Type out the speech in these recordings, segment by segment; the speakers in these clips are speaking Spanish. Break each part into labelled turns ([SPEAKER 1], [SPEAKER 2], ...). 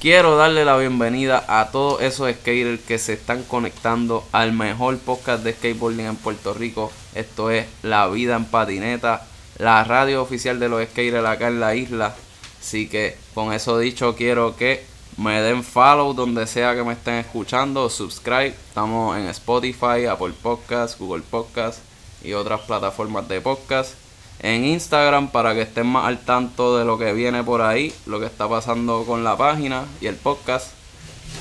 [SPEAKER 1] Quiero darle la bienvenida a todos esos skaters que se están conectando al mejor podcast de skateboarding en Puerto Rico. Esto es La Vida en Patineta, la radio oficial de los skaters acá en la isla. Así que con eso dicho, quiero que me den follow donde sea que me estén escuchando, subscribe. Estamos en Spotify, Apple Podcasts, Google Podcasts y otras plataformas de podcast. En Instagram para que estén más al tanto de lo que viene por ahí, lo que está pasando con la página y el podcast.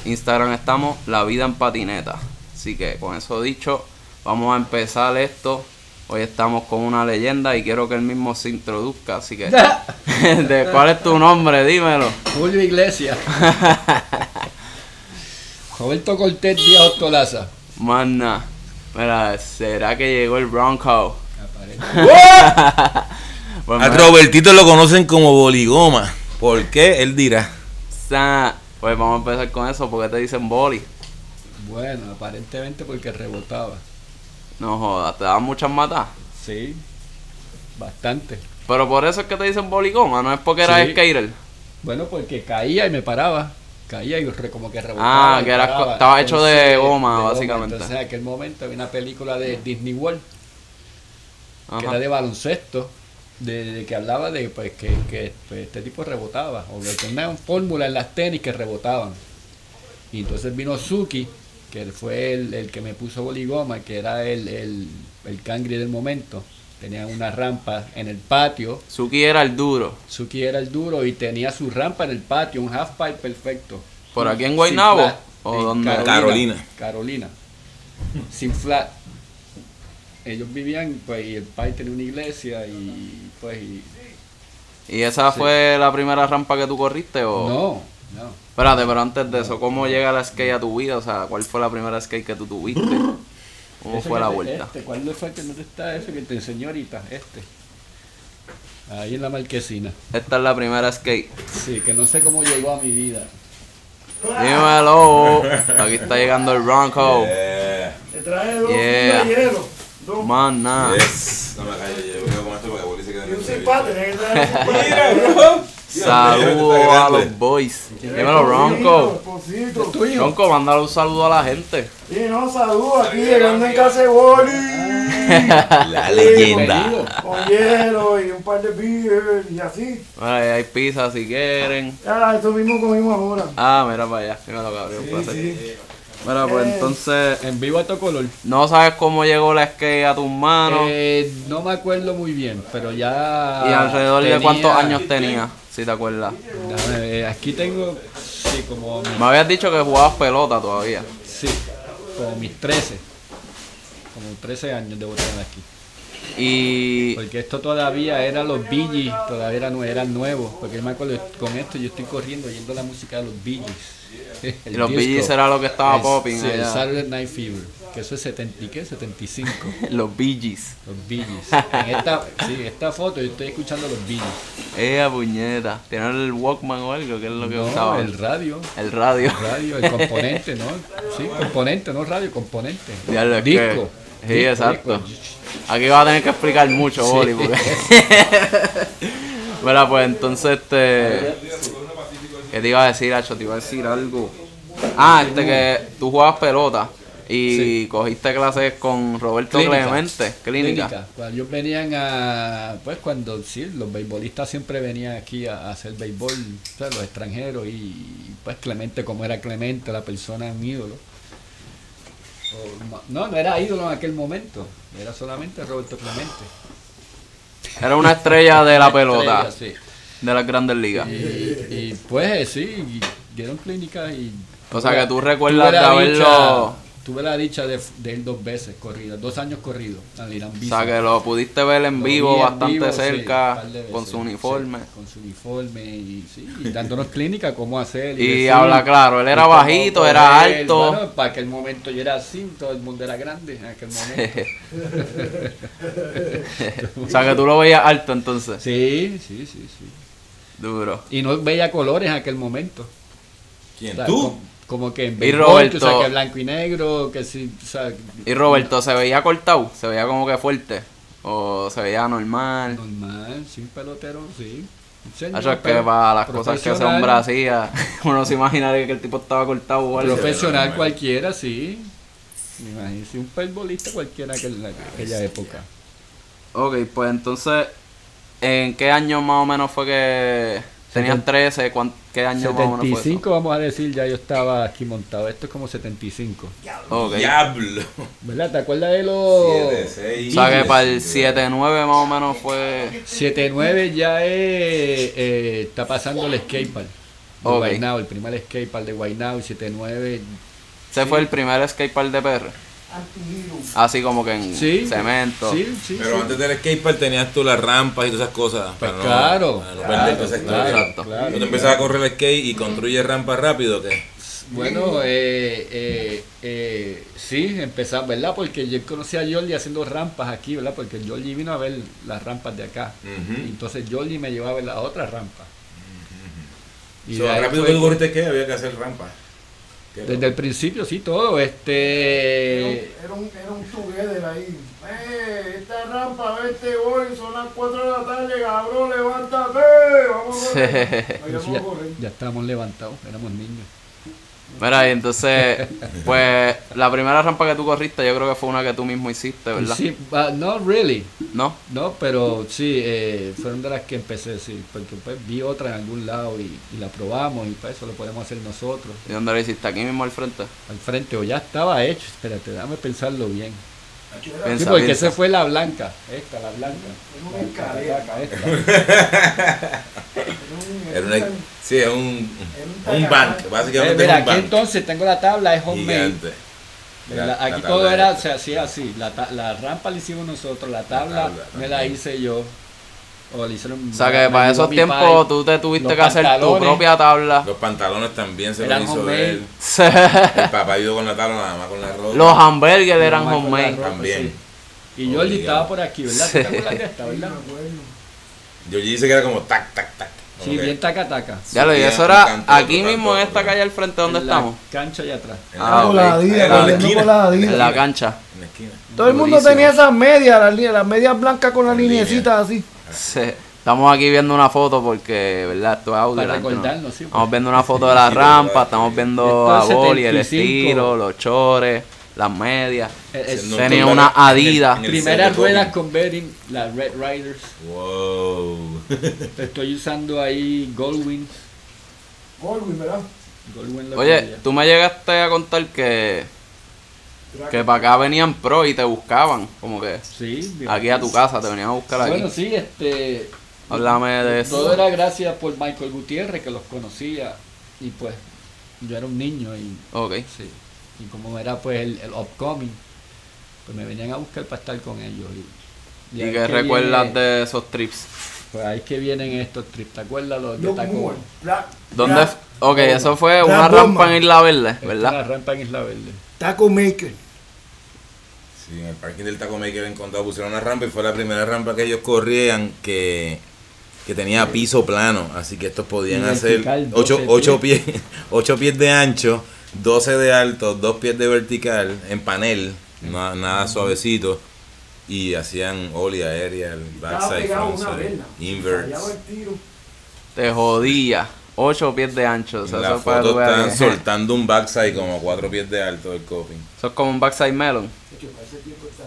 [SPEAKER 1] Instagram estamos La Vida en Patineta. Así que con eso dicho, vamos a empezar esto. Hoy estamos con una leyenda y quiero que él mismo se introduzca. Así que, ¿de cuál es tu nombre? Dímelo.
[SPEAKER 2] Julio Iglesias. Roberto Cortés Díaz Ostolaza.
[SPEAKER 1] Mana, mira, ¿será que llegó el Bronco? Pues,
[SPEAKER 3] A
[SPEAKER 1] mira,
[SPEAKER 3] Ah, Robertito lo conocen como Boligoma. ¿Por qué? Él dirá.
[SPEAKER 1] sa- pues vamos a empezar con eso, porque te dicen boli.
[SPEAKER 2] Bueno, aparentemente porque rebotaba.
[SPEAKER 1] No jodas, te dan muchas matas.
[SPEAKER 2] Sí, bastante.
[SPEAKER 1] Pero por eso es que te dicen boligoma, no es porque eras
[SPEAKER 2] Sí.
[SPEAKER 1] skater.
[SPEAKER 2] Bueno, porque caía y me paraba. Caía y re- como que rebotaba.
[SPEAKER 1] Ah,
[SPEAKER 2] y
[SPEAKER 1] que eras
[SPEAKER 2] paraba.
[SPEAKER 1] co- estaba hecho de
[SPEAKER 2] Entonces,
[SPEAKER 1] goma, básicamente.
[SPEAKER 2] Entonces, en aquel momento había una película de Disney World que
[SPEAKER 1] Ajá.
[SPEAKER 2] era de baloncesto. De, de que hablaba de pues, que, que, pues, este tipo rebotaba. O que tenían fórmula en las tenis que rebotaban. Y entonces vino Suki, que él fue el, el que me puso boligoma, que era el, el, el cangri del momento. Tenía una rampa en el patio.
[SPEAKER 1] Suki era el duro.
[SPEAKER 2] Suki era el duro y tenía su rampa en el patio, un half pipe perfecto.
[SPEAKER 1] ¿Por aquí en
[SPEAKER 2] Sin
[SPEAKER 1] Guaynabo?
[SPEAKER 2] flat.
[SPEAKER 1] ¿O
[SPEAKER 2] En
[SPEAKER 1] dónde?
[SPEAKER 3] Carolina.
[SPEAKER 2] Carolina. Sin flat. Ellos vivían, pues, y el país tenía una iglesia y, pues, y...
[SPEAKER 1] ¿Y esa fue la primera rampa que tú corriste o...?
[SPEAKER 2] No, no.
[SPEAKER 1] Espérate, pero antes de eso, ¿cómo llega la skate a tu vida? O sea, ¿cuál fue la primera skate que tú tuviste? ¿Cómo
[SPEAKER 2] Ese
[SPEAKER 1] fue
[SPEAKER 2] que
[SPEAKER 1] la
[SPEAKER 2] te-
[SPEAKER 1] vuelta?
[SPEAKER 2] Este, ¿Cuál fue el que no te está ese que te enseñó ahorita? Este. Ahí en la marquesina.
[SPEAKER 1] Esta es la primera skate.
[SPEAKER 2] Sí, que no sé cómo llegó a mi vida.
[SPEAKER 1] Dímelo. Aquí está llegando el Bronco.
[SPEAKER 3] Eh,
[SPEAKER 4] Te traje dos
[SPEAKER 1] Yeah.
[SPEAKER 4] yeah. de hielo. Dos.
[SPEAKER 1] Man,
[SPEAKER 3] Ah.
[SPEAKER 1] nah.
[SPEAKER 3] Yes. No me calles, yo voy a poner esto para que Boli se quede
[SPEAKER 4] y un
[SPEAKER 3] en el
[SPEAKER 4] simpate, tenés que traer un simpate.
[SPEAKER 3] Mira, bro.
[SPEAKER 1] Saludos a los boys. Dímelo, Bronco.
[SPEAKER 4] Esposito, esposito.
[SPEAKER 2] Tuyo.
[SPEAKER 1] Bronco, mandar un saludo a la gente.
[SPEAKER 4] Y no, saludos aquí llegando en casa de Boli.
[SPEAKER 3] La leyenda.
[SPEAKER 4] Con hielo y un par de beers y así.
[SPEAKER 1] Bueno, ahí hay pizza si quieren.
[SPEAKER 4] Ah, eso mismo comimos ahora.
[SPEAKER 1] Ah, mira para allá. Dímelo, Gabriel. un placer. Mira, pues entonces,
[SPEAKER 2] En vivo a tu color.
[SPEAKER 1] no sabes cómo llegó la skate a tus manos.
[SPEAKER 2] Eh, no me acuerdo muy bien, pero ya.
[SPEAKER 1] Y alrededor de
[SPEAKER 2] tenía-
[SPEAKER 1] cuántos años tenía, si te acuerdas.
[SPEAKER 2] Déjame ver, aquí tengo. Sí, como. mi-
[SPEAKER 1] Me habías dicho que jugabas pelota todavía.
[SPEAKER 2] Sí, como mis 13. Como 13 años debo tener aquí.
[SPEAKER 1] Y
[SPEAKER 2] Porque esto todavía era los BGs, todavía era, nue- eran nuevos. Porque yo me acuerdo, con esto yo estoy corriendo, oyendo la música de los BGs.
[SPEAKER 1] y los BGs era lo que estaba popping.
[SPEAKER 2] Sí, el
[SPEAKER 1] allá.
[SPEAKER 2] Saturday Night Fever. Que eso es 70 y qué, 75.
[SPEAKER 1] Los BGs.
[SPEAKER 2] Los BGs. En esta, sí, en esta foto yo estoy escuchando los BGs.
[SPEAKER 1] Ella puñeta. ¿Tienen el Walkman o algo? que es lo que
[SPEAKER 2] No,
[SPEAKER 1] usaban?
[SPEAKER 2] el radio.
[SPEAKER 1] El radio.
[SPEAKER 2] Radio, el componente, ¿no? Sí, componente, no radio, componente.
[SPEAKER 1] Ya lo es que-
[SPEAKER 2] disco.
[SPEAKER 1] Sí,
[SPEAKER 2] disco,
[SPEAKER 1] exacto.
[SPEAKER 2] disco.
[SPEAKER 1] Aquí vas a tener que explicar mucho,
[SPEAKER 2] Sí.
[SPEAKER 1] Boli, porque... Mira, pues entonces este... ¿Qué te iba a decir, Acho? Te iba a decir algo. Ah, este que tú jugabas pelota y cogiste clases con Roberto
[SPEAKER 2] Clínica.
[SPEAKER 1] Clemente, clínica.
[SPEAKER 2] Clínica. Cuando ellos venían a. Pues cuando sí, los beisbolistas siempre venían aquí a, a hacer béisbol, o sea, los extranjeros, y pues Clemente, como era Clemente, la persona, un ídolo. O ma- no, no era ídolo en aquel momento, era solamente Roberto Clemente.
[SPEAKER 1] Era una estrella de la pelota,
[SPEAKER 2] Estrella, sí.
[SPEAKER 1] de las grandes ligas.
[SPEAKER 2] Y, y, pues eh, sí, y dieron clínica y...
[SPEAKER 1] O sea,
[SPEAKER 2] tuve-
[SPEAKER 1] que tú recuerdas
[SPEAKER 2] tuve la
[SPEAKER 1] de haberlo-
[SPEAKER 2] dicha- Tuve la dicha de, de ir dos veces corrida, dos años corridos al Irán
[SPEAKER 1] O sea, que lo pudiste ver en vivo bastante cerca, con su uniforme.
[SPEAKER 2] con su uniforme y sí, y dándonos clínica cómo hacer.
[SPEAKER 1] Y
[SPEAKER 2] decir,
[SPEAKER 1] habla claro, él era
[SPEAKER 2] cómo
[SPEAKER 1] bajito, era
[SPEAKER 2] correr.
[SPEAKER 1] alto.
[SPEAKER 2] Bueno, para aquel momento yo era así, todo el mundo era grande en aquel momento.
[SPEAKER 1] o sea, que tú lo veías alto entonces.
[SPEAKER 2] Sí, sí, sí, sí.
[SPEAKER 1] Duro.
[SPEAKER 2] Y no veía colores en aquel momento. O
[SPEAKER 3] ¿Quién?
[SPEAKER 2] sea,
[SPEAKER 3] ¿Tú?
[SPEAKER 2] com- Como que en
[SPEAKER 1] Y
[SPEAKER 2] béisbol,
[SPEAKER 1] Roberto.
[SPEAKER 2] tú sabes que blanco y negro, que sí, o sea,
[SPEAKER 1] Y Roberto se veía cortado, se veía como que fuerte. O se veía normal.
[SPEAKER 2] normal, sin pelotero, sí. Un señor,
[SPEAKER 1] Hacho, es que
[SPEAKER 2] pero
[SPEAKER 1] para las cosas que ese hombre
[SPEAKER 2] profesional.
[SPEAKER 1] hacía. Uno se imaginaría que el tipo estaba cortado o algo.
[SPEAKER 2] Profesional cualquiera, sí. Me imagino, sí, un futbolista cualquiera que en la-
[SPEAKER 1] Pues,
[SPEAKER 2] aquella época.
[SPEAKER 1] Ok, pues entonces, ¿en qué año más o menos fue que tenías 13? ¿Cuán- ¿Qué año más o menos fue? eso?
[SPEAKER 2] 75, vamos a decir, ya yo estaba aquí montado. Esto es como 75.
[SPEAKER 1] Ok.
[SPEAKER 3] Diablo.
[SPEAKER 2] ¿Verdad? ¿Te acuerdas de los
[SPEAKER 1] O
[SPEAKER 3] 6.
[SPEAKER 1] sea que para el 7-9 más o menos fue...
[SPEAKER 2] 79 ya es, eh, está pasando el skatepark? De
[SPEAKER 1] Ok.
[SPEAKER 2] Guaynabo, el primer skatepark de Guaynabo, 79.
[SPEAKER 1] Ese fue el primer skatepark de PR. Así como que en
[SPEAKER 2] Sí.
[SPEAKER 1] Mm, cemento.
[SPEAKER 2] Sí, sí.
[SPEAKER 3] Pero
[SPEAKER 2] sí.
[SPEAKER 3] antes del skatepark tenías tú las rampas y todas esas cosas.
[SPEAKER 2] Pues
[SPEAKER 3] para no-
[SPEAKER 2] claro.
[SPEAKER 3] para no
[SPEAKER 2] claro,
[SPEAKER 3] perderte esa
[SPEAKER 2] claro,
[SPEAKER 3] historia.
[SPEAKER 1] exacto.
[SPEAKER 2] claro.
[SPEAKER 3] Tú te empezabas a correr el skate y construyes rampas rápido, ¿qué?
[SPEAKER 2] Bueno, eh, eh, eh, sí, empezar, ¿verdad? Porque yo conocí a Yoli haciendo rampas aquí, ¿verdad? Porque Yoli vino a ver las rampas de acá.
[SPEAKER 3] Ujú.
[SPEAKER 2] Y Entonces Yoli me llevaba a ver las otras rampas. Y
[SPEAKER 3] So,
[SPEAKER 2] de ahí
[SPEAKER 3] rápido
[SPEAKER 2] fue
[SPEAKER 3] que tú corriste skate había que hacer rampas. Qué
[SPEAKER 2] desde
[SPEAKER 3] loco.
[SPEAKER 2] el principio, sí, todo. Este.
[SPEAKER 4] Era un, era un together ahí. Eh, esta rampa, vete hoy, son las 4 de la tarde, cabrón, levántate. Vamos a correr. Ahí
[SPEAKER 2] pero sí,
[SPEAKER 4] vamos
[SPEAKER 2] ya,
[SPEAKER 4] a correr.
[SPEAKER 2] ya estábamos levantados, éramos niños.
[SPEAKER 1] Mira, y entonces, pues la primera rampa que tú corriste yo creo que fue una que tú mismo hiciste, ¿verdad?
[SPEAKER 2] Sí, but not really.
[SPEAKER 1] ¿No?
[SPEAKER 2] No, pero sí, eh, fueron de las que empecé, sí, porque pues, vi otra en algún lado y, y la probamos y para eso lo podemos hacer nosotros.
[SPEAKER 1] ¿Y dónde la hiciste? Aquí mismo al frente.
[SPEAKER 2] al frente o ya estaba hecho. Espérate, déjame pensarlo bien.
[SPEAKER 1] Piensa,
[SPEAKER 2] sí, porque
[SPEAKER 1] piensa.
[SPEAKER 2] esa fue la blanca. Esta, la blanca.
[SPEAKER 4] Era una escalera.
[SPEAKER 2] Acá, esta. Eh,
[SPEAKER 4] Era
[SPEAKER 3] Era
[SPEAKER 4] un,
[SPEAKER 3] una, sí, es un,
[SPEAKER 4] Era un
[SPEAKER 3] un bank,
[SPEAKER 2] Eh,
[SPEAKER 3] básicamente
[SPEAKER 2] mira,
[SPEAKER 3] es un
[SPEAKER 2] aquí
[SPEAKER 3] bank.
[SPEAKER 2] entonces tengo la tabla, es homemade.
[SPEAKER 3] Gigante.
[SPEAKER 2] La-
[SPEAKER 3] La-
[SPEAKER 2] aquí
[SPEAKER 3] la
[SPEAKER 2] todo
[SPEAKER 3] tabla
[SPEAKER 2] era,
[SPEAKER 3] esta.
[SPEAKER 2] se hacía así. La, ta- la rampa la hicimos nosotros, la tabla,
[SPEAKER 3] tabla
[SPEAKER 2] me
[SPEAKER 3] también.
[SPEAKER 2] la hice yo. O la hicieron.
[SPEAKER 1] O sea
[SPEAKER 2] me
[SPEAKER 1] que
[SPEAKER 2] ayudó
[SPEAKER 1] para esos
[SPEAKER 2] mi
[SPEAKER 1] tiempos
[SPEAKER 2] pai.
[SPEAKER 1] tú te tuviste
[SPEAKER 2] los
[SPEAKER 1] que hacer tu
[SPEAKER 2] pantalones.
[SPEAKER 1] propia tabla.
[SPEAKER 3] Los pantalones también se los
[SPEAKER 2] Eran
[SPEAKER 3] hizo
[SPEAKER 2] homemade.
[SPEAKER 3] él. El papá ayudó con la tabla, nada más con la ropa.
[SPEAKER 1] Los hamburgers
[SPEAKER 2] Nada
[SPEAKER 1] eran
[SPEAKER 2] más con la
[SPEAKER 1] homemade.
[SPEAKER 2] ropa,
[SPEAKER 3] También.
[SPEAKER 2] sí. Y yo
[SPEAKER 3] Obligado.
[SPEAKER 2] estaba por aquí, ¿verdad? ¿Te acuerdas de esta, verdad?
[SPEAKER 3] Yo dice que era como tac, tac, tac. Como
[SPEAKER 2] Sí,
[SPEAKER 3] que
[SPEAKER 2] bien taca taca.
[SPEAKER 1] Ya lo y
[SPEAKER 3] Subían
[SPEAKER 1] eso
[SPEAKER 3] un
[SPEAKER 1] era
[SPEAKER 3] canto,
[SPEAKER 1] aquí
[SPEAKER 3] otro
[SPEAKER 1] mismo en
[SPEAKER 3] canto,
[SPEAKER 1] esta
[SPEAKER 3] otro.
[SPEAKER 1] calle al frente donde
[SPEAKER 2] En la
[SPEAKER 1] estamos.
[SPEAKER 2] Cancha allá atrás.
[SPEAKER 3] en
[SPEAKER 1] Ah,
[SPEAKER 3] la-
[SPEAKER 1] ok.
[SPEAKER 4] Coladilla,
[SPEAKER 3] en la
[SPEAKER 4] corriendo
[SPEAKER 3] esquina,
[SPEAKER 4] coladilla.
[SPEAKER 1] En la cancha.
[SPEAKER 3] En la esquina.
[SPEAKER 4] Todo el mundo
[SPEAKER 1] Durísimo.
[SPEAKER 4] tenía esas medias, las, li- las medias blancas con las
[SPEAKER 3] Con línea.
[SPEAKER 4] linecitas así.
[SPEAKER 1] Sí. Estamos aquí viendo una foto porque, ¿verdad? Esto es audio.
[SPEAKER 2] Para
[SPEAKER 1] la gente no-
[SPEAKER 2] recordarnos, sí,
[SPEAKER 1] Estamos
[SPEAKER 2] pues.
[SPEAKER 1] viendo una foto de la
[SPEAKER 3] Sí,
[SPEAKER 1] rampa,
[SPEAKER 3] verdad,
[SPEAKER 1] estamos
[SPEAKER 3] sí.
[SPEAKER 1] viendo
[SPEAKER 2] Esto
[SPEAKER 1] a
[SPEAKER 2] es
[SPEAKER 1] Boli, el
[SPEAKER 2] 75.
[SPEAKER 1] estilo, los chores, las medias.
[SPEAKER 2] Eh, eh,
[SPEAKER 3] Haciendo
[SPEAKER 1] Tenía
[SPEAKER 3] un
[SPEAKER 1] una
[SPEAKER 3] total en el-
[SPEAKER 1] Adidas.
[SPEAKER 3] en el
[SPEAKER 2] Primeras
[SPEAKER 3] centro
[SPEAKER 2] ruedas
[SPEAKER 3] Bobby.
[SPEAKER 2] con bearing, la Red Riders.
[SPEAKER 3] Wow.
[SPEAKER 2] Estoy usando ahí Goldwyn.
[SPEAKER 4] Goldwyn, ¿verdad?
[SPEAKER 2] Goldwyn lo
[SPEAKER 1] Oye,
[SPEAKER 2] tenía.
[SPEAKER 1] tú me llegaste a contar que,
[SPEAKER 4] Track.
[SPEAKER 1] que para acá venían pro y te buscaban, como que
[SPEAKER 2] Sí, bien.
[SPEAKER 1] aquí a tu casa, te venían a buscar
[SPEAKER 2] Bueno,
[SPEAKER 1] aquí.
[SPEAKER 2] sí, este.
[SPEAKER 1] Háblame de
[SPEAKER 2] Todo
[SPEAKER 1] eso.
[SPEAKER 2] era gracias por Michael Gutiérrez que los conocía. Y pues, yo era un niño y.
[SPEAKER 1] Ok.
[SPEAKER 2] Sí. Y como era pues el, el upcoming, pues me venían a buscar para estar con ellos. Y,
[SPEAKER 1] ¿Y
[SPEAKER 2] ahí
[SPEAKER 1] qué
[SPEAKER 2] es que
[SPEAKER 1] recuerdas
[SPEAKER 2] viene-
[SPEAKER 1] de esos trips?
[SPEAKER 2] Pues ahí es que vienen estos trips, ¿te acuerdas los de
[SPEAKER 4] Look
[SPEAKER 2] Tacoma?
[SPEAKER 4] Moore. Black-
[SPEAKER 1] ¿Dónde?
[SPEAKER 4] Black
[SPEAKER 1] f- Ok, eso fue
[SPEAKER 4] Black
[SPEAKER 1] una
[SPEAKER 4] Bomber.
[SPEAKER 1] rampa en Isla Verde,
[SPEAKER 2] Esta es
[SPEAKER 1] ¿verdad?
[SPEAKER 2] La rampa en Este Isla Verde.
[SPEAKER 4] Taco Maker.
[SPEAKER 3] Sí, en el parking del Taco Maker en Condado pusieron una rampa y fue la primera rampa que ellos corrían que, que tenía piso plano. Así que estos podían
[SPEAKER 2] Y
[SPEAKER 3] hacer
[SPEAKER 2] vertical,
[SPEAKER 3] 8,
[SPEAKER 2] 12
[SPEAKER 3] pies, ocho pies de ancho, 12 de alto, 2 pies de vertical en panel, na- nada suavecito. Y hacían ollie, aerial,
[SPEAKER 4] Estaba
[SPEAKER 3] backside,
[SPEAKER 4] pegado a una
[SPEAKER 3] frontside,
[SPEAKER 4] vela. Fallaba
[SPEAKER 3] inverts.
[SPEAKER 4] el tiro.
[SPEAKER 1] Te jodía. 8 pies de ancho. O sea,
[SPEAKER 3] En la
[SPEAKER 1] eso, fue
[SPEAKER 3] foto
[SPEAKER 1] algo de-
[SPEAKER 3] están soltando un backside como 4 pies de alto del coping.
[SPEAKER 1] eso es como un backside melon.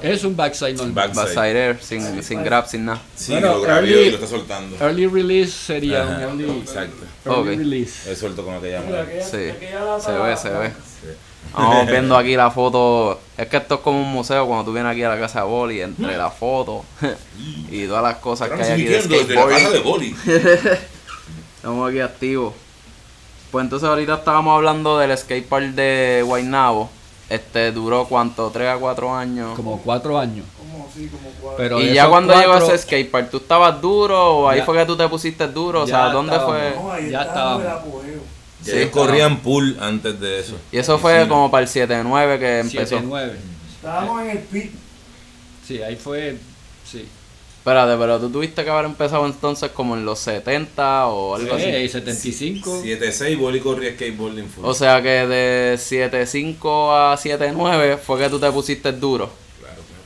[SPEAKER 2] Es un backside normal.
[SPEAKER 3] Backside.
[SPEAKER 1] Backside air, sin, sin grab, sin nada.
[SPEAKER 3] Sí,
[SPEAKER 2] Bueno,
[SPEAKER 3] que lo grabó y
[SPEAKER 2] early-
[SPEAKER 3] lo está soltando.
[SPEAKER 2] Early release sería
[SPEAKER 3] Ajá,
[SPEAKER 2] un early,
[SPEAKER 3] exacto.
[SPEAKER 2] early
[SPEAKER 1] Ok.
[SPEAKER 2] release.
[SPEAKER 3] Él suelto con aquella
[SPEAKER 4] Mira,
[SPEAKER 3] mano.
[SPEAKER 4] aquella-
[SPEAKER 1] Sí,
[SPEAKER 4] aquella lata
[SPEAKER 1] se ve, se ve.
[SPEAKER 4] blanca.
[SPEAKER 1] Vamos viendo aquí la foto. Es que esto es como un museo cuando tú vienes aquí a la casa de Boli, entre la foto y todas las cosas que hay aquí de
[SPEAKER 3] Transmitiendo desde la casa de
[SPEAKER 1] skateboard.
[SPEAKER 3] boli.
[SPEAKER 1] Estamos aquí activos. Pues entonces ahorita estábamos hablando del skatepark de Guaynabo. Este duró cuánto, 3 a 4 años.
[SPEAKER 2] Como cuatro años.
[SPEAKER 4] Como sí, como cuadro.
[SPEAKER 2] Pero de
[SPEAKER 1] y ya
[SPEAKER 2] esos
[SPEAKER 1] cuando
[SPEAKER 2] cuatro,
[SPEAKER 1] llegó ese skatepark, ¿tú estabas duro o ahí
[SPEAKER 2] Ya.
[SPEAKER 1] fue que tú te pusiste duro? O sea,
[SPEAKER 2] Ya
[SPEAKER 1] ¿dónde fue?
[SPEAKER 2] estábamos.
[SPEAKER 4] No, ahí
[SPEAKER 2] ya
[SPEAKER 4] estábamos en
[SPEAKER 2] estábamos.
[SPEAKER 4] apogeo.
[SPEAKER 3] Ya
[SPEAKER 1] Sí,
[SPEAKER 3] ellos corrían pool antes de eso.
[SPEAKER 1] Y eso fue como para el 7-9 que empezó.
[SPEAKER 2] 7-9.
[SPEAKER 4] Estábamos en el pit.
[SPEAKER 2] Sí, ahí fue. Sí.
[SPEAKER 1] Espérate, pero tú tuviste que haber empezado entonces como en los 70 o algo
[SPEAKER 2] Sí,
[SPEAKER 1] así.
[SPEAKER 2] ahí 75.
[SPEAKER 3] 7-6 boli corría skateboarding full.
[SPEAKER 1] O sea que de 7.5 a 7.9 fue que tú te pusiste duro.
[SPEAKER 3] Claro, claro.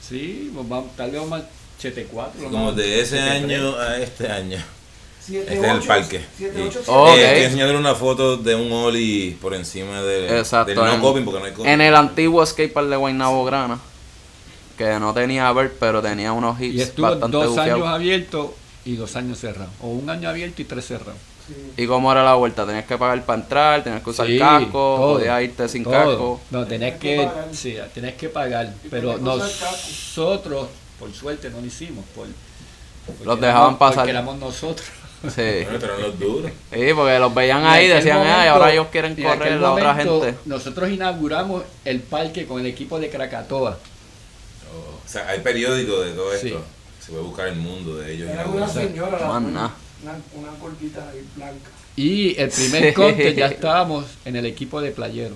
[SPEAKER 2] Sí, pues vamos, tal vez más 74.
[SPEAKER 3] Como
[SPEAKER 2] más
[SPEAKER 3] de ese
[SPEAKER 2] 73.
[SPEAKER 3] año a este año.
[SPEAKER 4] Siete,
[SPEAKER 3] Este es el
[SPEAKER 4] ocho,
[SPEAKER 3] parque.
[SPEAKER 4] siete,
[SPEAKER 3] Y-
[SPEAKER 4] ocho, siete.
[SPEAKER 1] Oh, Ok.
[SPEAKER 3] Eh, estoy enseñándole una foto de un Oli por encima de,
[SPEAKER 1] Exacto.
[SPEAKER 3] del no
[SPEAKER 1] en-
[SPEAKER 3] coping porque no hay coping.
[SPEAKER 1] En el antiguo skatepark de Guaynabo Grana, que no tenía ver, pero tenía unos
[SPEAKER 2] Y
[SPEAKER 1] hits
[SPEAKER 2] estuvo
[SPEAKER 1] bastante
[SPEAKER 2] dos años
[SPEAKER 1] bufiados.
[SPEAKER 2] abierto y dos años cerrado. O un año abierto y tres cerrados.
[SPEAKER 4] Sí.
[SPEAKER 1] ¿Y cómo era la vuelta? ¿Tenías que pagar para entrar? ¿Tenías que usar
[SPEAKER 2] Sí,
[SPEAKER 1] casco?
[SPEAKER 2] todo,
[SPEAKER 1] ¿Podías irte sin
[SPEAKER 2] todo.
[SPEAKER 1] casco?
[SPEAKER 2] No, tenés
[SPEAKER 4] Tenías
[SPEAKER 2] que,
[SPEAKER 4] que pagar.
[SPEAKER 2] sí, tenés que pagar. Pero
[SPEAKER 4] tenías que usar casco.
[SPEAKER 2] nosotros, por suerte, no lo hicimos. Por, porque
[SPEAKER 1] Los dejaban
[SPEAKER 2] éramos-
[SPEAKER 1] pasar.
[SPEAKER 2] Porque éramos nosotros.
[SPEAKER 1] Sí.
[SPEAKER 3] Bueno, pero no es duro.
[SPEAKER 1] Sí, porque los veían
[SPEAKER 2] En
[SPEAKER 1] ahí,
[SPEAKER 2] aquel
[SPEAKER 1] decían,
[SPEAKER 2] momento-
[SPEAKER 1] ay, ahora ellos quieren
[SPEAKER 2] en aquel
[SPEAKER 1] correr la otra
[SPEAKER 2] momento,
[SPEAKER 1] gente.
[SPEAKER 2] Nosotros inauguramos el parque con el equipo de Krakatoa.
[SPEAKER 3] Oh, O sea, hay periódicos de todo
[SPEAKER 2] Sí.
[SPEAKER 3] esto. Se puede buscar el mundo de ellos.
[SPEAKER 4] Era una señora, la-
[SPEAKER 1] Maná.
[SPEAKER 4] una, una cortita ahí blanca.
[SPEAKER 1] Oh.
[SPEAKER 2] Y el
[SPEAKER 1] Sí.
[SPEAKER 2] primer contest ya estábamos en el equipo de Playero,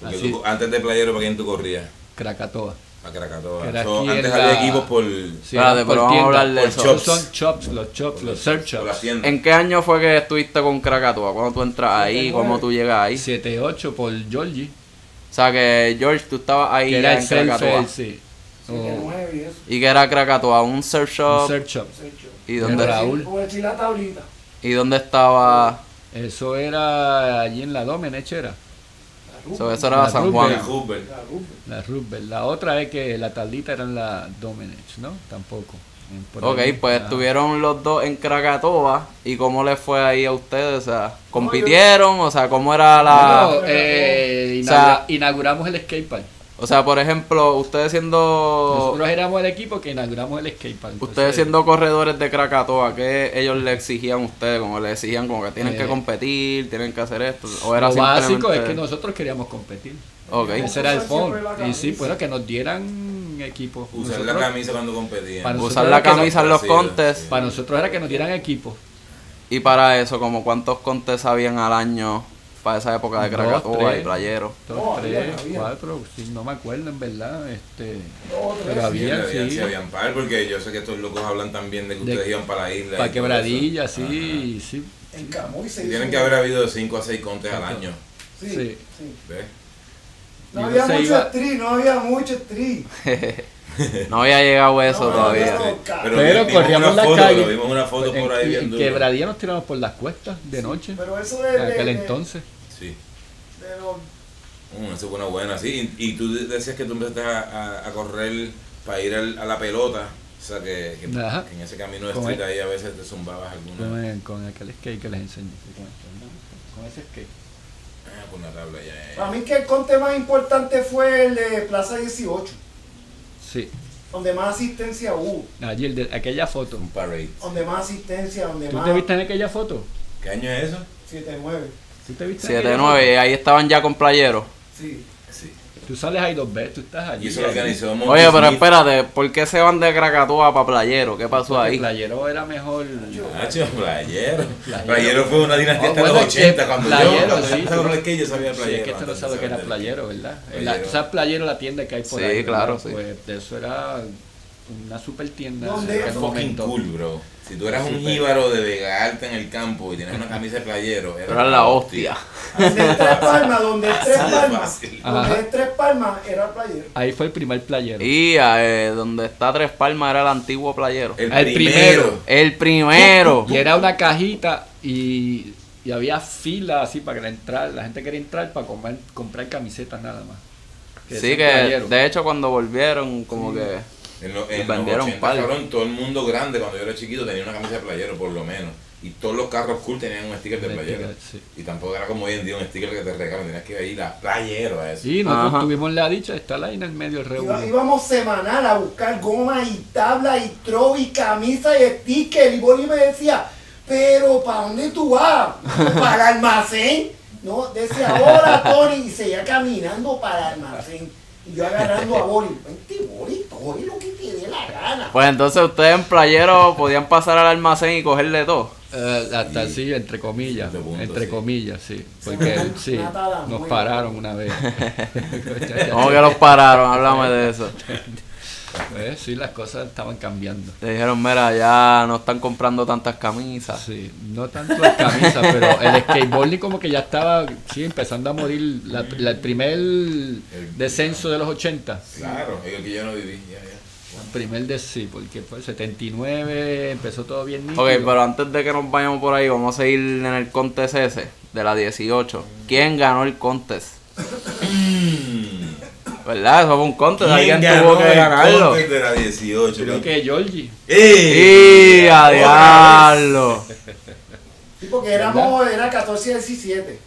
[SPEAKER 3] Porque
[SPEAKER 2] Así.
[SPEAKER 3] tú- antes de Playero, ¿para quién tú corrías?
[SPEAKER 2] Krakatoa.
[SPEAKER 3] A Krakatoa.
[SPEAKER 2] Era
[SPEAKER 3] So,
[SPEAKER 2] aquí
[SPEAKER 3] antes
[SPEAKER 2] en
[SPEAKER 3] había
[SPEAKER 2] la-
[SPEAKER 3] equipos por,
[SPEAKER 2] Sí,
[SPEAKER 1] Espérate,
[SPEAKER 2] era
[SPEAKER 1] pero
[SPEAKER 2] por
[SPEAKER 1] vamos a
[SPEAKER 2] tienda.
[SPEAKER 1] hablar de
[SPEAKER 3] por
[SPEAKER 1] eso.
[SPEAKER 2] Esos
[SPEAKER 3] shops.
[SPEAKER 2] son chops, los chops, los surf
[SPEAKER 3] por las
[SPEAKER 2] chops.
[SPEAKER 3] tiendas.
[SPEAKER 1] ¿En qué año fue que estuviste con Krakatoa? ¿Cuándo tú entras ahí?
[SPEAKER 4] Siete,
[SPEAKER 1] ¿Cómo
[SPEAKER 4] nueve.
[SPEAKER 1] tú llegas ahí?
[SPEAKER 2] 7-8 por Georgie,
[SPEAKER 1] O sea que, George, tú estabas ahí
[SPEAKER 2] que
[SPEAKER 1] ya
[SPEAKER 2] era el
[SPEAKER 1] en
[SPEAKER 2] surf,
[SPEAKER 1] Krakatoa.
[SPEAKER 2] el- sí.
[SPEAKER 4] Siete,
[SPEAKER 2] Oh,
[SPEAKER 4] nueve y eso.
[SPEAKER 1] ¿Y que era Krakatoa? ¿Un surf
[SPEAKER 2] un
[SPEAKER 1] shop?
[SPEAKER 2] surf shop.
[SPEAKER 4] se echó.
[SPEAKER 1] ¿Y
[SPEAKER 2] de
[SPEAKER 1] dónde,
[SPEAKER 2] Raúl.
[SPEAKER 4] Por decir la tablita.
[SPEAKER 1] ¿Y dónde estaba?
[SPEAKER 2] Eso era allí en la Domenech, era
[SPEAKER 4] La rupa.
[SPEAKER 1] So, eso era
[SPEAKER 2] Uh, La
[SPEAKER 1] San
[SPEAKER 2] Rubén.
[SPEAKER 1] Juan.
[SPEAKER 3] En Hoover.
[SPEAKER 4] La rupa.
[SPEAKER 2] la Rubber. La otra es que la tablita era en la Domenech, ¿no? Tampoco. En- por
[SPEAKER 1] Ok,
[SPEAKER 2] ahí.
[SPEAKER 1] pues
[SPEAKER 2] Ah.
[SPEAKER 1] estuvieron los dos en Krakatoa. ¿Y cómo les fue ahí a ustedes? O sea, ¿compitieron? O sea, ¿cómo era la...?
[SPEAKER 2] Bueno, eh,
[SPEAKER 1] O sea-
[SPEAKER 2] inaugura- inauguramos el skatepark.
[SPEAKER 1] O sea, por ejemplo, ustedes siendo...
[SPEAKER 2] Nosotros éramos el equipo que inauguramos el skatepark. Entonces,
[SPEAKER 1] Ustedes siendo corredores de Krakatoa, ¿qué ellos le exigían a ustedes? Como le exigían como que tienen
[SPEAKER 2] Eh,
[SPEAKER 1] que competir, tienen que hacer esto. O era
[SPEAKER 2] Lo básico es
[SPEAKER 1] simplemente-
[SPEAKER 2] que nosotros queríamos competir.
[SPEAKER 1] Ok.
[SPEAKER 2] Ese era el
[SPEAKER 4] Usar siempre
[SPEAKER 2] fondo.
[SPEAKER 4] la
[SPEAKER 2] Y sí,
[SPEAKER 4] camisa.
[SPEAKER 2] bueno, que nos dieran equipo.
[SPEAKER 3] Usar la
[SPEAKER 2] Nosotros-
[SPEAKER 3] camisa cuando competían.
[SPEAKER 2] Para
[SPEAKER 1] Usar
[SPEAKER 2] nosotros
[SPEAKER 1] la
[SPEAKER 2] era que
[SPEAKER 1] camisa en los
[SPEAKER 3] Sí,
[SPEAKER 1] contests.
[SPEAKER 3] sí.
[SPEAKER 2] Para nosotros era que nos dieran equipo.
[SPEAKER 1] Y para eso, como cuántos contests habían al año para esa época de
[SPEAKER 2] Dos,
[SPEAKER 1] Krakatoa y
[SPEAKER 2] tres.
[SPEAKER 1] Playero.
[SPEAKER 2] Dos,
[SPEAKER 4] No, Oh, había,
[SPEAKER 2] tres,
[SPEAKER 4] había.
[SPEAKER 2] cuatro, sí, no me acuerdo en verdad. Este,
[SPEAKER 4] Dos, tres.
[SPEAKER 2] pero
[SPEAKER 3] Sí,
[SPEAKER 2] había,
[SPEAKER 3] habían,
[SPEAKER 2] sí.
[SPEAKER 3] sí, habían par, porque yo sé que estos locos hablan también de que
[SPEAKER 2] De-
[SPEAKER 3] ustedes iban para la isla. y
[SPEAKER 2] Para
[SPEAKER 3] todo
[SPEAKER 2] quebradilla,
[SPEAKER 3] eso.
[SPEAKER 2] sí, sí.
[SPEAKER 4] En Camuy se
[SPEAKER 3] Ajá.
[SPEAKER 4] hizo
[SPEAKER 3] Tienen que
[SPEAKER 4] un-
[SPEAKER 3] haber habido de 5 a 6 contes al año.
[SPEAKER 4] Sí,
[SPEAKER 2] Sí.
[SPEAKER 4] sí.
[SPEAKER 3] ¿Ves?
[SPEAKER 4] No
[SPEAKER 2] Y
[SPEAKER 4] había
[SPEAKER 2] no se
[SPEAKER 4] mucho
[SPEAKER 2] iba-
[SPEAKER 4] street, no había mucho street.
[SPEAKER 1] No había llegado eso
[SPEAKER 4] No, no,
[SPEAKER 1] todavía.
[SPEAKER 4] no, no.
[SPEAKER 3] Ah, este, Pero,
[SPEAKER 2] Pero
[SPEAKER 3] vimos
[SPEAKER 2] corríamos
[SPEAKER 3] una
[SPEAKER 2] la
[SPEAKER 3] foto,
[SPEAKER 2] calle.
[SPEAKER 3] pero vimos una foto por ahí
[SPEAKER 2] en,
[SPEAKER 3] bien
[SPEAKER 2] en
[SPEAKER 3] dura.
[SPEAKER 2] quebradilla nos tiramos por las cuestas de noche.
[SPEAKER 4] Pero eh, eso de,
[SPEAKER 2] en
[SPEAKER 4] de-
[SPEAKER 2] aquel
[SPEAKER 4] de-
[SPEAKER 2] entonces.
[SPEAKER 3] Sí.
[SPEAKER 4] de los-
[SPEAKER 3] Mm, eso fue una buena, sí. Y, y tú decías que tú empezaste a, a- a correr para ir al- a la pelota. O sea, que, que-
[SPEAKER 2] Ajá.
[SPEAKER 3] que en ese camino de
[SPEAKER 2] Con
[SPEAKER 3] street
[SPEAKER 2] el-
[SPEAKER 3] ahí a veces te zumbabas alguna.
[SPEAKER 2] Con, con aquel skate que les enseñé. Con, con ese skate.
[SPEAKER 3] Ah, con la tabla ya. ya, ya.
[SPEAKER 4] Para mí que el conte más importante fue el de Plaza 18,
[SPEAKER 2] Sí.
[SPEAKER 4] donde más asistencia hubo,
[SPEAKER 2] Allí, el de, aquella foto.
[SPEAKER 3] Un parade.
[SPEAKER 4] donde más asistencia, donde
[SPEAKER 2] ¿Tú
[SPEAKER 4] más
[SPEAKER 2] te viste en aquella foto?
[SPEAKER 3] ¿Qué año es eso?
[SPEAKER 4] 7-9.
[SPEAKER 2] ¿Tú te viste en aquella
[SPEAKER 1] 7-9, y ahí estaban ya con Playero.
[SPEAKER 4] Sí.
[SPEAKER 3] Sí.
[SPEAKER 2] foto? Tú sales ahí dos veces, tú estás allí.
[SPEAKER 3] Y eso lo
[SPEAKER 2] allí.
[SPEAKER 3] organizó Monty
[SPEAKER 1] Oye, pero
[SPEAKER 3] Smith.
[SPEAKER 1] espérate, ¿por qué se van de Krakatoa para Playero? ¿Qué pasó
[SPEAKER 2] Porque
[SPEAKER 1] ahí?
[SPEAKER 2] Playero era mejor.
[SPEAKER 3] Nacho, playero.
[SPEAKER 2] Playero.
[SPEAKER 3] Playero fue una dinastía
[SPEAKER 2] Oh,
[SPEAKER 3] hasta
[SPEAKER 2] bueno,
[SPEAKER 3] los
[SPEAKER 2] es que
[SPEAKER 3] 80 cuando
[SPEAKER 2] playero,
[SPEAKER 3] yo. cuando
[SPEAKER 2] sí.
[SPEAKER 3] yo empecé a correr skate, yo sabía
[SPEAKER 2] Sí, es
[SPEAKER 3] playero.
[SPEAKER 2] que este no
[SPEAKER 3] antes
[SPEAKER 2] sabe
[SPEAKER 3] de
[SPEAKER 2] lo que era
[SPEAKER 3] saber
[SPEAKER 2] playero, ¿verdad?
[SPEAKER 3] Playero.
[SPEAKER 2] La, tú sabes playero la tienda que hay por
[SPEAKER 1] Sí,
[SPEAKER 2] ahí. ¿verdad?
[SPEAKER 1] claro, sí.
[SPEAKER 2] Pues de eso era una super tienda.
[SPEAKER 4] ¿Dónde
[SPEAKER 2] en
[SPEAKER 3] Era
[SPEAKER 4] era?
[SPEAKER 2] aquel
[SPEAKER 3] fucking
[SPEAKER 2] momento.
[SPEAKER 3] cool, bro. Si tú eras un
[SPEAKER 2] Super.
[SPEAKER 3] jíbaro de Vega Alta en el campo y tenías una camisa de playero, era,
[SPEAKER 1] Era la hostia.
[SPEAKER 4] Donde es Tres Palmas, donde es Tres
[SPEAKER 3] Así de
[SPEAKER 4] Palmas,
[SPEAKER 3] fácil.
[SPEAKER 2] Ajá.
[SPEAKER 4] donde es Tres Palmas era playero.
[SPEAKER 2] Ahí fue el primer playero.
[SPEAKER 1] Y eh, donde está Tres Palmas era el antiguo Playero.
[SPEAKER 3] El,
[SPEAKER 2] El
[SPEAKER 3] primero.
[SPEAKER 2] primero.
[SPEAKER 1] El primero.
[SPEAKER 2] Y era una cajita y, y había fila así para que la entrar, la gente quería entrar para comer- comprar camisetas nada más.
[SPEAKER 1] Sí,
[SPEAKER 2] ese
[SPEAKER 1] que
[SPEAKER 2] playero.
[SPEAKER 1] de hecho cuando volvieron, como que...
[SPEAKER 3] En, lo-
[SPEAKER 1] Y
[SPEAKER 3] en los
[SPEAKER 1] vendieron
[SPEAKER 3] 80,
[SPEAKER 1] palo.
[SPEAKER 3] cabrón, todo el mundo grande cuando yo era chiquito tenía una camisa de playero, por lo menos. Y todos los carros cool tenían un sticker de
[SPEAKER 2] De
[SPEAKER 3] playero.
[SPEAKER 2] sticker, sí.
[SPEAKER 3] Y tampoco era como hoy en día un sticker que te regalan, tenías que ir a playero a eso.
[SPEAKER 2] Y nosotros
[SPEAKER 1] Ajá.
[SPEAKER 2] tuvimos la dicha de estar ahí en el medio del
[SPEAKER 4] Iba-
[SPEAKER 2] reunión.
[SPEAKER 4] íbamos semanal a buscar goma y tabla y tro y camisa y sticker y Boli me decía, pero ¿para dónde tú vas? ¿Para el almacén? No, decía, hola Tony, y seguía caminando para el almacén. Y yo agarrando a Boli, vente Boli, coge lo que te dé la gana.
[SPEAKER 1] Pues entonces ustedes en Playero podían pasar al almacén y cogerle todo.
[SPEAKER 2] Eh, hasta
[SPEAKER 3] Sí.
[SPEAKER 2] así, entre comillas.
[SPEAKER 3] Cierto punto,
[SPEAKER 2] entre
[SPEAKER 3] sí.
[SPEAKER 2] comillas, sí. Porque
[SPEAKER 4] Una-
[SPEAKER 2] sí,
[SPEAKER 4] una tabla
[SPEAKER 2] nos
[SPEAKER 4] muy
[SPEAKER 2] pararon una vez.
[SPEAKER 1] ¿Cómo que los pararon? Háblame de eso.
[SPEAKER 2] Eh, sí, las cosas estaban cambiando.
[SPEAKER 1] Te dijeron, mira, ya no están comprando tantas camisas.
[SPEAKER 2] Sí, no tanto las camisas, pero el skateboarding como que ya estaba, sí, empezando a morir. La, la- el primer descenso de los 80.
[SPEAKER 3] Claro, es el que yo no viví. Ya, ya.
[SPEAKER 2] primer de sí, porque fue 79, empezó todo bien nítido.
[SPEAKER 1] Ok, pero antes de que nos vayamos por ahí, vamos a seguir en el contest ese, de la 18. ¿Quién ganó el contest? ¿Verdad? Eso fue un contest, alguien tuvo que ganarlo.
[SPEAKER 3] el de la 18?
[SPEAKER 2] Creo que Georgie.
[SPEAKER 1] ¡Y a diablo!
[SPEAKER 4] Sí, porque éramos, era 14 y 17.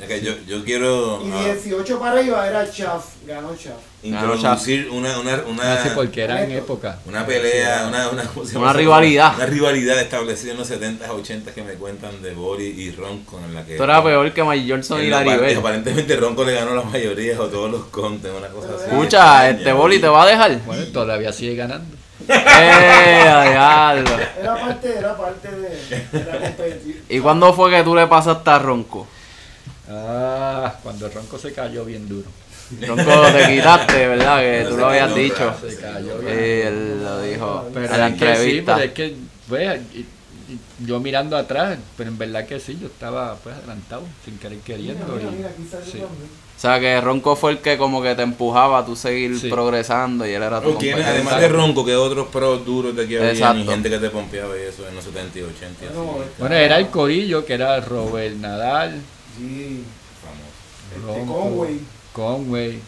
[SPEAKER 3] Es que yo, yo quiero
[SPEAKER 4] Y
[SPEAKER 3] ah,
[SPEAKER 4] 18 para arriba era Chaf, ganó Chaf.
[SPEAKER 3] introducir una, una, una,
[SPEAKER 2] No sé por qué era en época.
[SPEAKER 3] una pelea, una, una, ¿cómo se
[SPEAKER 1] Una
[SPEAKER 3] llama?
[SPEAKER 1] rivalidad.
[SPEAKER 3] Una rivalidad establecida en los 70s, 80s que me cuentan de Bori y Ron con la que...
[SPEAKER 1] Esto era peor que Mike Johnson y
[SPEAKER 3] en la parte-
[SPEAKER 1] Larry Bird.
[SPEAKER 3] Aparentemente Ronco le ganó la mayoría o todos los contes, una cosa así.
[SPEAKER 1] Escucha, este boli te va a dejar.
[SPEAKER 2] Bueno, todavía sigue ganando.
[SPEAKER 1] ¡Eh, a diablo!
[SPEAKER 4] Era parte, era parte de, de la competencia.
[SPEAKER 1] ¿Y cuándo fue que tú le pasaste a Ronco?
[SPEAKER 2] Ah, cuando el ronco se cayó bien duro.
[SPEAKER 1] Ronco, te quitaste, ¿verdad? Que
[SPEAKER 3] No
[SPEAKER 1] tú
[SPEAKER 3] sé
[SPEAKER 1] lo
[SPEAKER 3] qué
[SPEAKER 1] habías
[SPEAKER 3] nombre
[SPEAKER 1] dicho.
[SPEAKER 3] hace.
[SPEAKER 2] Se cayó bien duro.
[SPEAKER 1] Eh, Él lo dijo
[SPEAKER 2] Pero
[SPEAKER 1] en la
[SPEAKER 2] es que sí,
[SPEAKER 1] entrevista.
[SPEAKER 2] pero es que, pues, y- y- yo mirando atrás, pero en verdad que sí, yo estaba pues adelantado, sin querer
[SPEAKER 4] Mira,
[SPEAKER 2] queriendo.
[SPEAKER 4] mira,
[SPEAKER 2] y-
[SPEAKER 4] mira, aquí salió
[SPEAKER 2] sí.
[SPEAKER 4] también.
[SPEAKER 1] O sea, que Ronco fue el que como que te empujaba a tú seguir
[SPEAKER 2] Sí.
[SPEAKER 1] progresando y él era tu
[SPEAKER 3] Pero tiene,
[SPEAKER 1] competencia.
[SPEAKER 3] además de Ronco, que otros pros duros de aquí había, y
[SPEAKER 1] Exacto.
[SPEAKER 3] gente que te pompeaba y eso en los 70 y 80 y así.
[SPEAKER 4] No, esta-
[SPEAKER 2] Bueno, era el corillo que era Robert Nadal,
[SPEAKER 4] Sí,
[SPEAKER 3] Famoso.
[SPEAKER 4] este
[SPEAKER 2] Ronco,
[SPEAKER 4] Conway.
[SPEAKER 2] Conway,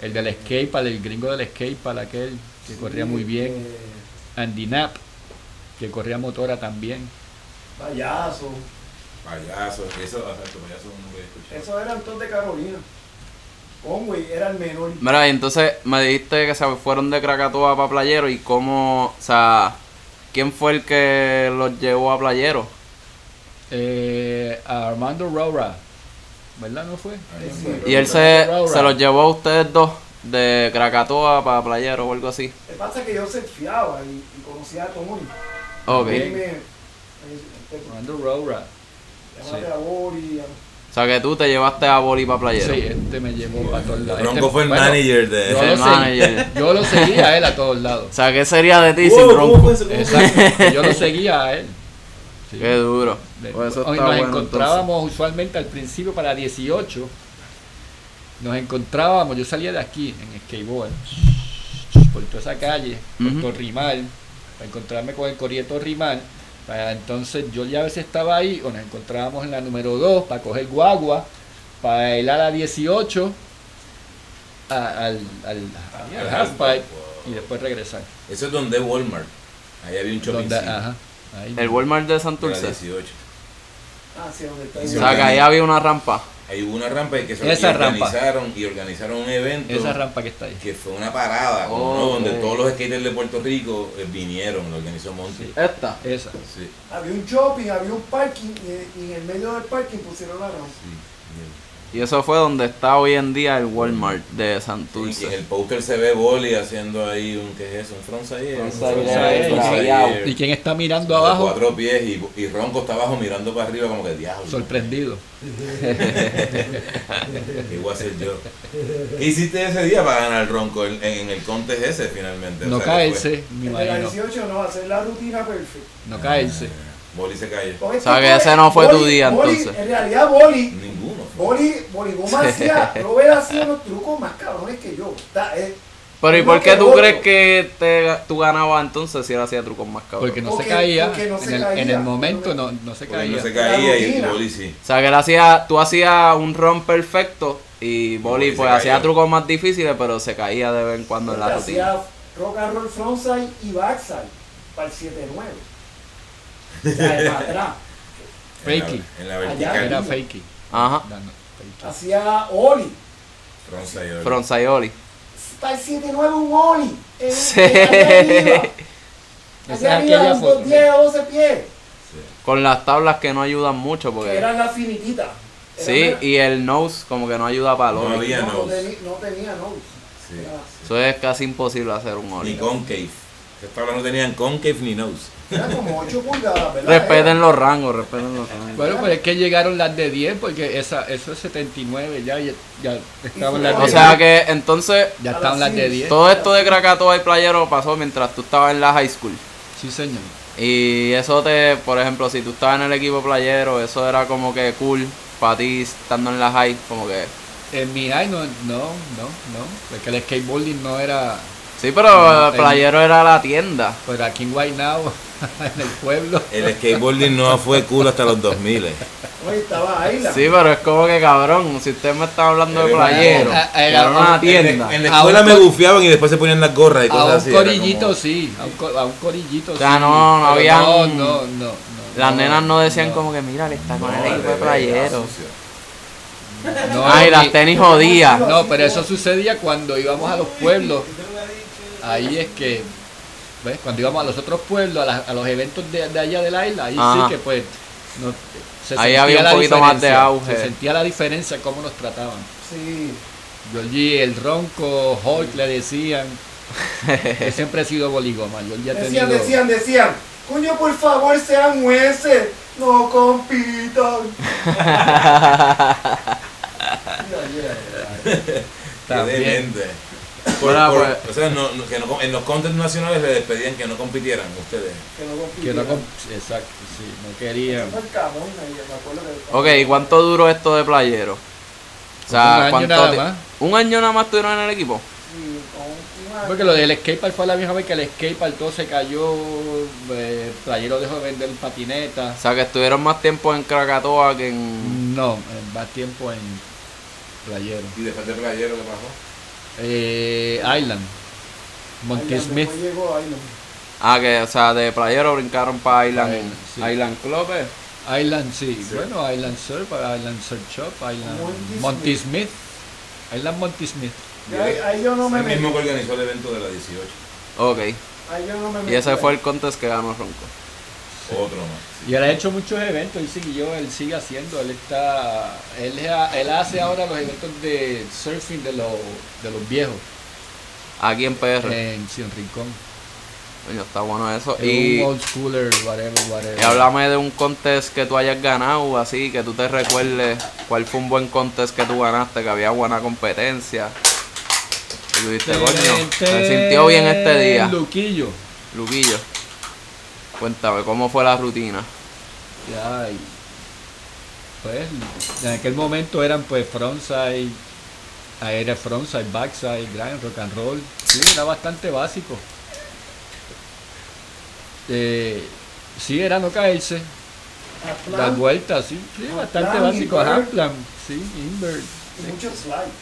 [SPEAKER 2] el del skatepark, el gringo del skatepark aquel, que corría muy bien,
[SPEAKER 4] eh,
[SPEAKER 2] Andy Knapp, que corría motora también.
[SPEAKER 4] payaso.
[SPEAKER 3] Payaso, eso, exacto, payaso no voy a escuchar.
[SPEAKER 4] Eso eran todos de Carolina. Conway era el menor.
[SPEAKER 1] Mira, y entonces me dijiste que se fueron de Krakatoa para Playero y cómo, o sea, ¿quién fue el que los llevó a Playero?
[SPEAKER 2] Eh, a Armando Rora, ¿verdad no fue?
[SPEAKER 1] Y él se, se los llevó a ustedes dos de Krakatoa para Playero o algo así.
[SPEAKER 4] Lo que pasa es que yo surfeaba y, y conocía a Tony.
[SPEAKER 1] Ok.
[SPEAKER 4] Y él me- me dice, "Este,
[SPEAKER 2] Armando Rora.
[SPEAKER 4] llámate
[SPEAKER 2] Sí.
[SPEAKER 4] a Bori, a-
[SPEAKER 1] O sea, que tú te llevaste a Boli para Playero.
[SPEAKER 2] Sí, este me llevó para todos lados.
[SPEAKER 3] Ronco
[SPEAKER 2] Este-
[SPEAKER 3] fue el
[SPEAKER 2] bueno,
[SPEAKER 3] manager de...
[SPEAKER 2] yo
[SPEAKER 1] El
[SPEAKER 2] lo,
[SPEAKER 1] manager.
[SPEAKER 2] segui- yo lo seguía a él a todos lados.
[SPEAKER 1] O sea, ¿qué sería de ti sin
[SPEAKER 3] Wow, ¿cómo
[SPEAKER 1] Ronco?
[SPEAKER 3] fue eso? ¿Cómo fue eso?
[SPEAKER 2] Exacto. Yo lo seguía a él. Sí.
[SPEAKER 1] Qué duro.
[SPEAKER 2] Le-
[SPEAKER 1] Pues eso
[SPEAKER 2] hoy
[SPEAKER 1] está
[SPEAKER 2] nos
[SPEAKER 1] bueno,
[SPEAKER 2] encontrábamos usualmente al principio para 18. Nos encontrábamos, yo salía de aquí en skateboard, por toda esa calle, por
[SPEAKER 1] Ujú.
[SPEAKER 2] Torrimal, para encontrarme con el Corieto Rimal. Para entonces yo ya a veces estaba ahí, o nos encontrábamos en la número 2 para coger guagua, para ir a la 18, a- al, al, al halfpipe, y después regresar.
[SPEAKER 3] Eso es donde es Walmart. Ahí había un shopping
[SPEAKER 2] Donde-
[SPEAKER 3] center,
[SPEAKER 2] ajá, ahí.
[SPEAKER 1] El Walmart de
[SPEAKER 3] de la
[SPEAKER 1] Santurce.
[SPEAKER 3] 18.
[SPEAKER 4] hacia donde está
[SPEAKER 1] O
[SPEAKER 3] Sí,
[SPEAKER 4] el-
[SPEAKER 1] sea, que ahí había una rampa.
[SPEAKER 3] Ahí hubo una rampa y que se
[SPEAKER 2] Esa
[SPEAKER 3] y
[SPEAKER 2] rampa.
[SPEAKER 3] organizaron y organizaron un evento
[SPEAKER 2] Esa rampa que está ahí.
[SPEAKER 3] que fue una parada como
[SPEAKER 1] Oh,
[SPEAKER 3] uno donde
[SPEAKER 1] ok.
[SPEAKER 3] todos los skaters de Puerto Rico eh, vinieron, lo organizó Monty.
[SPEAKER 2] Sí.
[SPEAKER 1] Esta.
[SPEAKER 2] Esa.
[SPEAKER 3] Sí,
[SPEAKER 4] Había un shopping, había un parking y, y en el medio del parking pusieron la rampa.
[SPEAKER 3] sí.
[SPEAKER 1] Y eso fue donde está hoy en día el Walmart de
[SPEAKER 3] Y en
[SPEAKER 1] Santurce.
[SPEAKER 3] el póster se ve Boli haciendo ahí un que es eso, un frontside.
[SPEAKER 1] Frontside
[SPEAKER 2] air,
[SPEAKER 1] traviao.
[SPEAKER 2] ¿Y quién está mirando abajo?
[SPEAKER 3] Cuatro pies y, y Ronco está abajo mirando para arriba como que diablo.
[SPEAKER 2] Sorprendido.
[SPEAKER 3] ¿Qué voy a hacer yo? ¿Qué hiciste ese día para ganar Ronco en, en el contest ese finalmente?
[SPEAKER 2] No
[SPEAKER 3] O sea, que fue-
[SPEAKER 2] caerse,
[SPEAKER 1] pues.
[SPEAKER 2] me
[SPEAKER 4] El de la
[SPEAKER 2] imagino.
[SPEAKER 4] 18 no, hacer la rutina perfecta.
[SPEAKER 2] No caerse.
[SPEAKER 3] Boli se cayó.
[SPEAKER 4] Porque
[SPEAKER 1] sea,
[SPEAKER 4] este
[SPEAKER 1] que ese no fue tu
[SPEAKER 4] Boli-
[SPEAKER 1] día,
[SPEAKER 4] Boli-
[SPEAKER 1] entonces.
[SPEAKER 4] En realidad, Boli,
[SPEAKER 3] Ninguno. fue.
[SPEAKER 4] Boli, Boli Goma hacía, Robert hacía los trucos más cabrones que yo. Está, eh,
[SPEAKER 1] Pero ¿y
[SPEAKER 4] uno
[SPEAKER 1] por qué
[SPEAKER 4] que
[SPEAKER 1] tú
[SPEAKER 4] otro.
[SPEAKER 1] crees que te, tú ganabas entonces si él hacía trucos más cabros?
[SPEAKER 2] Porque no
[SPEAKER 4] Porque-
[SPEAKER 2] se caía.
[SPEAKER 4] porque no se
[SPEAKER 2] en, el,
[SPEAKER 4] caía.
[SPEAKER 2] en el momento no, no se
[SPEAKER 3] Boli
[SPEAKER 2] caía.
[SPEAKER 3] no se
[SPEAKER 4] La
[SPEAKER 3] caía y
[SPEAKER 4] rutina.
[SPEAKER 3] Boli sí.
[SPEAKER 1] O sea, que él hacía, tú hacías un run perfecto y Boli
[SPEAKER 3] Boli
[SPEAKER 1] pues
[SPEAKER 3] se
[SPEAKER 1] hacía
[SPEAKER 3] caía.
[SPEAKER 1] trucos más difíciles, pero se caía de vez en cuando en la rutina.
[SPEAKER 4] hacía rock and roll frontside y backside para el 7-9. O sea, de para atrás.
[SPEAKER 2] Fakey.
[SPEAKER 3] En la, en la
[SPEAKER 4] Allá
[SPEAKER 2] Era
[SPEAKER 3] vertical.
[SPEAKER 2] fakey.
[SPEAKER 1] Ajá.
[SPEAKER 2] No, no, fakey.
[SPEAKER 4] Hacía Oli.
[SPEAKER 3] Frontside. Oli.
[SPEAKER 1] Frontside Oli.
[SPEAKER 4] Para el 7-9 un Oli. En,
[SPEAKER 1] Sí.
[SPEAKER 4] Allá arriba.
[SPEAKER 2] Esa es
[SPEAKER 4] Allá arriba,
[SPEAKER 2] aquella
[SPEAKER 4] un
[SPEAKER 2] foto.
[SPEAKER 4] 10 a 12 pies.
[SPEAKER 1] Con las tablas que no ayudan mucho porque...
[SPEAKER 4] Eran las finititas. Era
[SPEAKER 1] Pues. Sí,
[SPEAKER 4] una-
[SPEAKER 1] y el nose como que no ayuda para el
[SPEAKER 3] No
[SPEAKER 1] Oli.
[SPEAKER 3] había
[SPEAKER 4] no, no,
[SPEAKER 3] nose.
[SPEAKER 4] teni- no tenía nose.
[SPEAKER 3] Sí.
[SPEAKER 4] Era-
[SPEAKER 1] Eso es casi imposible hacer un
[SPEAKER 3] Ni
[SPEAKER 1] Oli.
[SPEAKER 3] concave. Estas tablas no tenían concave ni nose.
[SPEAKER 4] Era como 8 pulgadas, ¿verdad?
[SPEAKER 1] Respeten los rangos, respeten los rangos.
[SPEAKER 2] Bueno, pero es que llegaron las de 10 porque esa, eso es 79. Ya, ya, ya estaban las de
[SPEAKER 1] O
[SPEAKER 2] 10.
[SPEAKER 1] sea que entonces
[SPEAKER 2] ya estaban las de 10.
[SPEAKER 1] todo esto de Krakatoa y Playero pasó mientras tú estabas en la high school.
[SPEAKER 2] Sí, señor.
[SPEAKER 1] Y eso te, por ejemplo, si tú estabas en el equipo Playero, eso era como que cool para ti estando en la high, como que...
[SPEAKER 2] En mi año no, no, no, no. Porque el skateboarding no era.
[SPEAKER 1] Sí, pero
[SPEAKER 2] No,
[SPEAKER 1] el
[SPEAKER 2] ten-
[SPEAKER 1] playero era la tienda.
[SPEAKER 2] Pero aquí en Guaynabo, en el pueblo.
[SPEAKER 3] El skateboarding no fue cool hasta los 2000. eh.
[SPEAKER 4] Oye, estaba ahí la.
[SPEAKER 1] Sí, pero es como que cabrón, si usted me está hablando de
[SPEAKER 3] Era una-
[SPEAKER 1] playero,
[SPEAKER 2] a- a-
[SPEAKER 1] era una
[SPEAKER 2] a-
[SPEAKER 1] tienda.
[SPEAKER 3] En la
[SPEAKER 2] A un
[SPEAKER 3] escuela me
[SPEAKER 2] cor-
[SPEAKER 3] bufiaban y después se ponían las gorras y
[SPEAKER 2] A
[SPEAKER 3] cosas
[SPEAKER 2] un
[SPEAKER 3] así. era
[SPEAKER 2] corillito
[SPEAKER 3] como-
[SPEAKER 2] sí, a un, co- a un corillito
[SPEAKER 1] O sea,
[SPEAKER 2] sí,
[SPEAKER 1] no, no
[SPEAKER 2] pero No,
[SPEAKER 1] habían-
[SPEAKER 2] no, no, no,
[SPEAKER 1] Las nenas no decían
[SPEAKER 2] no.
[SPEAKER 1] como que mira, le está con
[SPEAKER 3] No,
[SPEAKER 1] el
[SPEAKER 3] al
[SPEAKER 1] equipo de
[SPEAKER 3] revés,
[SPEAKER 1] playero.
[SPEAKER 3] era sucio.
[SPEAKER 2] No,
[SPEAKER 1] Ay,
[SPEAKER 2] ni-
[SPEAKER 1] las tenis jodidas.
[SPEAKER 2] No, pero eso sucedía cuando íbamos a los pueblos. Ahí es que, ¿ves? Cuando íbamos a los otros pueblos, a, las- a los eventos de, de allá de la isla, ahí
[SPEAKER 1] Ajá.
[SPEAKER 2] sí que pues no- se
[SPEAKER 1] Ahí
[SPEAKER 2] sentía
[SPEAKER 1] había un
[SPEAKER 2] la
[SPEAKER 1] poquito más de
[SPEAKER 2] diferencia,
[SPEAKER 1] auge.
[SPEAKER 2] Se sentía la diferencia en cómo nos trataban.
[SPEAKER 4] Sí.
[SPEAKER 2] Yo allí el ronco, Hulk le decían. Yo siempre he sido boligoma. Yo ya he
[SPEAKER 4] Decían,
[SPEAKER 2] tenido-
[SPEAKER 4] decían, decían. Coño, por favor, sean jueces. No compitan. Mira, mira, mira.
[SPEAKER 3] Qué
[SPEAKER 2] También.
[SPEAKER 3] demente. Por-
[SPEAKER 1] Bueno,
[SPEAKER 3] por-
[SPEAKER 1] pues-
[SPEAKER 3] O sea, no- no- que no- en los contests nacionales le pedían que no compitieran ustedes.
[SPEAKER 4] Que no compitan.
[SPEAKER 2] que no comp- Exacto, sí, no querían.
[SPEAKER 4] Fue el Camón ahí, me acuerdo que-
[SPEAKER 1] Ok, ¿y cuánto duró esto de playero? O sea,
[SPEAKER 2] Un año
[SPEAKER 1] ¿cuánto
[SPEAKER 2] nada
[SPEAKER 1] ti-
[SPEAKER 2] más.
[SPEAKER 1] ¿Un año nada más estuvieron en el equipo?
[SPEAKER 4] Sí, con una-
[SPEAKER 2] Porque lo del skatepark fue la misma vez que el skatepark todo se cayó, eh, playero dejó de vender
[SPEAKER 1] O
[SPEAKER 2] patinetas.
[SPEAKER 1] sea, que estuvieron más tiempo en Krakatoa que en...
[SPEAKER 2] No, eh, más tiempo en playero.
[SPEAKER 3] ¿Y después del playero qué pasó?
[SPEAKER 2] Eh, Island, Monty
[SPEAKER 4] Ay,
[SPEAKER 2] Smith.
[SPEAKER 4] después llegó ahí, no.
[SPEAKER 1] Ah, que, o sea, de playero brincaron para Island,
[SPEAKER 2] Island, sí.
[SPEAKER 1] Island Club. ¿eh?
[SPEAKER 2] Island, sí.
[SPEAKER 3] Sí.
[SPEAKER 2] Bueno, Island Surf, Island Surf Shop, Island
[SPEAKER 4] Monty
[SPEAKER 2] Monty
[SPEAKER 4] Smith.
[SPEAKER 2] Smith. Island Monty Smith.
[SPEAKER 4] Ya Ahí, ahí yo no me
[SPEAKER 3] el
[SPEAKER 4] metí.
[SPEAKER 3] mismo que organizó el evento de la 18.
[SPEAKER 1] Ok,
[SPEAKER 4] Ahí yo no me metí.
[SPEAKER 1] y ese fue el contest que ganó Ronco.
[SPEAKER 3] Otro más.
[SPEAKER 2] Y él ha hecho muchos eventos, él siguió, él sigue haciendo, él está, él, ha- él hace ahora los eventos de surfing de los, de los viejos
[SPEAKER 1] Aquí en PR.
[SPEAKER 2] en Sion Rincón.
[SPEAKER 1] Coño, está bueno eso.
[SPEAKER 2] Es
[SPEAKER 1] Y,
[SPEAKER 2] un old schooler, whatever, whatever.
[SPEAKER 1] y háblame de un contest que tú hayas ganado, así, que tú te recuerdes cuál fue un buen contest que tú ganaste, que había buena competencia. Y tú dijiste, coño, se sintió bien este día.
[SPEAKER 2] Luquillo.
[SPEAKER 1] Luquillo, cuéntame, ¿cómo fue la rutina?
[SPEAKER 2] Ya, y- pues, en aquel momento eran pues frontside, aire frontside, backside, grind, rock and roll. Sí, era bastante básico. Eh, sí, era no caerse,
[SPEAKER 4] Atlan-
[SPEAKER 2] dar vueltas, sí, sí, bastante
[SPEAKER 4] Plan,
[SPEAKER 2] básico.
[SPEAKER 4] invert.
[SPEAKER 2] Ajá, plan, sí, invert.
[SPEAKER 4] y Muchos slides.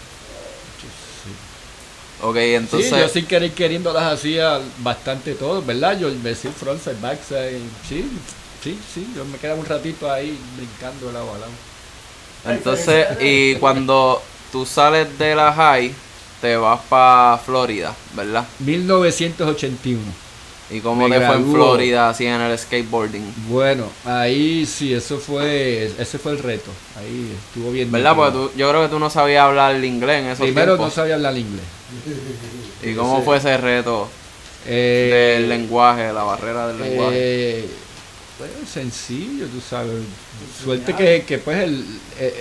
[SPEAKER 2] Sí.
[SPEAKER 1] Ok, entonces...
[SPEAKER 2] sí, yo sin querer queriendo las hacía bastante todo, ¿verdad? Yo me decía frontside, backside, sí, sí, sí, yo me quedaba un ratito ahí brincando de lado a lado.
[SPEAKER 1] Entonces, y cuando tú sales de la high, te vas para Florida, ¿verdad?
[SPEAKER 2] 1981.
[SPEAKER 1] ¿Y cómo
[SPEAKER 2] Me
[SPEAKER 1] te fue en
[SPEAKER 2] graduó.
[SPEAKER 1] Florida así en el skateboarding?
[SPEAKER 2] Bueno, ahí sí, eso fue, ese fue el reto. Ahí estuvo bien.
[SPEAKER 1] ¿Verdad? Porque
[SPEAKER 2] nítido.
[SPEAKER 1] tú, yo creo que tú no sabías hablar el inglés en esos
[SPEAKER 2] Primero no
[SPEAKER 1] tiempos.
[SPEAKER 2] sabía hablar inglés.
[SPEAKER 1] ¿Y cómo fue ese reto
[SPEAKER 2] Eh,
[SPEAKER 1] del lenguaje, la barrera del lenguaje?
[SPEAKER 2] Eh, bueno, sencillo, tú sabes. Suerte que, que pues el,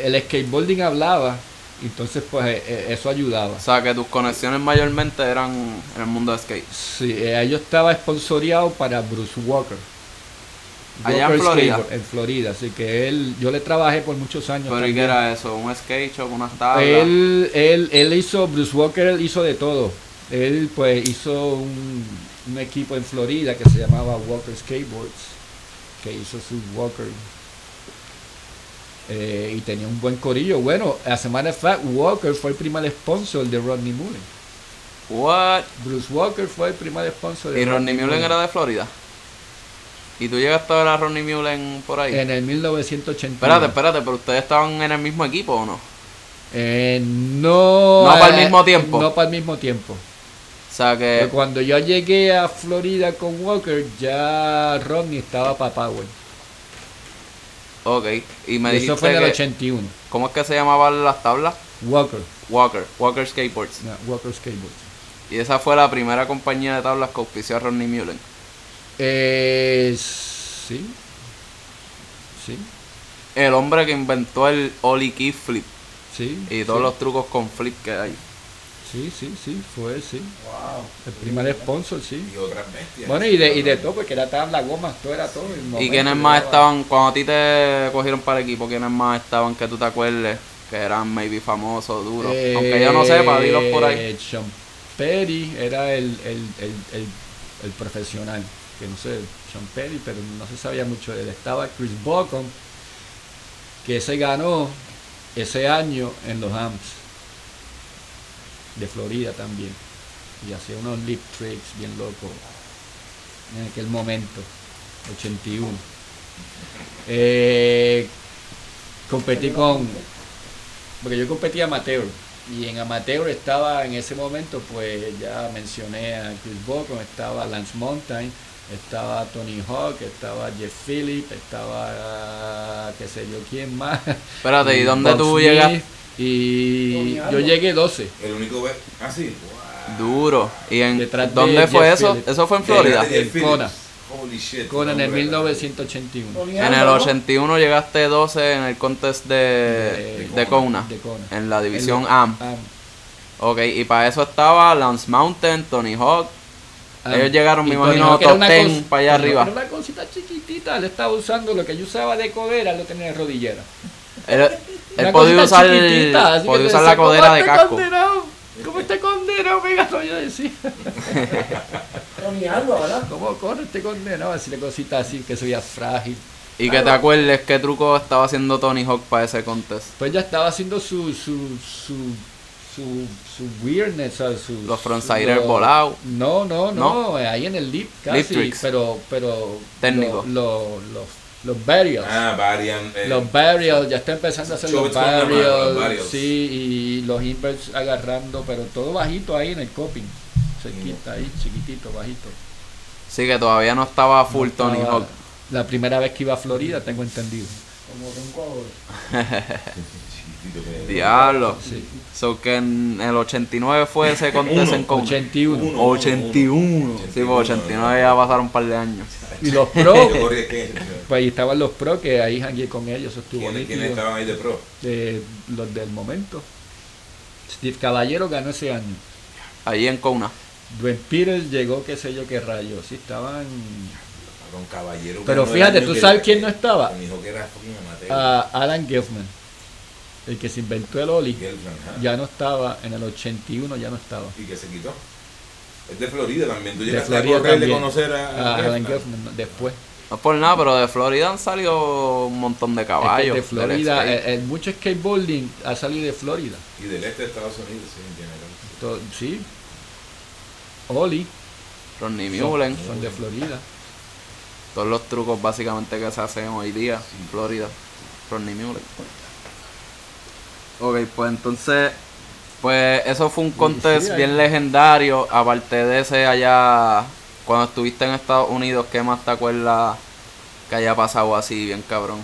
[SPEAKER 2] el skateboarding hablaba, entonces pues eh, eh, eso ayudaba.
[SPEAKER 1] O sea, que tus conexiones mayormente eran en el mundo de skate.
[SPEAKER 2] Sí, eh, yo estaba esponsoreado para Bruce Walker.
[SPEAKER 1] Allá en
[SPEAKER 2] Walker
[SPEAKER 1] Florida.
[SPEAKER 2] Skateboard, En Florida, así que él, yo le trabajé por muchos años.
[SPEAKER 1] ¿Pero y qué
[SPEAKER 2] también.
[SPEAKER 1] era eso? ¿Un skate shop? ¿Unas tablas?
[SPEAKER 2] Él, él, él hizo, Bruce Walker él hizo de todo. Él pues hizo un, un equipo en Florida que se llamaba Walker Skateboards, que hizo su Walker. Eh, y tenía un buen corillo. Bueno, a semana fact, Walker fue el primer sponsor de Rodney Mullen.
[SPEAKER 1] ¿What?
[SPEAKER 2] Bruce Walker fue el primer sponsor de
[SPEAKER 1] ¿Y Ronnie Mullen era de Florida? ¿Y tú llegaste a ver a Ronnie Mullen por ahí?
[SPEAKER 2] En el 1980.
[SPEAKER 1] Espérate, espérate, pero ustedes estaban en el mismo equipo o no?
[SPEAKER 2] Eh, no.
[SPEAKER 1] No
[SPEAKER 2] eh,
[SPEAKER 1] para el mismo tiempo.
[SPEAKER 2] No para el mismo tiempo.
[SPEAKER 1] O sea
[SPEAKER 2] Pero
[SPEAKER 1] que.
[SPEAKER 2] Eh, cuando yo llegué a Florida con Walker, ya Rodney estaba para Power.
[SPEAKER 1] Ok. Y me
[SPEAKER 2] Y eso
[SPEAKER 1] dijiste.
[SPEAKER 2] fue en el
[SPEAKER 1] que-
[SPEAKER 2] 81.
[SPEAKER 1] ¿Cómo es que se llamaban las tablas?
[SPEAKER 2] Walker.
[SPEAKER 1] Walker. Walker Skateboards.
[SPEAKER 2] no, Walker Skateboard.
[SPEAKER 1] Y esa fue la primera compañía de tablas que auspició a Ronnie Mullen.
[SPEAKER 2] Eh, sí. Sí.
[SPEAKER 1] El hombre que inventó el Ollie Key Flip.
[SPEAKER 2] Sí.
[SPEAKER 1] Y todos
[SPEAKER 2] sí,
[SPEAKER 1] los trucos con flip que hay.
[SPEAKER 2] Sí, sí, sí. Fue, sí.
[SPEAKER 4] Wow.
[SPEAKER 2] El primer sponsor, sí.
[SPEAKER 3] Y otras bestias.
[SPEAKER 2] Bueno, y de, y de todo, porque era tabla, gomas, todo era todo. el
[SPEAKER 1] ¿Y
[SPEAKER 2] momento,
[SPEAKER 1] quiénes más
[SPEAKER 2] era-
[SPEAKER 1] estaban? Cuando a ti te cogieron para el equipo, ¿quiénes más estaban que tú te acuerdes? Que eran maybe famosos, duros. Aunque yo no sepa, dilos por ahí.
[SPEAKER 2] Eh, Sean Perry era el, el, el, el, el profesional, que no sé, Sean Perry, pero no se sabía mucho de él. Estaba Chris Bocom, que se ganó ese año en los Amps, de Florida también, y hacía unos lip tricks bien locos en aquel momento, 81. Eh, competí con, porque yo competí amateur, y en amateur estaba en ese momento, pues ya mencioné a Chris Bocom, estaba Lance Mountain, estaba Tony Hawk, estaba Jeff Phillips, estaba qué sé yo quién más.
[SPEAKER 1] Espérate, ¿y dónde
[SPEAKER 2] Bob
[SPEAKER 1] tú
[SPEAKER 2] Smith,
[SPEAKER 1] llegaste?
[SPEAKER 2] Y
[SPEAKER 4] Tony
[SPEAKER 2] yo
[SPEAKER 4] Allen.
[SPEAKER 2] llegué 12.
[SPEAKER 3] El único vez. Ah, sí.
[SPEAKER 1] Duro. ¿Y en
[SPEAKER 2] Detrás de
[SPEAKER 1] dónde fue
[SPEAKER 2] Jeff
[SPEAKER 1] eso?
[SPEAKER 2] Phillips.
[SPEAKER 1] Eso fue en
[SPEAKER 2] Detrás
[SPEAKER 1] Florida.
[SPEAKER 2] de- el Conan.
[SPEAKER 3] Holy shit.
[SPEAKER 2] Conan en el
[SPEAKER 3] Hombre,
[SPEAKER 2] 1981.
[SPEAKER 1] En el 81 llegaste 12 en el contest de,
[SPEAKER 2] De-
[SPEAKER 1] Eh, de Kona.
[SPEAKER 2] Eh, de Kona. Ah,
[SPEAKER 1] En la división
[SPEAKER 2] El-
[SPEAKER 1] AM.
[SPEAKER 2] Am-
[SPEAKER 1] Ok, y para eso estaba Lance Mountain, Tony Hawk.
[SPEAKER 2] Am.
[SPEAKER 1] Ellos llegaron, me
[SPEAKER 2] ah. Y
[SPEAKER 1] imagino,
[SPEAKER 2] Tony Hawk era
[SPEAKER 1] top
[SPEAKER 2] una
[SPEAKER 1] 10
[SPEAKER 2] cos-
[SPEAKER 1] para allá
[SPEAKER 2] Tony Hawk
[SPEAKER 1] arriba.
[SPEAKER 2] Era una cosita chiquitita, él estaba usando lo que yo usaba de codera, lo tenía de rodillera.
[SPEAKER 1] Él, él
[SPEAKER 2] Una
[SPEAKER 1] podía
[SPEAKER 2] cosita
[SPEAKER 1] usar, el-
[SPEAKER 2] chiquitita, así que
[SPEAKER 1] podía
[SPEAKER 2] yo
[SPEAKER 1] usar
[SPEAKER 2] decía,
[SPEAKER 1] la
[SPEAKER 2] "¿Cómo
[SPEAKER 1] codera de
[SPEAKER 2] este
[SPEAKER 1] casco.
[SPEAKER 2] condenado? ¿Cómo este condenado? Venga, no, yo decía.
[SPEAKER 4] Tony Alba, ¿verdad?
[SPEAKER 2] ¿Cómo corre este condenado? Así una cosita así, que soy frágil.
[SPEAKER 1] Y que te acuerdes qué truco estaba haciendo Tony Hawk para ese contest.
[SPEAKER 2] Pues ya estaba haciendo su, su, su, su, su weirdness, o sea, su-
[SPEAKER 1] Los
[SPEAKER 2] su-
[SPEAKER 1] frontsiders
[SPEAKER 2] lo-
[SPEAKER 1] volados.
[SPEAKER 2] No, no,
[SPEAKER 1] ¿No?
[SPEAKER 2] no, eh, ahí en el lip
[SPEAKER 1] Lip
[SPEAKER 2] casi,
[SPEAKER 1] tricks.
[SPEAKER 2] pero, pero.
[SPEAKER 1] Técnico.
[SPEAKER 2] lo- lo- lo- los burials.
[SPEAKER 3] Ah, Varian. eh,
[SPEAKER 2] Los burials, ya está empezando a hacer
[SPEAKER 3] Show
[SPEAKER 2] los
[SPEAKER 3] it to the man,
[SPEAKER 2] burials,
[SPEAKER 3] los burials.
[SPEAKER 2] sí, y los inverts agarrando, pero todo bajito ahí en el coping, cerquita ahí, chiquitito, bajito.
[SPEAKER 1] Sí, que todavía no estaba full Tony
[SPEAKER 2] Estaba-
[SPEAKER 1] Hawk.
[SPEAKER 2] La primera vez que iba a Florida, tengo entendido.
[SPEAKER 4] Como cinco ahora.
[SPEAKER 3] chiquitito que-
[SPEAKER 1] Diablo.
[SPEAKER 2] Sí.
[SPEAKER 1] So que en el 89 fue ese contest en Kona.
[SPEAKER 2] 81.
[SPEAKER 3] Uno, uno,
[SPEAKER 1] 81. Sí, pues 89 ya pasaron un par de años.
[SPEAKER 2] Y los
[SPEAKER 3] Yo
[SPEAKER 2] pro,
[SPEAKER 3] corrí aquí en 89.
[SPEAKER 2] Pues ahí estaban los pro que ahí jangué con ellos, eso estuvo
[SPEAKER 3] ¿Quiénes quiénes
[SPEAKER 2] nítido.
[SPEAKER 3] estaban ahí de pro?
[SPEAKER 2] Eh, los del momento. Steve Caballero ganó ese año.
[SPEAKER 1] Allí en Kona.
[SPEAKER 2] Dwayne Peters llegó, qué sé yo qué rayos. Sí, estaban.
[SPEAKER 3] Cabrón, caballero.
[SPEAKER 2] Pero
[SPEAKER 3] ganó el
[SPEAKER 2] fíjate,
[SPEAKER 3] año
[SPEAKER 2] ¿tú
[SPEAKER 3] que-
[SPEAKER 2] sabes quién no estaba? Ah.
[SPEAKER 3] Mi hijo que era fucking amateur.
[SPEAKER 2] a Alan Gelfman, el que se inventó el Oli,
[SPEAKER 3] Gelfand, ajá.
[SPEAKER 2] ya no estaba, en el 81 ya no estaba.
[SPEAKER 3] y que se quitó. Es de Florida también. Tú
[SPEAKER 2] De
[SPEAKER 3] llegaste
[SPEAKER 2] Florida
[SPEAKER 3] a correr de
[SPEAKER 2] también.
[SPEAKER 3] conocer
[SPEAKER 2] A
[SPEAKER 3] a,
[SPEAKER 2] Ah,
[SPEAKER 3] a
[SPEAKER 2] Alan
[SPEAKER 3] Hefner.
[SPEAKER 2] Gelfman no, después.
[SPEAKER 1] No es por nada, pero de Florida han salido un montón de
[SPEAKER 2] Es
[SPEAKER 1] caballos.
[SPEAKER 2] que Este, de Florida,
[SPEAKER 1] del skate.
[SPEAKER 2] eh, eh, mucho skateboarding ha salido de Florida.
[SPEAKER 3] Y del este de Estados Unidos, sí, en general.
[SPEAKER 2] To- sí. Oli
[SPEAKER 1] Ronnie Mullen.
[SPEAKER 2] son, son de Florida.
[SPEAKER 1] Todos los trucos básicamente que se hacen hoy día en Florida. Ronnie Mullen. Ok, pues entonces. Pues eso fue un contest
[SPEAKER 2] sí, ahí-
[SPEAKER 1] bien legendario. Aparte de ese allá. Cuando estuviste en Estados Unidos, ¿qué más te acuerdas que haya pasado así, bien cabrón?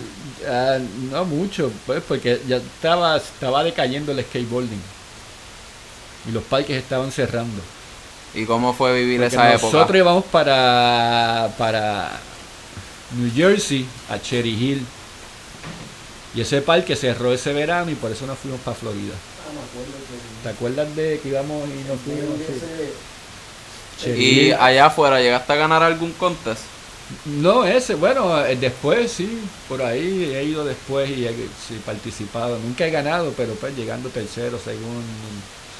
[SPEAKER 2] Ah, no mucho, pues porque ya estaba, estaba decayendo el skateboarding. Y los parques estaban cerrando.
[SPEAKER 1] ¿Y cómo fue vivir
[SPEAKER 2] Porque
[SPEAKER 1] esa época?
[SPEAKER 2] nosotros íbamos para, para New Jersey, a Cherry Hill. Y ese parque cerró ese verano y por eso nos fuimos para Florida.
[SPEAKER 4] Ah, me acuerdo que-
[SPEAKER 2] ¿Te acuerdas de que íbamos y nos fuimos?
[SPEAKER 4] que
[SPEAKER 2] Sí.
[SPEAKER 4] ese-
[SPEAKER 2] Cherry
[SPEAKER 1] Y
[SPEAKER 2] Hill.
[SPEAKER 1] allá afuera, ¿llegaste a ganar algún contest?
[SPEAKER 2] No, ese, bueno, eh, después sí, por ahí he ido después y he sí, participado. Nunca he ganado, pero pues llegando tercero, segundo.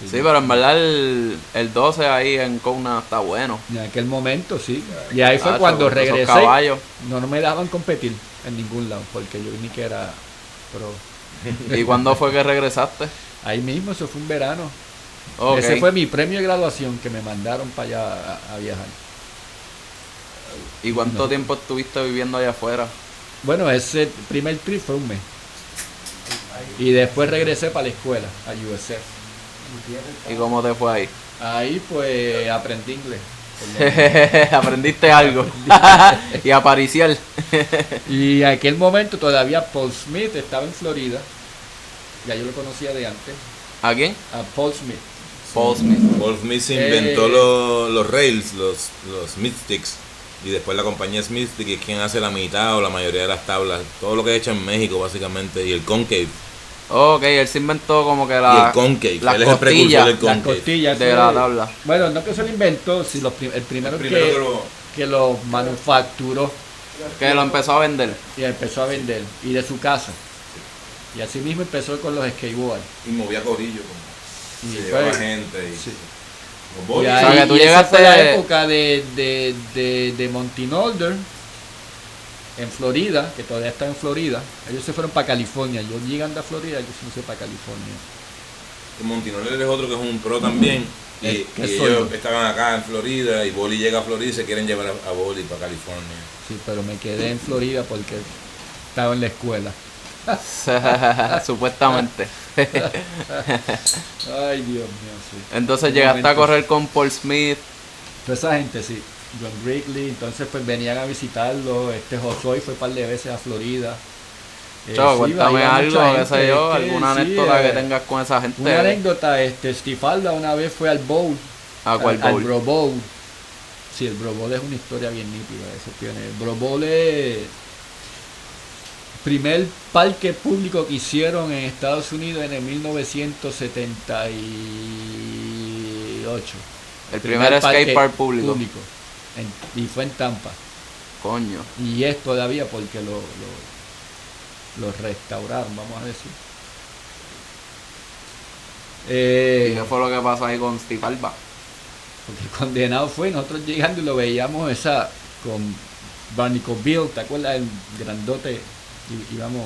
[SPEAKER 1] Sí, pero en verdad el, el 12 ahí en Kona está bueno.
[SPEAKER 2] En aquel momento sí. Y ahí fue
[SPEAKER 1] Tacho,
[SPEAKER 2] cuando
[SPEAKER 1] Eh, ah, esos
[SPEAKER 2] regresé.
[SPEAKER 1] caballos.
[SPEAKER 2] No, no me daban competir en ningún lado, porque yo ni que era pro.
[SPEAKER 1] ¿Y cuándo fue que regresaste?
[SPEAKER 2] Ahí mismo, eso fue un verano.
[SPEAKER 1] Ok.
[SPEAKER 2] Ese fue mi premio de graduación que me mandaron para allá a, a viajar.
[SPEAKER 1] ¿Y cuánto
[SPEAKER 2] No.
[SPEAKER 1] tiempo estuviste viviendo allá afuera?
[SPEAKER 2] Bueno, ese primer trip fue un mes. Y después regresé para la escuela, a USF.
[SPEAKER 1] ¿Y
[SPEAKER 2] Ah.
[SPEAKER 1] cómo te fue ahí?
[SPEAKER 2] Ahí pues aprendí inglés.
[SPEAKER 1] Aprendiste algo. y a pariciar.
[SPEAKER 2] Y en aquel momento todavía Paul Smith estaba en Florida. Ya yo lo conocía de antes.
[SPEAKER 1] ¿A quién?
[SPEAKER 2] A Paul Smith.
[SPEAKER 1] Paul Smith.
[SPEAKER 3] Paul Smith se
[SPEAKER 2] Eh.
[SPEAKER 3] inventó los, los rails, los, los mystics. Y después la compañía Smith que es quien hace la mitad o la mayoría de las tablas. Todo lo que he hecho en México, básicamente. Y el concave.
[SPEAKER 1] Ok, él se inventó como que
[SPEAKER 3] y
[SPEAKER 1] la...
[SPEAKER 3] el concave.
[SPEAKER 1] las
[SPEAKER 3] Él es el precursor
[SPEAKER 1] costillas,
[SPEAKER 3] del
[SPEAKER 2] Las
[SPEAKER 3] concave.
[SPEAKER 2] costillas.
[SPEAKER 1] de
[SPEAKER 2] eso
[SPEAKER 1] la
[SPEAKER 2] es-
[SPEAKER 1] tabla.
[SPEAKER 2] Bueno, no que se lo inventó, si los prim- el primero,
[SPEAKER 3] El primero
[SPEAKER 2] que,
[SPEAKER 3] que lo-
[SPEAKER 2] que lo manufacturó.
[SPEAKER 1] Que lo empezó a vender.
[SPEAKER 2] y empezó a vender y de su casa y así mismo empezó con los skateboards
[SPEAKER 3] Y movía corillo. como-
[SPEAKER 2] Y
[SPEAKER 3] Se
[SPEAKER 2] fue-
[SPEAKER 3] llevaba gente. Y,
[SPEAKER 2] pues. sí.
[SPEAKER 3] Los
[SPEAKER 2] Y
[SPEAKER 3] bolis.
[SPEAKER 1] sea,
[SPEAKER 2] ahí-
[SPEAKER 1] que tú
[SPEAKER 2] y esa
[SPEAKER 1] llegaste-
[SPEAKER 2] fue la época de, de, de, de Montinolder en Florida, que todavía está en Florida. Ellos se fueron para California. Yo llegando a Florida, yo me fui para California.
[SPEAKER 3] Montinol es otro que es un pro también. Y,
[SPEAKER 2] Eh, ¿qué
[SPEAKER 3] y
[SPEAKER 2] soy
[SPEAKER 3] ellos
[SPEAKER 2] yo?
[SPEAKER 3] estaban acá en Florida y Boli llega a Florida y se quieren llevar a, a Boli para California.
[SPEAKER 2] Sí, pero me quedé en Florida porque estaba en la escuela.
[SPEAKER 1] Supuestamente.
[SPEAKER 2] Ay, Dios mío, sí.
[SPEAKER 1] Entonces
[SPEAKER 2] Un
[SPEAKER 1] llegaste a
[SPEAKER 2] momento.
[SPEAKER 1] correr con Paul Smith.
[SPEAKER 2] Toda esa gente, sí. John Wrigley, entonces pues venían a visitarlo. Este Josoy fue un par de veces a Florida. Eh,
[SPEAKER 1] Chavo,
[SPEAKER 2] sí,
[SPEAKER 1] cuéntame
[SPEAKER 2] veía
[SPEAKER 1] algo,
[SPEAKER 2] mucha
[SPEAKER 1] qué sé
[SPEAKER 2] gente,
[SPEAKER 1] yo,
[SPEAKER 2] es que
[SPEAKER 1] alguna
[SPEAKER 2] sí,
[SPEAKER 1] anécdota que
[SPEAKER 2] eh,
[SPEAKER 1] tengas con esa gente.
[SPEAKER 2] Una anécdota, este, Stifalda una vez fue al bowl.
[SPEAKER 1] ¿A cuál
[SPEAKER 2] al- al
[SPEAKER 1] bowl?
[SPEAKER 2] Bro Bowl. Sí, el Bro Bowl es una historia bien nítida, eso tiene. El Bro Bowl es primer parque público que hicieron en Estados Unidos en el 1978.
[SPEAKER 1] el primer
[SPEAKER 2] parque
[SPEAKER 1] skate park público.
[SPEAKER 2] En- y fue en Tampa.
[SPEAKER 1] Coño.
[SPEAKER 2] Y es todavía porque lo, lo- lo restauraron, vamos a decir. Eh,
[SPEAKER 1] ¿Y qué fue lo que pasó ahí con Steve Alba?
[SPEAKER 2] Porque el condenado fue, nosotros llegando y lo veíamos esa con Barnacle Bill, ¿te acuerdas? El grandote, y- íbamos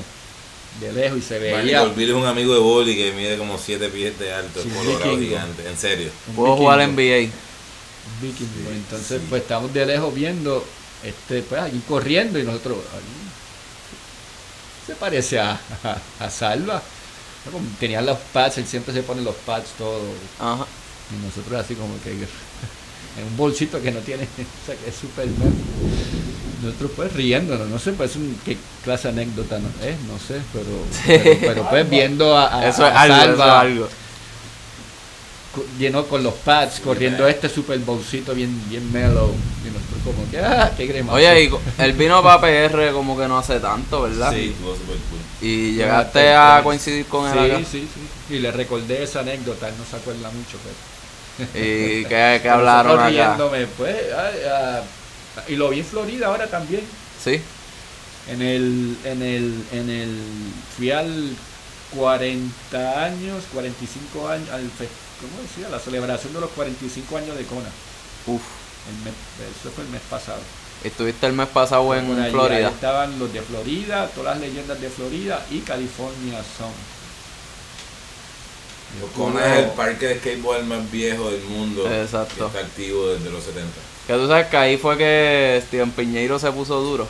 [SPEAKER 2] de lejos y se
[SPEAKER 3] Barney
[SPEAKER 2] veía.
[SPEAKER 3] Colville es un amigo de Boli que mide como 7 pies de alto,
[SPEAKER 2] Sí,
[SPEAKER 3] es colorado
[SPEAKER 2] vikingo.
[SPEAKER 3] gigante, en serio.
[SPEAKER 2] un
[SPEAKER 1] Puedo jugar
[SPEAKER 2] vikingo,
[SPEAKER 1] NBA.
[SPEAKER 2] un vikingo. Entonces,
[SPEAKER 3] sí.
[SPEAKER 2] pues estamos de lejos viendo, este, pues allí corriendo y nosotros. ay, se parece a, a, a Salva. Como Tenía los pads, él siempre se pone los pads, todo.
[SPEAKER 1] Ajá.
[SPEAKER 2] Y nosotros así como que en un bolsito que no tiene, o sea que es Superman. Nosotros pues riéndonos, no sé, pues un- qué clase de anécdota no es, no sé, pero, pero, pero, pues viendo a, a-
[SPEAKER 1] Eso es
[SPEAKER 2] a
[SPEAKER 1] algo, eso es
[SPEAKER 2] Salva
[SPEAKER 1] algo.
[SPEAKER 2] co- lleno con los pads, corriendo este super bolsito bien, bien mellow. Y nosotros como que, ah, qué grima.
[SPEAKER 1] Oye, y él vino para PR como que no hace tanto, ¿verdad?
[SPEAKER 3] Sí, estuvo súper cool.
[SPEAKER 1] Y llegaste a coincidir con él acá.
[SPEAKER 2] este, Sí, sí, sí. Y le recordé esa anécdota, él no se acuerda mucho, pero.
[SPEAKER 1] ¿Y qué, qué
[SPEAKER 2] pero
[SPEAKER 1] hablaron
[SPEAKER 2] nosotros
[SPEAKER 1] acá?
[SPEAKER 2] riéndome, pues, ay, ah, y lo vi en Florida ahora también.
[SPEAKER 1] Sí.
[SPEAKER 2] En el, en el, en el, fui al 40 años, 45 años, al, fe- ¿cómo decía? La celebración de los 45 años de Kona.
[SPEAKER 1] Uf.
[SPEAKER 2] El mes- eso fue el mes pasado.
[SPEAKER 1] Estuviste el mes pasado
[SPEAKER 2] Por
[SPEAKER 1] en
[SPEAKER 2] ahí-
[SPEAKER 1] Florida.
[SPEAKER 2] ahí estaban los de Florida, todas las leyendas de Florida y California son.
[SPEAKER 3] Kona es el parque de skateboard más viejo del mundo.
[SPEAKER 1] Exacto.
[SPEAKER 3] Que está activo desde los 70.
[SPEAKER 1] Que tú sabes que ahí fue que Steven Piñeiro se puso duro.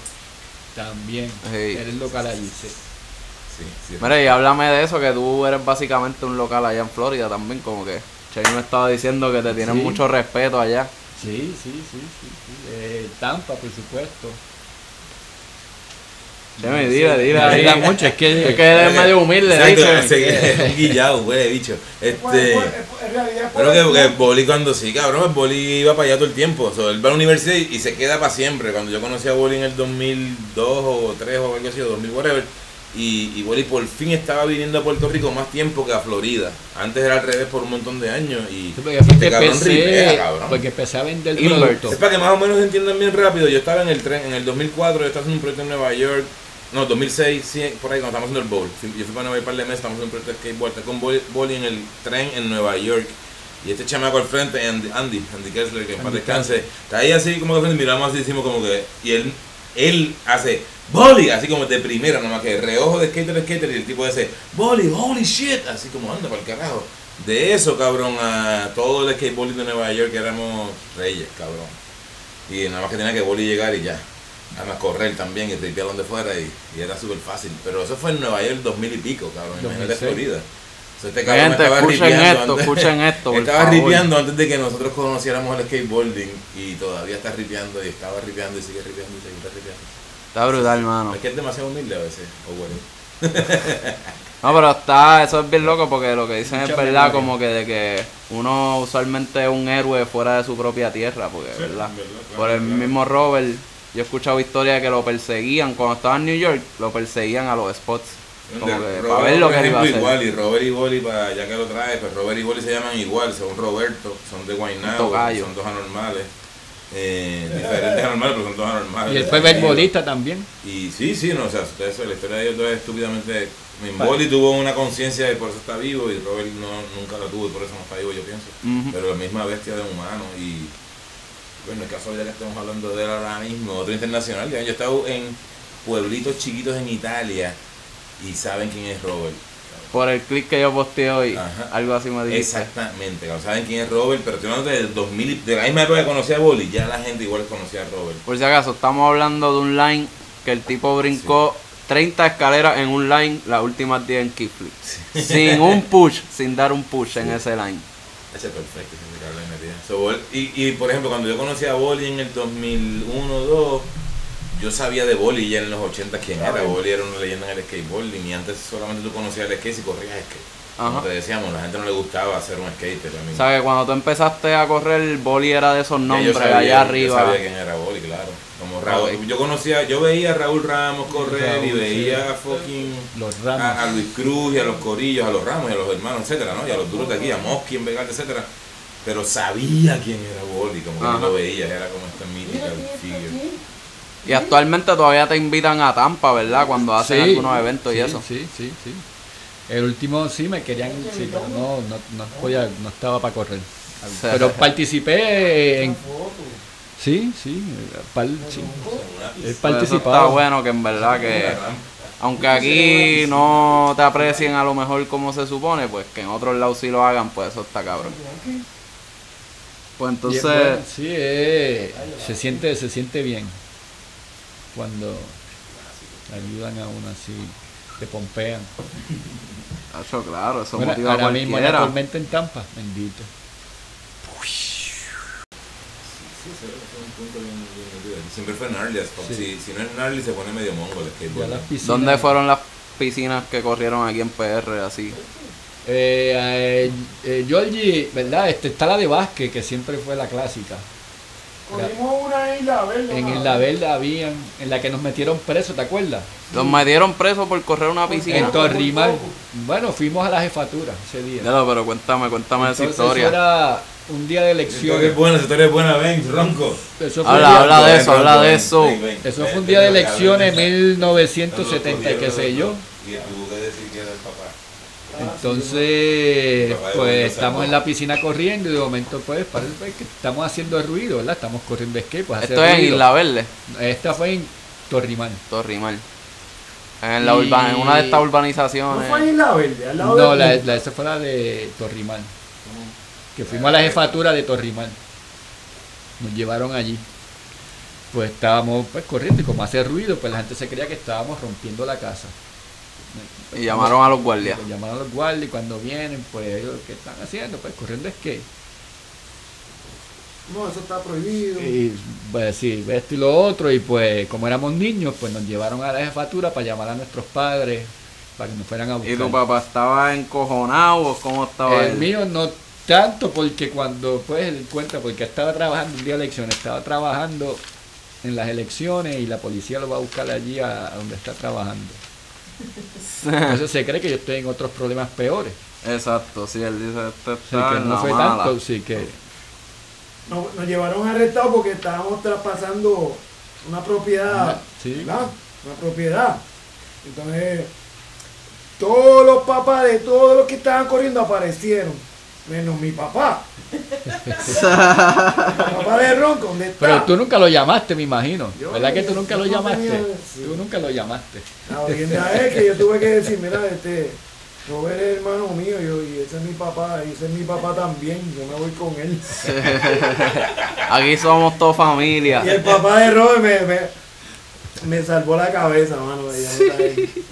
[SPEAKER 2] También.
[SPEAKER 1] Sí.
[SPEAKER 2] Eres local allí. sí.
[SPEAKER 3] Sí, sí.
[SPEAKER 1] Mira, y háblame de eso, que tú eres básicamente un local allá en Florida también, como que Chey me estaba diciendo que te tienen
[SPEAKER 2] Sí.
[SPEAKER 1] mucho respeto allá.
[SPEAKER 2] Sí, sí, sí, sí, sí. Eh, Tampa, por supuesto.
[SPEAKER 1] Chemi, dile,
[SPEAKER 2] Sí,
[SPEAKER 1] dile
[SPEAKER 2] me
[SPEAKER 1] ahí.
[SPEAKER 2] ayuda mucho, es que-
[SPEAKER 1] Es que eres medio humilde,
[SPEAKER 3] Exacto,
[SPEAKER 1] dice.
[SPEAKER 3] ese- es un guillado, huele bicho. Este.
[SPEAKER 4] en realidad,
[SPEAKER 3] Pero que, que el Boli cuando sí, cabrón, el Boli iba para allá todo el tiempo. O sea, él va a la universidad y, y se queda para siempre. Cuando yo conocí a Boli en el 2002 o 3 o algo así, o 2000, whatever. Y, y Boli por fin estaba viniendo a Puerto Rico más tiempo que a Florida. Antes era al revés por un montón de años. Y
[SPEAKER 2] Sí, porque aparte
[SPEAKER 3] este cabrón
[SPEAKER 2] empecé-
[SPEAKER 3] ripea, cabrón.
[SPEAKER 2] porque empecé a vender
[SPEAKER 1] Inverto.
[SPEAKER 2] productos.
[SPEAKER 3] Es para que más o menos entiendan bien rápido. Yo estaba en el tren, en el 2004, yo estaba haciendo un proyecto en Nueva York. No, 2006, sí, por ahí, cuando estábamos haciendo el bowl. Fui- Yo fui para Nueva York un par de meses, estábamos haciendo un proyecto de skateboard. Estaba con Boli, Boli en el tren en Nueva York. Y este chamaco al frente, Andy, Andy, Andy Kessler, que para
[SPEAKER 2] Andy
[SPEAKER 3] descanse, está ahí así como que al frente, miramos así, decimos como que. Y él, él hace Boli, así como de primera, nomás que reojo de skater, skater, y el tipo dice Boli, holy shit, así como anda para el carajo. De eso, cabrón, a todo el skateboarding de Nueva York éramos reyes, cabrón. Y nada más que tenía que Boli llegar y ya. Además, correr también y tripear donde fuera y, y era súper fácil. Pero eso fue en Nueva York 2000 y pico, cabrón. Imagínate
[SPEAKER 2] 2006.
[SPEAKER 3] Florida. O sea, este cabrón
[SPEAKER 1] Gente,
[SPEAKER 3] estaba
[SPEAKER 1] escuchen
[SPEAKER 3] ripeando
[SPEAKER 1] esto,
[SPEAKER 3] antes-
[SPEAKER 1] escuchen esto, por
[SPEAKER 3] estaba
[SPEAKER 1] favor.
[SPEAKER 3] ripeando antes de que nosotros conociéramos el skateboarding y todavía está ripeando y estaba ripeando y sigue ripeando y sigue ripeando.
[SPEAKER 1] Está brutal, hermano.
[SPEAKER 3] Es que es demasiado humilde a veces, o bueno.
[SPEAKER 1] No, pero está, eso es bien loco porque lo que dicen
[SPEAKER 2] Mucha
[SPEAKER 1] es verdad,
[SPEAKER 2] memoria.
[SPEAKER 1] como que de que uno usualmente es un héroe fuera de su propia tierra, porque, ¿verdad?
[SPEAKER 3] verdad, claro,
[SPEAKER 1] Por el
[SPEAKER 3] claro.
[SPEAKER 1] mismo Robert, yo he escuchado historias de que lo perseguían, cuando estaba en New York, lo perseguían a los spots, como
[SPEAKER 3] De-
[SPEAKER 1] que para
[SPEAKER 3] Robert,
[SPEAKER 1] ver lo
[SPEAKER 3] por
[SPEAKER 1] que él iba a
[SPEAKER 3] ejemplo,
[SPEAKER 1] hacer.
[SPEAKER 3] igual, y Robert y Boli, para, ya que lo traes, pues Robert y Boli se llaman igual, son Roberto, son de Guaynabo,
[SPEAKER 1] Tocayo.
[SPEAKER 3] son dos anormales. Eh, diferentes anormales, pero son dos anormales.
[SPEAKER 2] Y él fue
[SPEAKER 3] Tranquilo.
[SPEAKER 2] beisbolista también.
[SPEAKER 3] Y sí, sí, no, o sea, ustedes, la historia de ellos dos es estúpidamente Mimboli tuvo una conciencia y por eso está vivo y Robert no, nunca la tuvo y por eso no está vivo, yo pienso.
[SPEAKER 1] Ujú.
[SPEAKER 3] Pero la misma bestia de humano y bueno, es casualidad que estemos hablando de él ahora mismo, otro internacional. ya, Yo he estado en pueblitos chiquitos en Italia y saben quién es Robert.
[SPEAKER 1] Por el clip que yo posteé hoy,
[SPEAKER 3] Ajá.
[SPEAKER 1] algo así me dijiste.
[SPEAKER 3] Exactamente, cabrón, saben quién es Robert, pero estoy hablando del 2000, y- de la misma época que conocía a Boli, ya la gente igual conocía a Robert.
[SPEAKER 1] Por si acaso, estamos hablando de un line que el tipo brincó 30 escaleras en un line las últimas 10 en kickflip. Sin un push, sin dar un push en ese line.
[SPEAKER 3] Ese es perfecto, ese cabrón me tira. So, Bol- y, y por ejemplo, cuando yo conocí a Boli en el 2001-2, yo sabía de Boli ya en los 80
[SPEAKER 1] Ah,
[SPEAKER 3] quién era. Boli era una leyenda en el skateboarding y antes solamente tú conocías el skate si corrías skate.
[SPEAKER 1] Ajá.
[SPEAKER 3] Como te decíamos, la gente no le gustaba ser un skater. A mí.
[SPEAKER 1] ¿Sabes? que Cuando tú empezaste a correr, el boli era de esos
[SPEAKER 3] Ya yo
[SPEAKER 1] nombres
[SPEAKER 3] sabía-
[SPEAKER 1] allá
[SPEAKER 3] Yo
[SPEAKER 1] arriba.
[SPEAKER 3] sabía quién era Boli, claro. Como Raúl.
[SPEAKER 1] Ok.
[SPEAKER 3] Yo conocía, yo veía a Raúl Ramos correr y
[SPEAKER 2] Raúl,
[SPEAKER 3] veía
[SPEAKER 2] sí.
[SPEAKER 3] a fucking.
[SPEAKER 2] Los
[SPEAKER 3] a,
[SPEAKER 2] Ramos.
[SPEAKER 3] a Luis Cruz y a los Corillos, a los Ramos y a los hermanos, etcétera, ¿no? Y a los duros de aquí, a Mosqui en Vegas, etcétera. Pero sabía quién era Boli, como que
[SPEAKER 1] Ajá.
[SPEAKER 3] no lo veía, era como esta mítica figure.
[SPEAKER 1] Y actualmente todavía te invitan a Tampa, ¿verdad? Cuando
[SPEAKER 3] ah,
[SPEAKER 1] hacen
[SPEAKER 2] Sí,
[SPEAKER 1] algunos eventos y
[SPEAKER 2] sí,
[SPEAKER 1] eso.
[SPEAKER 2] Sí, sí, sí. El último sí me querían, sí, pero no, no, no podía, no estaba para correr.
[SPEAKER 1] sea,
[SPEAKER 2] Pero participé en, sí, sí, par- sí, he
[SPEAKER 1] Pues eso está
[SPEAKER 2] participado.
[SPEAKER 1] bueno que en verdad que aunque aquí no te aprecien a lo mejor como se supone, pues que en otros lados sí lo hagan, pues eso está cabrón. Pues
[SPEAKER 2] Y es bueno,
[SPEAKER 1] entonces,
[SPEAKER 2] sí, eh, se siente, se siente bien cuando ayudan a uno así, te pompean.
[SPEAKER 1] Hacho, claro, eso
[SPEAKER 2] Mira,
[SPEAKER 1] motiva a
[SPEAKER 2] pues. ahora mismo la
[SPEAKER 1] cualquiera.
[SPEAKER 2] tormenta en Tampa, bendito.
[SPEAKER 3] Siempre fue Gnarly as fuck.
[SPEAKER 2] Sí.
[SPEAKER 3] Si, si no es Gnarly, se pone medio mongo el
[SPEAKER 2] Ya
[SPEAKER 3] skateboard.
[SPEAKER 2] las piscinas-
[SPEAKER 1] ¿Dónde fueron las piscinas que corrieron aquí en PR así?
[SPEAKER 2] Eh, eh, eh, Georgie, ¿verdad? Este, está la de Vázquez, que siempre fue la clásica.
[SPEAKER 4] Corrimos una isla verde.
[SPEAKER 2] En
[SPEAKER 4] una
[SPEAKER 2] Isla Verde habían, en la que nos metieron preso, ¿te acuerdas?
[SPEAKER 1] Los metieron presos por correr una piscina.
[SPEAKER 2] En
[SPEAKER 4] Entonces-
[SPEAKER 2] Torrimal. Bueno, fuimos a la jefatura ese día.
[SPEAKER 1] Ya lo, pero cuéntame, cuéntame
[SPEAKER 2] Entonces,
[SPEAKER 1] esa
[SPEAKER 2] eso
[SPEAKER 1] historia.
[SPEAKER 2] era un día de elecciones.
[SPEAKER 3] es buena, esa historia es buena, ven, ronco.
[SPEAKER 2] Eso fue,
[SPEAKER 1] Habla,
[SPEAKER 2] un
[SPEAKER 1] habla de
[SPEAKER 3] Ven,
[SPEAKER 1] eso,
[SPEAKER 3] Ronco,
[SPEAKER 1] habla de
[SPEAKER 3] ven,
[SPEAKER 1] eso.
[SPEAKER 3] ven, Eh, ven.
[SPEAKER 2] día- eso fue un
[SPEAKER 3] Ven,
[SPEAKER 2] día de
[SPEAKER 3] ven,
[SPEAKER 2] elecciones,
[SPEAKER 3] ven.
[SPEAKER 2] 1970, qué sé yo.
[SPEAKER 3] Y tuvo que decir que era el papá.
[SPEAKER 2] Entonces,
[SPEAKER 3] Papá de Bonito
[SPEAKER 2] pues estamos
[SPEAKER 3] Salmón.
[SPEAKER 2] en la piscina corriendo y de momento, pues, parece que estamos haciendo ruido, ¿verdad? Estamos corriendo skate, pues hace
[SPEAKER 1] Esto es en
[SPEAKER 2] ruido.
[SPEAKER 1] Isla Verde,
[SPEAKER 2] Esta fue en Torrimal.
[SPEAKER 1] Torrimal. En la
[SPEAKER 2] Y-
[SPEAKER 1] urbana, en una de estas
[SPEAKER 4] No fue en
[SPEAKER 1] urbanizaciones.
[SPEAKER 4] Isla Verde, al lado
[SPEAKER 2] eh. No,
[SPEAKER 4] de
[SPEAKER 2] la, la- esa fue la de Torrimal. Que fuimos a la jefatura de Torrimal. Nos llevaron allí. Pues estábamos pues, corriendo y como hace ruido, pues la gente se creía que estábamos rompiendo la casa.
[SPEAKER 1] Y llamaron a los guardias.
[SPEAKER 2] Pues, llamaron a los guardias y cuando vienen, pues ellos, ¿qué están haciendo? Pues corriendo skate.
[SPEAKER 4] No, eso está prohibido.
[SPEAKER 2] Y pues sí, esto y lo otro. Y pues como éramos niños, pues nos llevaron a la jefatura para llamar a nuestros padres, para que nos fueran a buscar.
[SPEAKER 1] ¿Y tu papá estaba encojonado o cómo estaba
[SPEAKER 2] El
[SPEAKER 1] él?
[SPEAKER 2] mío no tanto porque cuando pues él cuenta porque estaba trabajando el día de elecciones, estaba trabajando en las elecciones y la policía lo va a buscar allí a, a donde está trabajando. Entonces se cree que yo estoy en otros problemas peores.
[SPEAKER 1] Exacto, sí, él dice, este
[SPEAKER 2] Así
[SPEAKER 1] está
[SPEAKER 2] que
[SPEAKER 1] en
[SPEAKER 2] no
[SPEAKER 1] la
[SPEAKER 2] fue
[SPEAKER 1] mala.
[SPEAKER 2] tanto, sí que
[SPEAKER 4] Nos, nos llevaron arrestados porque estábamos traspasando una propiedad.
[SPEAKER 2] Ajá, sí.
[SPEAKER 4] ¿verdad? Una propiedad. Entonces, todos los papás de todos los que estaban corriendo aparecieron. Menos mi papá. mi papá de Ronco, ¿dónde está?
[SPEAKER 2] Pero tú nunca lo llamaste, me imagino.
[SPEAKER 4] Yo-
[SPEAKER 2] ¿Verdad que tú nunca lo
[SPEAKER 4] yo no
[SPEAKER 2] llamaste?
[SPEAKER 4] tenía- sí.
[SPEAKER 2] Tú nunca lo llamaste.
[SPEAKER 4] La orienda es que yo tuve que decir, mira, este, Robert es hermano mío, yo, y ese es mi papá, y ese es mi papá también, yo me voy con él.
[SPEAKER 1] Aquí somos todos
[SPEAKER 4] Y
[SPEAKER 1] familia.
[SPEAKER 4] el papá de Robert me, me- me salvó la cabeza, mano. ella no está ahí.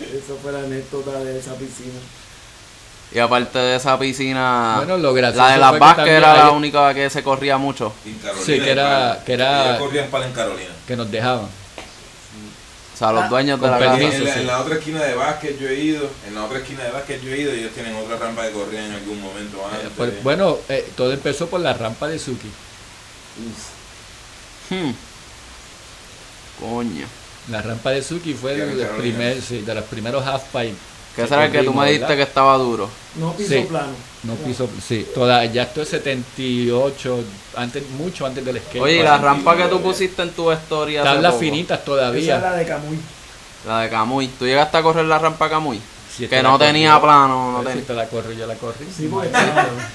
[SPEAKER 4] Eso fue la anécdota de esa piscina.
[SPEAKER 1] Y aparte de esa piscina,
[SPEAKER 2] Bueno, lo gracioso
[SPEAKER 1] la de las
[SPEAKER 2] fue que
[SPEAKER 1] Vázquez era
[SPEAKER 2] también
[SPEAKER 1] la
[SPEAKER 2] hay-
[SPEAKER 1] única que se corría mucho.
[SPEAKER 3] Y en Carolina,
[SPEAKER 2] Sí, que era-
[SPEAKER 3] en
[SPEAKER 2] que era-
[SPEAKER 3] Ellos corrían pala en Carolina.
[SPEAKER 2] Que nos dejaban.
[SPEAKER 1] O sea,
[SPEAKER 4] Ah,
[SPEAKER 1] los dueños de
[SPEAKER 2] con
[SPEAKER 1] la
[SPEAKER 3] Y
[SPEAKER 1] casa.
[SPEAKER 2] permiso.
[SPEAKER 3] en, la,
[SPEAKER 2] sí.
[SPEAKER 3] en la otra esquina de básquet yo he ido, en la otra esquina de básquet yo he ido, ellos tienen otra rampa de corrida en algún momento
[SPEAKER 2] Eh,
[SPEAKER 3] antes.
[SPEAKER 1] pues,
[SPEAKER 2] por- bueno, eh, todo empezó por la rampa de Suki.
[SPEAKER 1] Hmm. Coño.
[SPEAKER 2] La rampa de Suki fue
[SPEAKER 3] Ya
[SPEAKER 2] de,
[SPEAKER 3] en
[SPEAKER 2] los
[SPEAKER 3] Carolina.
[SPEAKER 2] primer, sí, de los primeros half pipe.
[SPEAKER 1] ¿Qué será el que tú me
[SPEAKER 2] corrimos,
[SPEAKER 1] dijiste
[SPEAKER 2] ¿verdad?
[SPEAKER 1] que estaba duro?
[SPEAKER 4] No piso
[SPEAKER 2] Sí.
[SPEAKER 4] plano.
[SPEAKER 2] No piso, sí, toda, ya esto es 78, antes, mucho antes del skate.
[SPEAKER 1] Oye, y
[SPEAKER 2] park.
[SPEAKER 1] la
[SPEAKER 3] pasa?
[SPEAKER 1] rampa que tú pusiste en tu historia. hace
[SPEAKER 2] tablas
[SPEAKER 1] poco?
[SPEAKER 2] finitas
[SPEAKER 4] Esa es
[SPEAKER 2] todavía.
[SPEAKER 4] la de Camuy.
[SPEAKER 1] La de Camuy. ¿Tú llegaste a correr la rampa Camuy?
[SPEAKER 2] Si
[SPEAKER 1] que
[SPEAKER 2] esta
[SPEAKER 1] no
[SPEAKER 2] la
[SPEAKER 1] tenía
[SPEAKER 2] corrí,
[SPEAKER 1] plano, no
[SPEAKER 2] a ver Si
[SPEAKER 1] tenía.
[SPEAKER 2] te la corrí, yo la corrí.
[SPEAKER 4] Sí, porque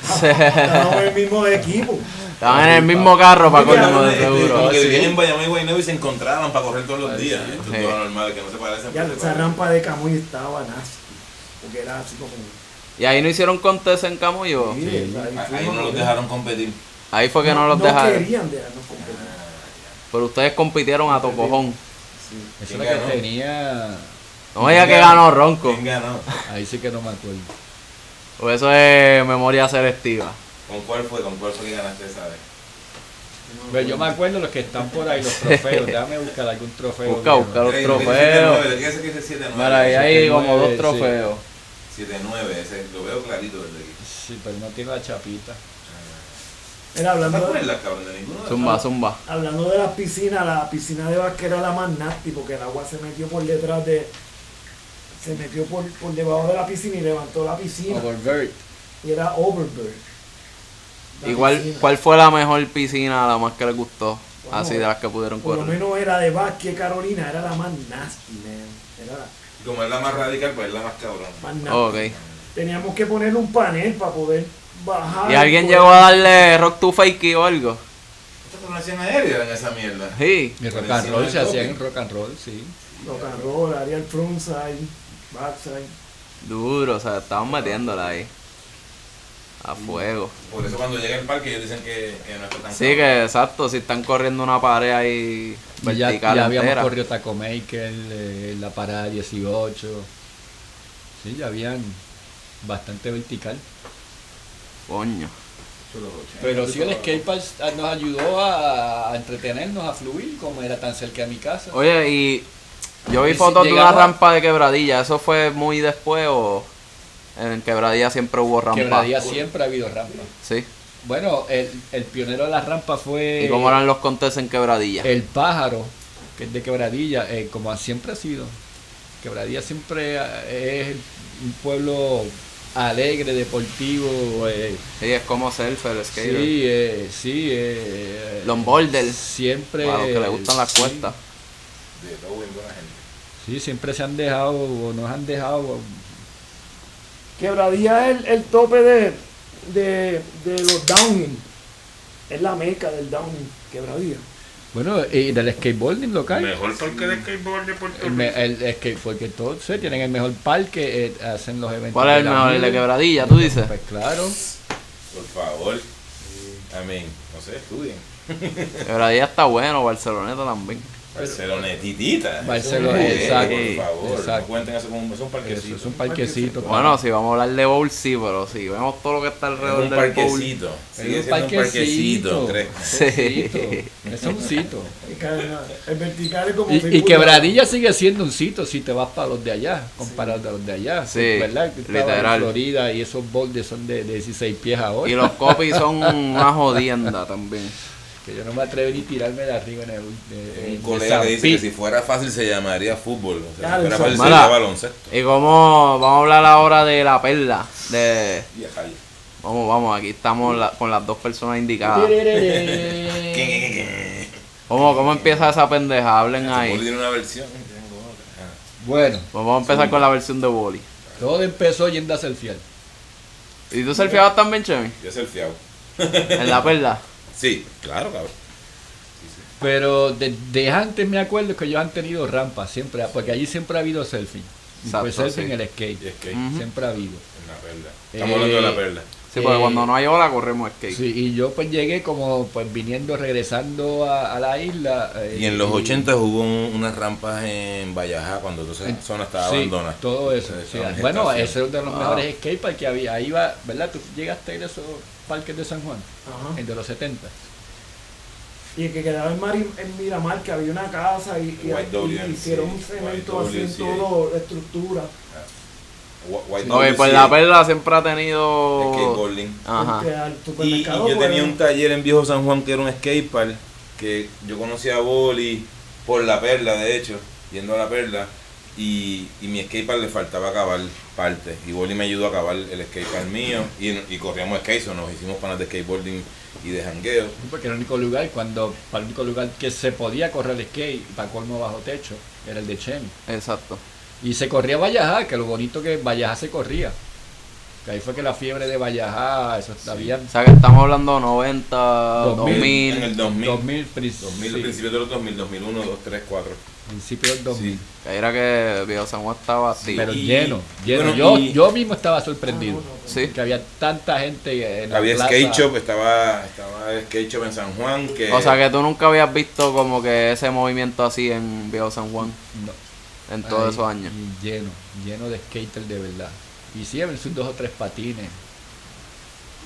[SPEAKER 4] estamos en el mismo equipo.
[SPEAKER 1] Estaban en el mismo carro para colmo de seguro.
[SPEAKER 3] Como que
[SPEAKER 2] Sí.
[SPEAKER 3] vivían en Bayamón y Guaynabo y se encontraban para correr todos los días. Esto
[SPEAKER 1] Sí.
[SPEAKER 3] es todo normal, que no se pues, parecen.
[SPEAKER 4] Ya,
[SPEAKER 3] pero se
[SPEAKER 4] esa
[SPEAKER 3] parecen.
[SPEAKER 4] rampa de Camuy estaba nazi. Porque era así como.
[SPEAKER 1] Y ahí no hicieron contest en Camuy. ¿o?
[SPEAKER 4] Mire, o sea, ahí
[SPEAKER 3] Ahí
[SPEAKER 4] fuimos,
[SPEAKER 3] no los dejaron competir.
[SPEAKER 1] Ahí fue que no, los
[SPEAKER 4] no
[SPEAKER 1] dejaron.
[SPEAKER 4] querían dejarnos competir.
[SPEAKER 1] Pero ustedes compitieron a tocojón.
[SPEAKER 4] Sí.
[SPEAKER 2] Esa es
[SPEAKER 3] ¿Quién
[SPEAKER 2] la
[SPEAKER 3] ganó?
[SPEAKER 2] que tenía.
[SPEAKER 1] No ella que ganó Ronco.
[SPEAKER 3] ¿Quién ganó?
[SPEAKER 2] Ahí sí que no me acuerdo.
[SPEAKER 1] O eso es memoria selectiva.
[SPEAKER 3] ¿Con cuál fue? ¿Con cuál fue que ganaste esa vez?
[SPEAKER 2] Pero yo me acuerdo los que están por ahí, los trofeos. Déjame buscar algún trofeo.
[SPEAKER 1] Busca,
[SPEAKER 2] viejo.
[SPEAKER 1] busca. Los
[SPEAKER 3] Ey,
[SPEAKER 1] trofeos.
[SPEAKER 3] 7-9, ¿Qué es ese que dice 7-9?
[SPEAKER 1] Mira, ahí hay como dos
[SPEAKER 2] 79,
[SPEAKER 1] trofeos.
[SPEAKER 3] 7-9, ese, lo veo clarito desde aquí.
[SPEAKER 2] Sí, pero no tiene la chapita.
[SPEAKER 4] Mira,
[SPEAKER 3] ¿No te
[SPEAKER 4] hablando de,
[SPEAKER 3] acuerdas, cabrón, de ninguno de
[SPEAKER 1] Zumba, zumba.
[SPEAKER 4] hablando de las piscinas, la piscina de Vázquez era la más nasty porque el agua se metió por detrás de. Se metió por, por debajo de la piscina y levantó la
[SPEAKER 1] Ah,
[SPEAKER 4] piscina.
[SPEAKER 2] Overbird.
[SPEAKER 4] Y era Overberg. La
[SPEAKER 1] Igual,
[SPEAKER 4] piscina.
[SPEAKER 1] ¿cuál fue la mejor piscina, la más que les gustó?
[SPEAKER 4] Bueno,
[SPEAKER 1] Así de las que pudieron
[SPEAKER 4] Por lo
[SPEAKER 1] correr.
[SPEAKER 4] menos era de Vázquez, Carolina, era la más nasty, man. Era la
[SPEAKER 3] Y Como es la más radical, pues es la más cabrón.
[SPEAKER 4] más nasty.
[SPEAKER 1] Oh, Ok.
[SPEAKER 4] Teníamos que poner un panel para poder bajar.
[SPEAKER 1] ¿Y alguien
[SPEAKER 2] pues.
[SPEAKER 4] poder-
[SPEAKER 1] llegó a darle rock to fakey o algo?
[SPEAKER 3] ¿Esta formación aérea en esa mierda?
[SPEAKER 1] Sí.
[SPEAKER 2] Mi rock
[SPEAKER 3] Por
[SPEAKER 2] and
[SPEAKER 3] encima
[SPEAKER 2] roll
[SPEAKER 3] del
[SPEAKER 2] se hacía
[SPEAKER 3] tope.
[SPEAKER 2] en rock and roll, sí.
[SPEAKER 4] Rock and roll, Ariel Frontside, Backside.
[SPEAKER 1] Duro, o sea, estaban metiéndola ahí. A fuego.
[SPEAKER 3] Por eso cuando llega al parque ellos dicen que, que no está tan
[SPEAKER 1] Sí, que exacto, si están corriendo una pared ahí
[SPEAKER 2] Y Pues ya,
[SPEAKER 1] vertical
[SPEAKER 2] ya habíamos
[SPEAKER 1] entera.
[SPEAKER 2] corrido Taco Maker, eh, la parada 18. Sí, ya habían bastante vertical.
[SPEAKER 1] Coño.
[SPEAKER 2] Pero sí, el skatepark ah, nos ayudó a, a entretenernos, a fluir, como era tan cerca de mi casa.
[SPEAKER 1] Oye, y yo vi
[SPEAKER 2] Y si
[SPEAKER 1] fotos de una
[SPEAKER 2] llegamos a-
[SPEAKER 1] rampa de quebradilla. ¿Eso fue muy después o en quebradilla siempre hubo rampa?
[SPEAKER 2] Quebradía siempre ha habido rampa.
[SPEAKER 1] Sí.
[SPEAKER 2] Bueno, el, el pionero de la rampa fue
[SPEAKER 1] ¿Y cómo eran los contests en quebradilla?
[SPEAKER 2] el pájaro, que es de quebradilla, eh, como siempre ha sido. Quebradilla siempre eh, es un pueblo alegre, deportivo. eh,
[SPEAKER 1] Sí, es como surfer, skater.
[SPEAKER 2] Sí, eh, sí. Eh,
[SPEAKER 1] Longboarder.
[SPEAKER 2] Siempre.
[SPEAKER 1] Para los que les gustan las
[SPEAKER 2] sí.
[SPEAKER 1] cuestas.
[SPEAKER 3] De todo bien buena gente.
[SPEAKER 2] Sí, siempre se han dejado o nos han dejado.
[SPEAKER 4] Quebradía es el, el tope de, de, de los downhill. Es la meca del downhill, quebradía.
[SPEAKER 2] Bueno, y del skateboarding local.
[SPEAKER 5] Mejor parque de skateboard de Puerto
[SPEAKER 2] El, me- el skate, porque todos se tienen el mejor parque, eh, hacen los eventos.
[SPEAKER 1] ¿Cuál es
[SPEAKER 2] de
[SPEAKER 1] el
[SPEAKER 2] la
[SPEAKER 1] mejor? ¿El de
[SPEAKER 2] vida.
[SPEAKER 1] quebradilla, tú dices?
[SPEAKER 2] Pues claro.
[SPEAKER 3] Por favor. Amén. No sé, estudien.
[SPEAKER 1] Quebradilla está bueno, Barceloneta también.
[SPEAKER 3] Barcelonetitita.
[SPEAKER 2] Barcelona,
[SPEAKER 3] Eh,
[SPEAKER 2] exacto,
[SPEAKER 3] Por favor,
[SPEAKER 2] exacto.
[SPEAKER 3] no cuenten eso como un, es un
[SPEAKER 2] Eso
[SPEAKER 3] parquecito.
[SPEAKER 2] es un parquecito.
[SPEAKER 1] Bueno, si vamos a hablar de bowl, sí, pero si vemos todo lo que está
[SPEAKER 3] Es
[SPEAKER 1] alrededor
[SPEAKER 3] un
[SPEAKER 1] del bowl.
[SPEAKER 3] parquecito.
[SPEAKER 2] Es
[SPEAKER 3] Sigue
[SPEAKER 2] un
[SPEAKER 3] siendo un parquecito.
[SPEAKER 2] parquecito.
[SPEAKER 3] ¿crees?
[SPEAKER 1] Sí.
[SPEAKER 2] Es un sitio.
[SPEAKER 4] Es que el- El vertical es como seis
[SPEAKER 2] Y, y
[SPEAKER 4] pulgadas.
[SPEAKER 2] Quebradilla sigue siendo un sitio si te vas para los de allá, comparado a los de allá.
[SPEAKER 1] Sí,
[SPEAKER 2] ¿verdad? Yo estaba en
[SPEAKER 1] literal.
[SPEAKER 2] Florida y esos bordes son de, de 16 pies ahora.
[SPEAKER 1] Y los copies son una jodienda también.
[SPEAKER 2] Que yo no me atrevo ni tirarme de arriba en el. Eh, de-
[SPEAKER 3] Un
[SPEAKER 2] de
[SPEAKER 3] colega que
[SPEAKER 2] San
[SPEAKER 3] dice que
[SPEAKER 2] Pete.
[SPEAKER 3] si fuera fácil se llamaría fútbol. O sea,
[SPEAKER 4] Claro,
[SPEAKER 3] si fuera
[SPEAKER 4] son
[SPEAKER 3] fácil se
[SPEAKER 1] malas.
[SPEAKER 3] llamaría baloncesto.
[SPEAKER 1] Y como vamos a hablar ahora de la perla. De,
[SPEAKER 3] Y a Jai.
[SPEAKER 1] vamos, vamos, aquí estamos la- con las dos personas indicadas.
[SPEAKER 3] ¿Quién,
[SPEAKER 2] Tereré.
[SPEAKER 3] quién, quién, quién?
[SPEAKER 1] ¿Cómo, cómo empieza esa pendeja? Hablen
[SPEAKER 3] Boli
[SPEAKER 1] ahí.
[SPEAKER 3] tiene una versión. yo tengo otra. Ah.
[SPEAKER 2] Bueno,
[SPEAKER 1] Pues vamos a empezar con la versión de Boli.
[SPEAKER 2] todo empezó yendo a surfear.
[SPEAKER 1] ¿Y tú surfeabas también, Chemi?
[SPEAKER 3] Yo soy el fiao.
[SPEAKER 1] En la perla.
[SPEAKER 3] Sí, claro, cabrón.
[SPEAKER 2] Pero desde antes me acuerdo que ellos han tenido rampas siempre, porque allí siempre ha habido surfing. Y
[SPEAKER 1] Exacto,
[SPEAKER 2] pues surfing
[SPEAKER 1] sí.
[SPEAKER 2] el skate.
[SPEAKER 3] Y es que
[SPEAKER 1] Ujú.
[SPEAKER 2] Siempre ha habido.
[SPEAKER 3] en la perla. Estamos hablando de la perla.
[SPEAKER 1] Sí, porque
[SPEAKER 2] Eh,
[SPEAKER 1] cuando no hay ola corremos skate.
[SPEAKER 2] Sí, y yo pues llegué como pues viniendo, regresando a, a la isla. eh,
[SPEAKER 3] Y en los 80 hubo un- unas rampas en Vallajá cuando toda esa zona estaba
[SPEAKER 2] sí,
[SPEAKER 3] abandonada.
[SPEAKER 2] todo eso.
[SPEAKER 3] Estaban
[SPEAKER 2] sí.
[SPEAKER 3] en
[SPEAKER 2] bueno,
[SPEAKER 3] gestación.
[SPEAKER 2] ese era uno de los
[SPEAKER 1] Ah.
[SPEAKER 2] mejores skateparks que había. Ahí va, ¿verdad? Tú llegaste a ir a esos parques de San Juan,
[SPEAKER 4] Ajá.
[SPEAKER 2] el de los 70.
[SPEAKER 4] Y el que quedaba en, Mari- en Miramar, que había una casa y, y-
[SPEAKER 3] White
[SPEAKER 4] y
[SPEAKER 3] WMCA,
[SPEAKER 4] hicieron un cemento
[SPEAKER 3] White
[SPEAKER 4] así en
[SPEAKER 3] WMCA.
[SPEAKER 4] todo, la estructura.
[SPEAKER 3] Wa- White
[SPEAKER 1] Ok,
[SPEAKER 3] Dolly,
[SPEAKER 1] pues
[SPEAKER 3] sí,
[SPEAKER 1] la perla siempre ha tenido.
[SPEAKER 3] skateboarding.
[SPEAKER 1] Ajá.
[SPEAKER 4] Porque
[SPEAKER 3] Y,
[SPEAKER 4] al
[SPEAKER 3] y
[SPEAKER 4] supermercado,
[SPEAKER 3] yo
[SPEAKER 4] pues,
[SPEAKER 3] tenía un taller en Viejo San Juan que era un skatepark que yo conocí a Boli por la perla, de hecho, yendo a la perla. y, y mi skatepark le faltaba acabar partes. Y Boli me ayudó a acabar el skatepark mío y, y corríamos skate, so nos hicimos panas de skateboarding y de jangueo.
[SPEAKER 2] Porque era el único lugar, cuando, para el único lugar que se podía correr el skate, y para colmo bajo techo, era el de Chemi.
[SPEAKER 1] Exacto.
[SPEAKER 2] Y se corría Vallajá, que lo bonito que Vallajá se corría. Que ahí fue que la fiebre de Vallajá, eso había
[SPEAKER 1] O sea que estamos hablando 90, 2000.
[SPEAKER 2] 2000.
[SPEAKER 3] En el 2000,
[SPEAKER 2] 2000, prin-
[SPEAKER 3] 2000
[SPEAKER 2] sí,
[SPEAKER 3] principios de los 2000, 2001, 2, 3, 4.
[SPEAKER 2] principio del 2000.
[SPEAKER 3] Sí.
[SPEAKER 1] que Era que Viejo San Juan estaba así.
[SPEAKER 2] Pero
[SPEAKER 3] Y-
[SPEAKER 2] lleno, lleno.
[SPEAKER 3] bueno,
[SPEAKER 2] yo,
[SPEAKER 3] y-
[SPEAKER 2] yo mismo estaba
[SPEAKER 1] Ah,
[SPEAKER 2] sorprendido.
[SPEAKER 1] Sí.
[SPEAKER 2] Que había tanta gente en la
[SPEAKER 3] Había
[SPEAKER 2] plaza.
[SPEAKER 3] skate shop, estaba, estaba el skate shop en San Juan. Que,
[SPEAKER 1] O sea que tú nunca habías visto como que ese movimiento así en Viejo San Juan
[SPEAKER 2] No.
[SPEAKER 1] en todos
[SPEAKER 2] Ay,
[SPEAKER 1] esos años.
[SPEAKER 2] y Lleno, lleno de skaters de verdad. Y sí, habían sus dos o tres patines.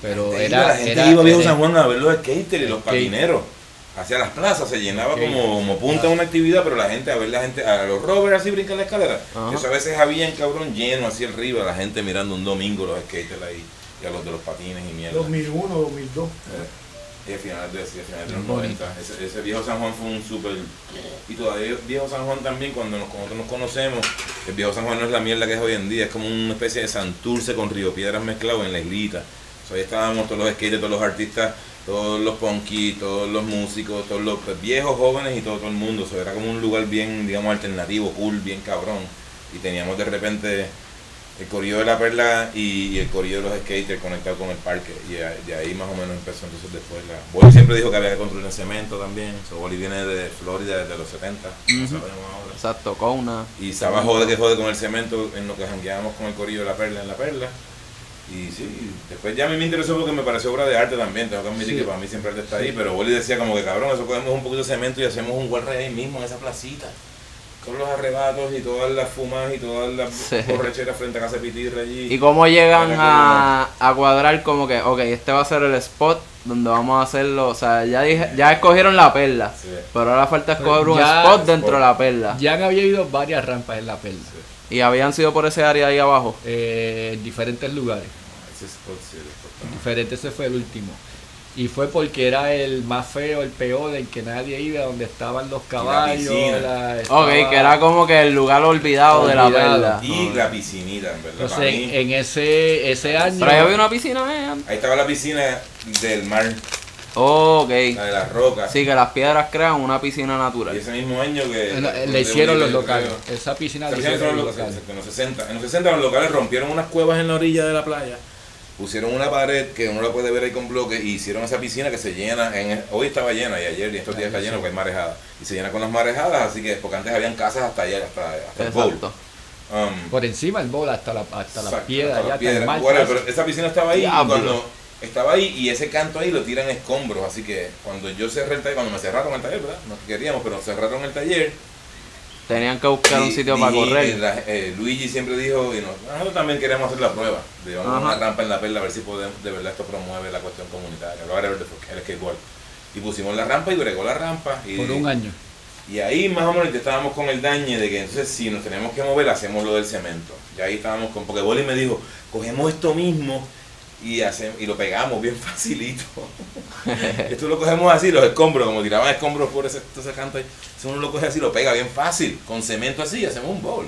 [SPEAKER 2] Pero
[SPEAKER 3] Te
[SPEAKER 2] era.
[SPEAKER 3] iba, la gente
[SPEAKER 2] era-
[SPEAKER 3] iba a Viejo
[SPEAKER 2] era-
[SPEAKER 3] San Juan a ver los skaters y los
[SPEAKER 2] Skater.
[SPEAKER 3] patineros. Hacia las plazas se llenaba
[SPEAKER 2] Skater.
[SPEAKER 3] como, como punta una actividad, pero la gente, a ver la gente, a los rovers así brincan la escalera.
[SPEAKER 1] Ajá.
[SPEAKER 3] Eso a veces había en cabrón lleno hacia arriba, la gente mirando un domingo los skaters ahí y a los de los patines y mierda.
[SPEAKER 4] 2001, 2002.
[SPEAKER 3] Eh, Y a finales de, sí, a finales de los
[SPEAKER 2] Bien bonito.
[SPEAKER 3] 90. Ese, ese viejo San Juan fue un súper. Y todavía viejo San Juan también, cuando nos- nosotros nos conocemos, el viejo San Juan no es la mierda que es hoy en día, es como una especie de Santurce con Río Piedras mezclado en la islita. So, ahí estábamos todos los skaters, todos los artistas, todos los punky, todos los músicos, todos los pues, viejos, jóvenes y todo, todo el mundo. So, era como un lugar bien, digamos, alternativo, cool, bien cabrón. Y teníamos de repente el corillo de la perla y, y el corillo de los skaters conectado con el parque. Y a- de ahí más o menos empezó entonces después la. Boli siempre dijo que había que construir en cemento también. So, Boli viene de Florida desde los 70, no
[SPEAKER 1] Ujú.
[SPEAKER 3] sabemos ahora.
[SPEAKER 1] Exacto, Kona.
[SPEAKER 3] Y estaba jode que jode con el cemento en lo que jangueábamos con el corillo de la perla en la perla. Y sí, después ya a mí me interesó porque me pareció obra de arte también. Tengo que admitir
[SPEAKER 2] Sí.
[SPEAKER 3] que para mí siempre arte está ahí. Pero Boli decía como que cabrón, eso cogemos un poquito de cemento y hacemos un guarre ahí mismo en esa placita. Con los arrebatos y todas las fumas y todas las
[SPEAKER 1] Sí.
[SPEAKER 3] borracheras frente a Casa de Pitirra allí.
[SPEAKER 1] ¿Y cómo llegan
[SPEAKER 3] Para que
[SPEAKER 1] a, a cuadrar como que, ok, este va a ser el spot donde vamos a hacerlo? O sea, ya dije, ya escogieron la perla,
[SPEAKER 3] Sí. Oh.
[SPEAKER 1] pero ahora falta escoger un
[SPEAKER 2] Ya-
[SPEAKER 1] spot dentro de la perla.
[SPEAKER 2] Ya había ido varias rampas en la perla.
[SPEAKER 1] Y habían sido por ese área ahí abajo.
[SPEAKER 2] eh, en diferentes lugares.
[SPEAKER 3] Ese spot sí, el spot también.
[SPEAKER 2] Diferente ese fue el último. Y fue porque era el más feo, el peor, el que nadie iba, donde estaban los caballos.
[SPEAKER 3] piscina.
[SPEAKER 2] la-
[SPEAKER 1] Ok,
[SPEAKER 2] estaba-
[SPEAKER 1] que era como que el lugar olvidado, de la
[SPEAKER 2] Olvidado.
[SPEAKER 1] perla.
[SPEAKER 3] Y la piscinita, en verdad. para
[SPEAKER 2] Ah, Entonces, eh,
[SPEAKER 3] mí.
[SPEAKER 2] en, en ese, ese año.
[SPEAKER 1] Pero ahí había una piscina, eh. antes.
[SPEAKER 3] Ahí estaba la piscina del mar,
[SPEAKER 1] Oh,
[SPEAKER 3] la
[SPEAKER 1] ok.
[SPEAKER 3] de las rocas.
[SPEAKER 1] Sí, que las piedras crean una piscina
[SPEAKER 3] Y
[SPEAKER 1] natural.
[SPEAKER 3] ese mismo año que.
[SPEAKER 2] eh, no, eh,
[SPEAKER 3] que
[SPEAKER 2] le hicieron los
[SPEAKER 3] creo-
[SPEAKER 2] locales. Esa piscina le
[SPEAKER 3] Esa piscina
[SPEAKER 2] hicieron
[SPEAKER 3] fueron
[SPEAKER 2] los
[SPEAKER 3] los locales,
[SPEAKER 2] locales.
[SPEAKER 3] exacto, en los 60. En los 60 los locales rompieron unas cuevas en la orilla de la playa. Pusieron una pared que uno la puede ver ahí con bloques y hicieron esa piscina que se llena. En, hoy estaba llena y ayer y estos días está llena porque hay marejadas. Y se llena con las marejadas, así que porque antes habían casas hasta allá, hasta, hasta el bowl.
[SPEAKER 1] Exacto.
[SPEAKER 3] Um,
[SPEAKER 2] Por encima el bola hasta la, hasta la
[SPEAKER 3] Exacto,
[SPEAKER 2] piedra, ya pues,
[SPEAKER 3] hasta la
[SPEAKER 2] hasta el
[SPEAKER 3] piedra.
[SPEAKER 2] mar,
[SPEAKER 3] Bueno,
[SPEAKER 2] casi.
[SPEAKER 3] pero esa piscina estaba ahí y
[SPEAKER 1] Diablo.
[SPEAKER 3] cuando estaba ahí y ese canto ahí lo tiran escombros. Así que cuando yo cerré el taller, cuando me cerraron el taller, ¿verdad? No queríamos, pero cerraron el taller.
[SPEAKER 1] Tenían que buscar un
[SPEAKER 3] y-
[SPEAKER 1] sitio para
[SPEAKER 3] y- y
[SPEAKER 1] correr.
[SPEAKER 3] la- eh, Luigi siempre dijo, y nos- nosotros también queremos hacer la prueba. De vamos a
[SPEAKER 1] Ajá.
[SPEAKER 3] una rampa en la perla a ver si podemos, de verdad esto promueve la cuestión comunitaria. Lo whatever the fuck, el skateboard. Y pusimos la rampa y bregó la rampa. Y,
[SPEAKER 2] por un año.
[SPEAKER 3] y ahí más o menos ya estábamos con el daño de que entonces si nos tenemos que mover hacemos lo del cemento. Y ahí estábamos con, porque Boli me dijo, cogemos esto mismo y, hace- y lo pegamos bien facilito. esto lo cogemos así, los escombros, como tiraban escombros por ese, toda esa canta, ahí, eso uno lo coge así, lo pega bien fácil, con cemento así, y hacemos un bowl.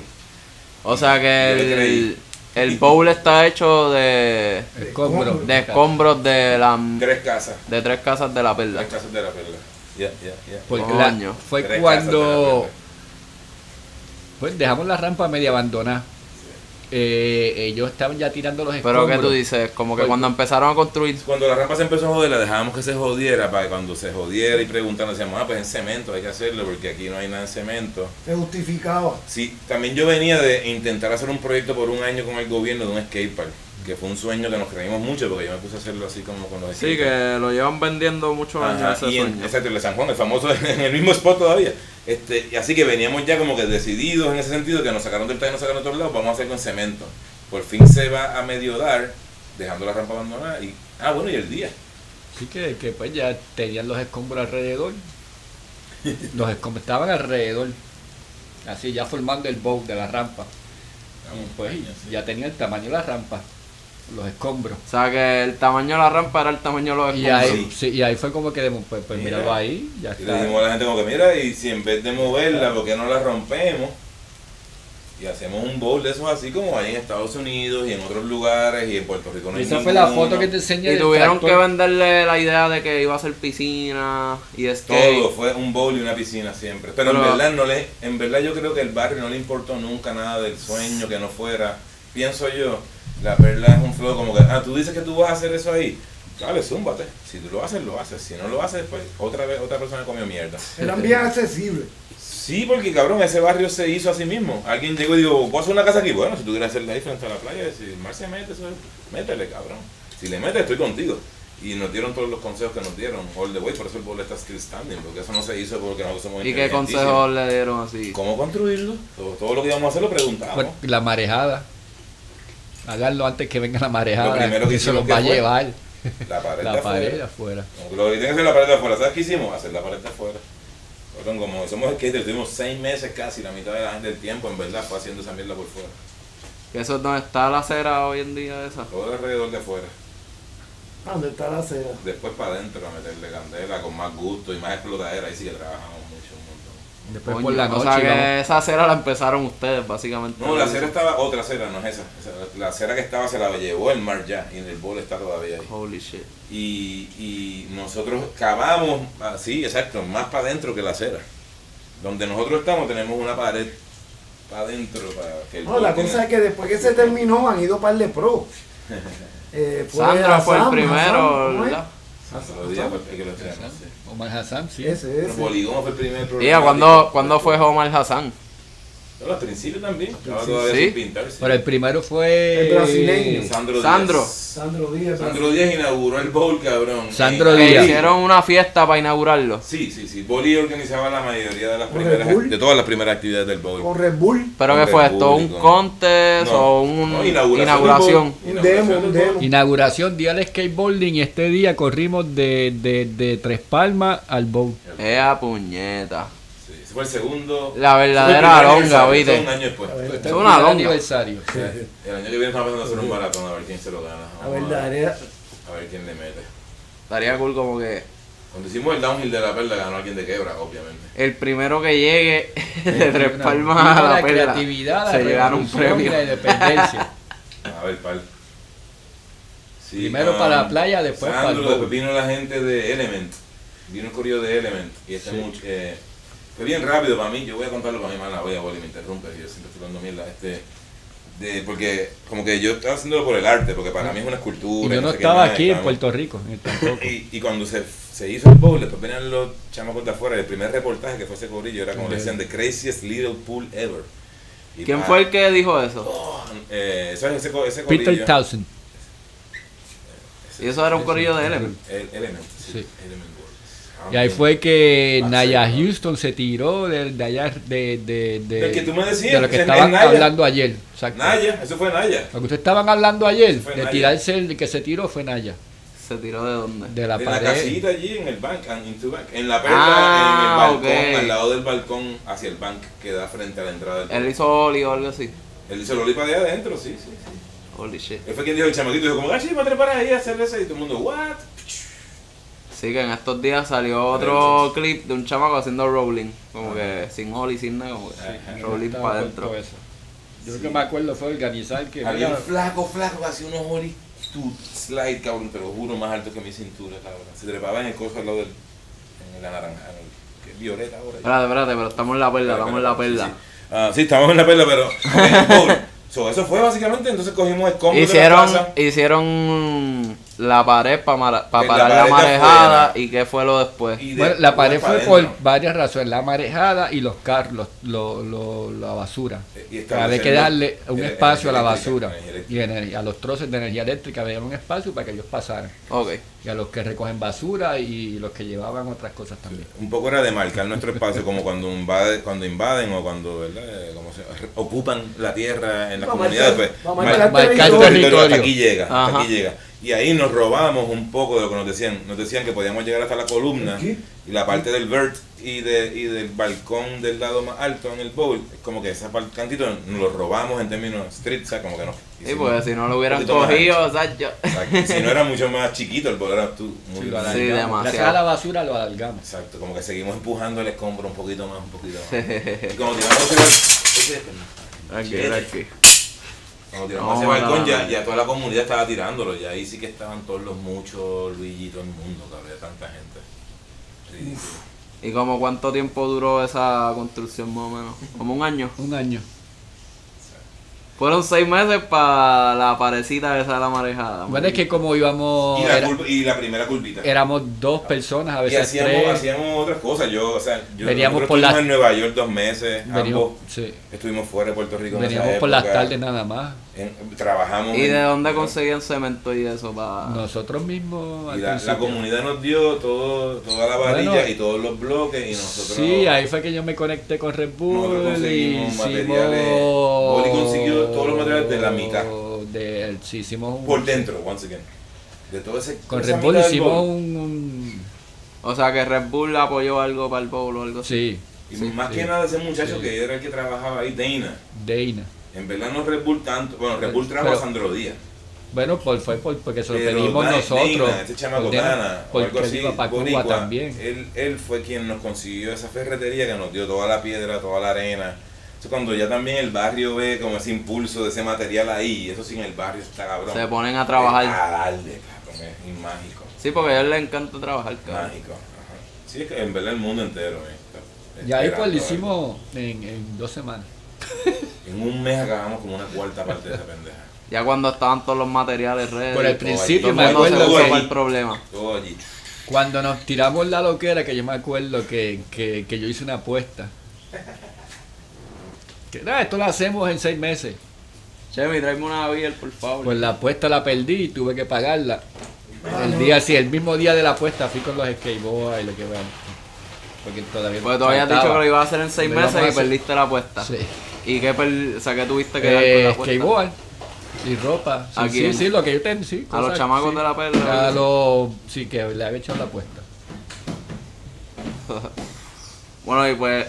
[SPEAKER 1] O sea que
[SPEAKER 3] Yo le
[SPEAKER 1] el,
[SPEAKER 3] creí.
[SPEAKER 1] el bowl está hecho de,
[SPEAKER 2] Escombro.
[SPEAKER 1] de escombros de la
[SPEAKER 3] Tres casas,
[SPEAKER 1] de tres casas de la perla.
[SPEAKER 3] tres casas de la perla. Ya, ya, ya.
[SPEAKER 2] Porque la-
[SPEAKER 1] Coño.
[SPEAKER 2] fue
[SPEAKER 3] Tres casas de la
[SPEAKER 2] cuando
[SPEAKER 3] perla.
[SPEAKER 2] pues dejamos la rampa media abandonada. Eh, ellos estaban ya tirando los escombros.
[SPEAKER 1] Pero que tú dices, como que
[SPEAKER 2] Oye.
[SPEAKER 1] cuando empezaron a construir,
[SPEAKER 3] Cuando la rampa se empezó a joder, la dejábamos que se jodiera para que cuando se jodiera y preguntando, decíamos, ah, pues en cemento hay que hacerlo porque aquí no hay nada en cemento.
[SPEAKER 4] Se justificaba.
[SPEAKER 3] Sí, también yo venía de intentar hacer un proyecto por un año con el gobierno de un skatepark, que fue un sueño que nos creímos mucho porque yo me puse a hacerlo así como con los
[SPEAKER 1] sí,
[SPEAKER 3] skateparks.
[SPEAKER 1] que lo llevan vendiendo muchos
[SPEAKER 3] Ajá,
[SPEAKER 1] años ese
[SPEAKER 3] y en-
[SPEAKER 1] sueño.
[SPEAKER 3] exacto, el de San Juan, el famoso en el mismo spot todavía. Este, y así que veníamos ya como que decididos en ese sentido, que nos sacaron del taller, nos sacaron de otro lado, vamos a hacer con cemento. Por fin se va a medio dar, dejando la rampa abandonada y, ah, bueno, y el día.
[SPEAKER 2] Así que, que, pues ya tenían los escombros alrededor. Los escombros estaban alrededor. Así ya formando el bowl de la rampa. Y, pues, ya tenía el tamaño de la rampa. Los escombros.
[SPEAKER 1] O sea que el tamaño de la rampa era el tamaño de los
[SPEAKER 2] Y
[SPEAKER 1] escombros.
[SPEAKER 2] ahí, sí, y ahí fue como que pues, pues
[SPEAKER 3] Mira.
[SPEAKER 2] míralo ahí, ya
[SPEAKER 3] Y le
[SPEAKER 2] está.
[SPEAKER 3] dijimos a la gente como que mira, y si en vez de moverla, ¿por qué no la rompemos? Y hacemos un bowl de esos así como hay en Estados Unidos y en otros lugares y en Puerto Rico no hay
[SPEAKER 2] Esa fue la
[SPEAKER 3] ninguno.
[SPEAKER 2] foto que te enseñé.
[SPEAKER 1] Y
[SPEAKER 2] del
[SPEAKER 1] tuvieron
[SPEAKER 2] tractor.
[SPEAKER 1] que venderle la idea de que iba a ser piscina y skate.
[SPEAKER 3] Todo fue un bowl y una piscina siempre. Pero, en
[SPEAKER 1] Pero-
[SPEAKER 3] verdad no le, en verdad yo creo que el barrio no le importó nunca nada del sueño que no fuera. Pienso yo, la perla es un flow como que, ah, tú dices que tú vas a hacer eso ahí. Dale, zúmbate. Si tú lo haces, lo haces. Si no lo haces, pues otra vez otra persona comió mierda.
[SPEAKER 4] Eran bien accesibles.
[SPEAKER 3] Sí, porque cabrón, ese barrio se hizo a sí mismo. Alguien llegó y dijo, ¿puedo hacer una casa aquí? Bueno, si tú quieres hacerla ahí frente a la playa, si el mar se mete, eso es- métele, cabrón. Si le metes, estoy contigo. Y nos dieron todos los consejos que nos dieron. All the way, por eso el boleto está still standing, porque eso no se hizo porque nosotros somos
[SPEAKER 1] ¿Y qué
[SPEAKER 3] inteligentísimos.
[SPEAKER 1] consejos le dieron así?
[SPEAKER 3] ¿Cómo construirlo? Todo, todo lo que íbamos a hacer lo preguntábamos.
[SPEAKER 2] Por- pues, La marejada. Háganlo antes que venga la marejada.
[SPEAKER 3] Lo primero que
[SPEAKER 2] se los
[SPEAKER 3] hicimos
[SPEAKER 2] va a
[SPEAKER 3] que fue
[SPEAKER 2] llevar.
[SPEAKER 3] La pared de
[SPEAKER 2] La
[SPEAKER 3] afuera.
[SPEAKER 2] pared afuera.
[SPEAKER 3] Lo que tiene que hacer la pared de afuera. ¿Sabes qué hicimos? Hacer la pared de afuera. Cabrón, como somos skaters, tuvimos seis meses casi, la mitad de la- del tiempo, en verdad, fue haciendo esa mierda por fuera.
[SPEAKER 1] Que eso es donde está la acera hoy en día esa.
[SPEAKER 2] Pues
[SPEAKER 3] Todo alrededor de afuera.
[SPEAKER 4] ¿Dónde está la seda?
[SPEAKER 3] Después para adentro, a meterle candela con más gusto y más explotadera. Ahí sí que trabajamos mucho, un montón.
[SPEAKER 2] Después
[SPEAKER 1] Coño,
[SPEAKER 2] por la
[SPEAKER 1] o sea
[SPEAKER 2] noche.
[SPEAKER 1] que
[SPEAKER 2] íbamos-
[SPEAKER 1] esa acera la empezaron ustedes, básicamente.
[SPEAKER 3] No, la acera estaba, otra acera, no es esa. Esa- La acera que estaba se la llevó el mar ya y en el bol está todavía ahí.
[SPEAKER 1] Holy shit.
[SPEAKER 3] Y, y nosotros cavamos, así, exacto, más para adentro que la acera. Donde nosotros estamos tenemos una pared para adentro. Para que el
[SPEAKER 4] No, la
[SPEAKER 3] bowl
[SPEAKER 4] cosa
[SPEAKER 3] tenga-
[SPEAKER 4] es que después que se terminó han ido par de pro. Eh, fue
[SPEAKER 1] Sandra fue el
[SPEAKER 4] Hassan, Hassan,
[SPEAKER 1] primero,
[SPEAKER 4] ¿cómo es?
[SPEAKER 1] ¿verdad?
[SPEAKER 3] Hace dos días fue el pues, que lo estrenó, sí.
[SPEAKER 2] Omar Hassan, sí.
[SPEAKER 4] Ese,
[SPEAKER 3] Pero
[SPEAKER 4] ese.
[SPEAKER 3] Poligón fue el primer
[SPEAKER 1] Tía,
[SPEAKER 3] programa.
[SPEAKER 1] ¿cuándo, ¿cuándo fue Omar Hassan?
[SPEAKER 3] Al principio también. Estaba
[SPEAKER 4] principio.
[SPEAKER 3] todavía
[SPEAKER 1] Sí.
[SPEAKER 3] sin pintarse.
[SPEAKER 2] Pero el primero fue.
[SPEAKER 4] El brasileño.
[SPEAKER 3] Sandro. Díaz.
[SPEAKER 1] Sandro.
[SPEAKER 4] Sandro Díaz.
[SPEAKER 3] Sandro Díaz inauguró el bowl, cabrón.
[SPEAKER 2] Sandro
[SPEAKER 3] Eh,
[SPEAKER 1] Que
[SPEAKER 2] Díaz.
[SPEAKER 1] hicieron una fiesta para inaugurarlo.
[SPEAKER 3] Sí, sí, sí. Boli organizaba la mayoría de las
[SPEAKER 4] Con
[SPEAKER 3] primeras,
[SPEAKER 4] Red Bull.
[SPEAKER 3] de todas las primeras actividades del bowl.
[SPEAKER 4] Con Red Bull.
[SPEAKER 1] ¿Pero qué
[SPEAKER 3] Hombre,
[SPEAKER 1] fue esto? ¿Un
[SPEAKER 3] público.
[SPEAKER 1] contest o un
[SPEAKER 3] no,
[SPEAKER 1] inauguración?
[SPEAKER 3] del bowl.
[SPEAKER 4] Un
[SPEAKER 3] Inauguración
[SPEAKER 4] demo, un
[SPEAKER 3] del
[SPEAKER 4] demo.
[SPEAKER 3] bowl.
[SPEAKER 2] Inauguración Día del Skateboarding y este día corrimos de, de, de Tres Palmas al Bow.
[SPEAKER 1] Ea puñeta.
[SPEAKER 3] Sí, ese fue el segundo.
[SPEAKER 1] La verdadera
[SPEAKER 3] Fue el primer
[SPEAKER 1] longa,
[SPEAKER 3] aniversario,
[SPEAKER 1] ¿viste?
[SPEAKER 3] fue Un año después.
[SPEAKER 4] Este
[SPEAKER 1] es una longa.
[SPEAKER 2] aniversario.
[SPEAKER 3] O sea, El año que viene estamos pensando hacer un maratón a ver quién se lo gana.
[SPEAKER 4] La
[SPEAKER 3] Vamos a
[SPEAKER 4] verdad
[SPEAKER 3] ver,
[SPEAKER 4] era.
[SPEAKER 3] a ver quién le mete.
[SPEAKER 1] Estaría cool como que
[SPEAKER 3] Cuando hicimos el downhill de la perla ganó alguien de quebra, obviamente.
[SPEAKER 1] el primero que llegue de Tres
[SPEAKER 2] Una-
[SPEAKER 1] Palmas
[SPEAKER 2] una
[SPEAKER 1] a la perla
[SPEAKER 2] creatividad, la
[SPEAKER 1] se llevaron un
[SPEAKER 2] revolución y
[SPEAKER 1] premio.
[SPEAKER 2] La independencia.
[SPEAKER 3] A ver, pal. Sí,
[SPEAKER 2] Primero
[SPEAKER 3] ah,
[SPEAKER 2] para la playa, después para el
[SPEAKER 3] Sandro, después
[SPEAKER 2] bowl.
[SPEAKER 3] vino la gente de Element. Vino el corrido de Element. Y este much- eh, fue bien rápido para mí. Yo voy a contarlo para mi mala voy a Boli, me interrumpe. Yo siempre estoy dando mierda. Este, de, porque como que yo estaba haciéndolo por el arte, porque para mí es una
[SPEAKER 2] Ah. Y
[SPEAKER 3] escultura.
[SPEAKER 2] yo no
[SPEAKER 3] sé qué
[SPEAKER 2] estaba
[SPEAKER 3] nada,
[SPEAKER 2] aquí en
[SPEAKER 3] cabrón.
[SPEAKER 2] Puerto Rico. ni tampoco.
[SPEAKER 3] Y, y cuando se, se hizo el bowl, después venían los chamacos de afuera. El primer reportaje que fue ese cobrillo era como le decían, The Craziest Little Pool Ever. Y
[SPEAKER 1] ¿Quién
[SPEAKER 3] pa-
[SPEAKER 1] fue el que dijo eso?
[SPEAKER 3] Oh, eh, eso es ese, co- ese
[SPEAKER 2] Peter
[SPEAKER 3] corillo.
[SPEAKER 2] Townsend.
[SPEAKER 1] Y eso era un corrillo de él.
[SPEAKER 3] El- Element, sí.
[SPEAKER 2] Sí.
[SPEAKER 3] Element World.
[SPEAKER 2] Y ahí fue que
[SPEAKER 3] Ah, sí,
[SPEAKER 2] Naya
[SPEAKER 3] claro.
[SPEAKER 2] Houston se tiró de, de allá de, de, de-
[SPEAKER 3] Del que tú me decías,
[SPEAKER 2] de lo que
[SPEAKER 3] ese es
[SPEAKER 2] estaban
[SPEAKER 3] Naya.
[SPEAKER 2] hablando ayer. exacto.
[SPEAKER 3] Naya, eso fue Naya.
[SPEAKER 2] Lo que ustedes estaban hablando ayer,
[SPEAKER 3] Fue
[SPEAKER 2] de
[SPEAKER 3] Naya.
[SPEAKER 2] tirarse el que se tiró fue Naya.
[SPEAKER 1] ¿Se tiró de dónde?
[SPEAKER 2] De la
[SPEAKER 3] en la
[SPEAKER 2] pared.
[SPEAKER 3] casita allí, en el bank, and into bank. En la perla,
[SPEAKER 1] Ah,
[SPEAKER 3] en el balcón,
[SPEAKER 1] ok.
[SPEAKER 3] al lado del balcón, hacia el bank que da frente a la entrada del
[SPEAKER 1] Él hizo Oli o algo así.
[SPEAKER 3] Él hizo el olipa de adentro, sí, sí, sí.
[SPEAKER 1] Holy shit.
[SPEAKER 3] Él fue quien dijo el chamaquito, dijo como, ah, sí, va a trepar ahí a hacer eso. Y todo el mundo, what?
[SPEAKER 1] Sí, que en estos días salió otro clip de un chamaco haciendo rolling. Como
[SPEAKER 3] Ah.
[SPEAKER 1] que sin Oli, sin nada, como que
[SPEAKER 3] Ajá.
[SPEAKER 1] rolling para adentro.
[SPEAKER 2] Yo lo que me acuerdo fue organizar que
[SPEAKER 3] Había un flaco, flaco, que hacía unos ollie tu slide, cabrón, te lo juro, más alto que mi cintura, cabrón. Se trepaba en el coso al lado del, en la naranja, en el- que es violeta ahora. ya.
[SPEAKER 1] Espérate, espérate, pero estamos en la perla, estamos en la perla.
[SPEAKER 3] Sí, sí. Ah, sí, estamos en la perla, pero. ok, pobre. So, eso fue básicamente, entonces cogimos escombros
[SPEAKER 1] Hicieron,
[SPEAKER 3] de la casa.
[SPEAKER 1] hicieron la pared para
[SPEAKER 3] Que la
[SPEAKER 1] parar la,
[SPEAKER 3] pared de
[SPEAKER 1] marejada
[SPEAKER 3] afuera.
[SPEAKER 1] y qué fue lo después.
[SPEAKER 3] y de-
[SPEAKER 2] Bueno, la pared
[SPEAKER 3] pa'
[SPEAKER 2] fue
[SPEAKER 3] adentro.
[SPEAKER 2] por varias razones, la marejada y los carros, los- lo- lo- la basura.
[SPEAKER 3] Eh, Y establecer
[SPEAKER 2] Había que darle un
[SPEAKER 3] ener-
[SPEAKER 2] espacio a la
[SPEAKER 3] energía eléctrica,
[SPEAKER 2] basura
[SPEAKER 3] energía eléctrica.
[SPEAKER 2] y energía- a los troces de energía eléctrica, había un espacio para que ellos pasaran.
[SPEAKER 1] Ok.
[SPEAKER 2] Y a los que recogen basura y los que llevaban otras cosas también.
[SPEAKER 3] Un poco era de marcar nuestro espacio, como cuando, invade- cuando invaden o cuando ¿verdad? Eh, como se- ocupan la tierra en las
[SPEAKER 4] Va a
[SPEAKER 3] comunidades.
[SPEAKER 4] marcar-
[SPEAKER 3] pues,
[SPEAKER 4] va a
[SPEAKER 3] mar-
[SPEAKER 4] marcar
[SPEAKER 2] marcar
[SPEAKER 3] el
[SPEAKER 4] territorio.
[SPEAKER 3] territorio hasta
[SPEAKER 2] territorio.
[SPEAKER 3] aquí llega, hasta
[SPEAKER 1] Ajá.
[SPEAKER 3] aquí llega. Y ahí nos robamos un poco de lo que nos decían. Nos decían que podíamos llegar hasta la columna
[SPEAKER 4] Aquí.
[SPEAKER 3] y la parte del vert y, de, y del balcón del lado más alto en el bowl. Es como que ese par- cantito nos lo robamos en términos street, ¿sabes? Como que no.
[SPEAKER 1] Sí, porque si no lo hubieran
[SPEAKER 3] un poquito más
[SPEAKER 1] cogido, Sancho.
[SPEAKER 3] Exacto. Si no era mucho más chiquito, el bowl era tú. Muy
[SPEAKER 2] Sí, lo
[SPEAKER 3] grande.
[SPEAKER 1] Sí,
[SPEAKER 2] alargamos.
[SPEAKER 1] demasiado.
[SPEAKER 2] Gracias a la basura lo alargamos.
[SPEAKER 3] Exacto, como
[SPEAKER 1] Eh,
[SPEAKER 3] que seguimos empujando el escombro un poquito más, un poquito más. y como tiramos ese, ese-
[SPEAKER 1] Aquí, era aquí.
[SPEAKER 3] Cuando tiramos
[SPEAKER 1] No,
[SPEAKER 3] ese balcón,
[SPEAKER 1] no,
[SPEAKER 3] ya,
[SPEAKER 1] no.
[SPEAKER 3] ya toda la comunidad estaba tirándolo. Ya ahí sí que estaban todos los muchos, Luigi y todo el mundo, que había tanta gente. Ridículo.
[SPEAKER 1] ¿Y como cuánto tiempo duró esa construcción más o menos? Como un año.
[SPEAKER 2] Un año.
[SPEAKER 1] Fueron seis meses para la parecida esa de la marejada.
[SPEAKER 2] Bueno, es que como íbamos,
[SPEAKER 3] Y, la
[SPEAKER 2] era-
[SPEAKER 3] curva- y la primera curvita.
[SPEAKER 2] éramos dos personas, a
[SPEAKER 3] y
[SPEAKER 2] veces
[SPEAKER 3] hacíamos,
[SPEAKER 2] tres.
[SPEAKER 3] hacíamos otras cosas. Yo, o sea, yo
[SPEAKER 2] Veníamos
[SPEAKER 3] nosotros
[SPEAKER 2] por
[SPEAKER 3] estuvimos
[SPEAKER 2] la-
[SPEAKER 3] en Nueva York dos meses.
[SPEAKER 2] Veníamos,
[SPEAKER 3] Ambos
[SPEAKER 2] sí,
[SPEAKER 3] estuvimos fuera de Puerto Rico. en esa
[SPEAKER 2] veníamos por las
[SPEAKER 3] época.
[SPEAKER 2] tardes nada más.
[SPEAKER 3] En- trabajamos.
[SPEAKER 1] ¿Y
[SPEAKER 3] en-
[SPEAKER 1] de dónde
[SPEAKER 3] en-
[SPEAKER 1] conseguían cemento y eso para...?
[SPEAKER 2] Nosotros mismos.
[SPEAKER 3] Ah.
[SPEAKER 2] al
[SPEAKER 3] y la, la
[SPEAKER 2] principio.
[SPEAKER 3] comunidad nos dio todo, toda la varilla
[SPEAKER 2] Bueno,
[SPEAKER 3] y todos los bloques y nosotros.
[SPEAKER 2] Sí, ahí fue que yo me conecté con Red
[SPEAKER 3] Nosotros
[SPEAKER 2] Bull y
[SPEAKER 3] conseguimos
[SPEAKER 2] hicimos...
[SPEAKER 3] materiales. Boli consiguió todos los materiales de la mitad.
[SPEAKER 2] De, sí, hicimos un...
[SPEAKER 3] Por dentro, once again. De todo ese.
[SPEAKER 2] Con
[SPEAKER 3] esa
[SPEAKER 2] Red Bull
[SPEAKER 3] mitad del
[SPEAKER 2] hicimos
[SPEAKER 3] bowl.
[SPEAKER 2] un, un-
[SPEAKER 1] O sea que Red Bull apoyó algo para el bowl o algo así.
[SPEAKER 2] Sí,
[SPEAKER 3] Y más que nada ese muchacho que era el que trabajaba ahí, Dana.
[SPEAKER 2] Deina.
[SPEAKER 3] En verdad no Red Bull tanto. Bueno, Red Bull trajo
[SPEAKER 2] Pero-
[SPEAKER 3] a Sandro Díaz.
[SPEAKER 2] Bueno, por, fue por- porque se lo
[SPEAKER 3] Pero
[SPEAKER 2] pedimos
[SPEAKER 3] Dana-
[SPEAKER 2] nosotros.
[SPEAKER 3] Dana, este chamaco
[SPEAKER 2] Por Dana,
[SPEAKER 3] Dana, o algo
[SPEAKER 2] porque él
[SPEAKER 3] así,
[SPEAKER 2] iba para Cuba
[SPEAKER 3] boricua,
[SPEAKER 2] también.
[SPEAKER 3] Él, él fue quien nos consiguió esa ferretería que nos dio toda la piedra, toda la arena. Eso cuando ya también el barrio ve como ese impulso de ese material ahí, eso sin el barrio está cabrón.
[SPEAKER 1] Se ponen a trabajar.
[SPEAKER 3] A darle, cabrón, es mágico.
[SPEAKER 1] Sí, porque a ellos les encanta trabajar, cabrón.
[SPEAKER 3] Mágico. ajá. Sí, es que en verdad el mundo entero. eh, está
[SPEAKER 2] Y ahí
[SPEAKER 3] esperando eh.
[SPEAKER 2] pues lo
[SPEAKER 3] algo.
[SPEAKER 2] hicimos en, en dos semanas.
[SPEAKER 3] En un mes acabamos como una cuarta parte de esa pendeja.
[SPEAKER 1] Ya cuando estaban todos los materiales ready.
[SPEAKER 2] Por el
[SPEAKER 1] todo
[SPEAKER 2] principio
[SPEAKER 1] el
[SPEAKER 2] me
[SPEAKER 1] mundo se
[SPEAKER 2] acuerdo
[SPEAKER 1] fue
[SPEAKER 3] Google.
[SPEAKER 1] para el
[SPEAKER 2] que
[SPEAKER 1] problema.
[SPEAKER 3] Todo allí.
[SPEAKER 2] cuando nos tiramos la loquera, que yo me acuerdo que, que, que yo hice una apuesta. Que nada, esto lo hacemos en seis meses.
[SPEAKER 1] Chemi, tráeme una beer, por favor.
[SPEAKER 2] Pues la apuesta la perdí y tuve que pagarla. El día sí, el mismo día de la apuesta fui con los skateboards y lo que vean. Porque todavía
[SPEAKER 1] porque tú habías dicho que lo ibas a hacer en seis
[SPEAKER 2] Lo íbamos a
[SPEAKER 1] meses y
[SPEAKER 2] hacer.
[SPEAKER 1] perdiste la apuesta.
[SPEAKER 2] Pues Sí.
[SPEAKER 1] ¿Y qué, per- o sea, qué tuviste que dar con
[SPEAKER 2] Eh,
[SPEAKER 1] la apuesta?
[SPEAKER 2] skateboard y ropa. Sí,
[SPEAKER 1] ¿A
[SPEAKER 2] sí,
[SPEAKER 1] quién?
[SPEAKER 2] sí, lo que yo tengo, sí.
[SPEAKER 1] ¿A los
[SPEAKER 2] cosas,
[SPEAKER 1] chamacos
[SPEAKER 2] sí.
[SPEAKER 1] de la perla?
[SPEAKER 2] A los. Sí, que le había hecho la apuesta.
[SPEAKER 1] Bueno, y pues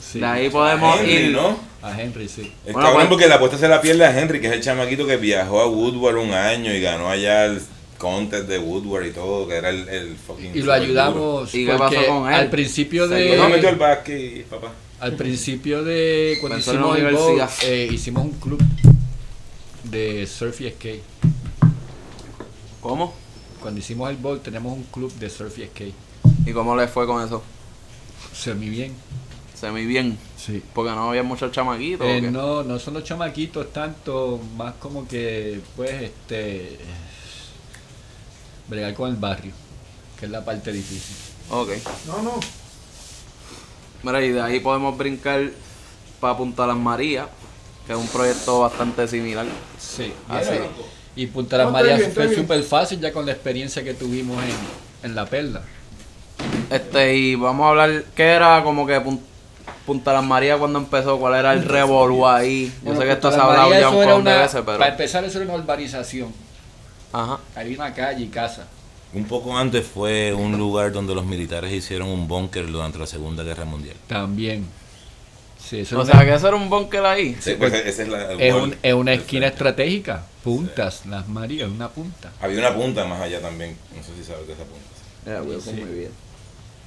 [SPEAKER 2] Sí.
[SPEAKER 1] de ahí podemos
[SPEAKER 3] Henry,
[SPEAKER 1] ir.
[SPEAKER 3] ¿no?
[SPEAKER 2] A Henry, sí.
[SPEAKER 3] Es
[SPEAKER 1] Bueno,
[SPEAKER 3] cabrón
[SPEAKER 1] bueno.
[SPEAKER 3] porque la apuesta se la pierde a Henry, que es el chamaquito que viajó a Woodward un año y ganó allá el contest de Woodward y todo, que era el, el fucking...
[SPEAKER 2] Y lo ayudamos. Eh.
[SPEAKER 1] ¿Y qué pasó
[SPEAKER 2] porque
[SPEAKER 1] con él?
[SPEAKER 2] Al principio
[SPEAKER 1] Se
[SPEAKER 2] de.
[SPEAKER 3] Yo no metió al basket, papá.
[SPEAKER 2] Al principio de cuando
[SPEAKER 1] Pensó en la
[SPEAKER 2] hicimos el bowl,
[SPEAKER 1] universidad.
[SPEAKER 2] eh, hicimos un club de surf y skate.
[SPEAKER 1] ¿Cómo?
[SPEAKER 2] Cuando hicimos el bowl tenemos un club de surf y skate.
[SPEAKER 1] ¿Y cómo le fue con eso?
[SPEAKER 2] Semi bien.
[SPEAKER 1] Semi bien.
[SPEAKER 2] Sí.
[SPEAKER 1] Porque no había muchos chamaquitos. ¿o qué?
[SPEAKER 2] Eh, no, no son los chamaquitos tanto, más como que pues este bregar con el barrio, que es la parte difícil.
[SPEAKER 1] Ok.
[SPEAKER 4] No, no.
[SPEAKER 1] Mira, y de ahí podemos brincar para Punta Las Marías, que es un proyecto bastante similar.
[SPEAKER 2] Sí.
[SPEAKER 1] Ah, sí.
[SPEAKER 2] Y Punta Las
[SPEAKER 4] No, estoy
[SPEAKER 2] Marías
[SPEAKER 4] bien, estoy
[SPEAKER 2] fue
[SPEAKER 4] bien.
[SPEAKER 2] súper fácil ya con la experiencia que tuvimos en, en la perla.
[SPEAKER 1] Este, y vamos a hablar, ¿qué era como que Pun- Punta Las Marías cuando empezó? ¿Cuál era el revolú ahí? Yo
[SPEAKER 2] Bueno,
[SPEAKER 1] sé que esto
[SPEAKER 2] Punta
[SPEAKER 1] se ha
[SPEAKER 2] Las
[SPEAKER 1] hablado
[SPEAKER 2] Marías,
[SPEAKER 1] ya
[SPEAKER 2] eso
[SPEAKER 1] un
[SPEAKER 2] era
[SPEAKER 1] montón de
[SPEAKER 2] una-
[SPEAKER 1] veces, pero...
[SPEAKER 2] Para empezar eso era una urbanización.
[SPEAKER 1] Ajá.
[SPEAKER 2] Había una calle y casa.
[SPEAKER 3] Un poco antes fue un lugar donde los militares hicieron un búnker durante la Segunda Guerra Mundial.
[SPEAKER 2] También. Sí, eso
[SPEAKER 1] O
[SPEAKER 2] era
[SPEAKER 1] sea,
[SPEAKER 2] una-
[SPEAKER 1] que eso era un búnker ahí.
[SPEAKER 3] Sí, pues esa es la... el
[SPEAKER 2] es,
[SPEAKER 3] wall.
[SPEAKER 2] un- es una esquina estratégica. Puntas, Las Marías, una punta.
[SPEAKER 3] Había una punta más allá también, no sé si sabes de esa punta.
[SPEAKER 1] Mira, voy a
[SPEAKER 2] Sí.
[SPEAKER 1] comer bien.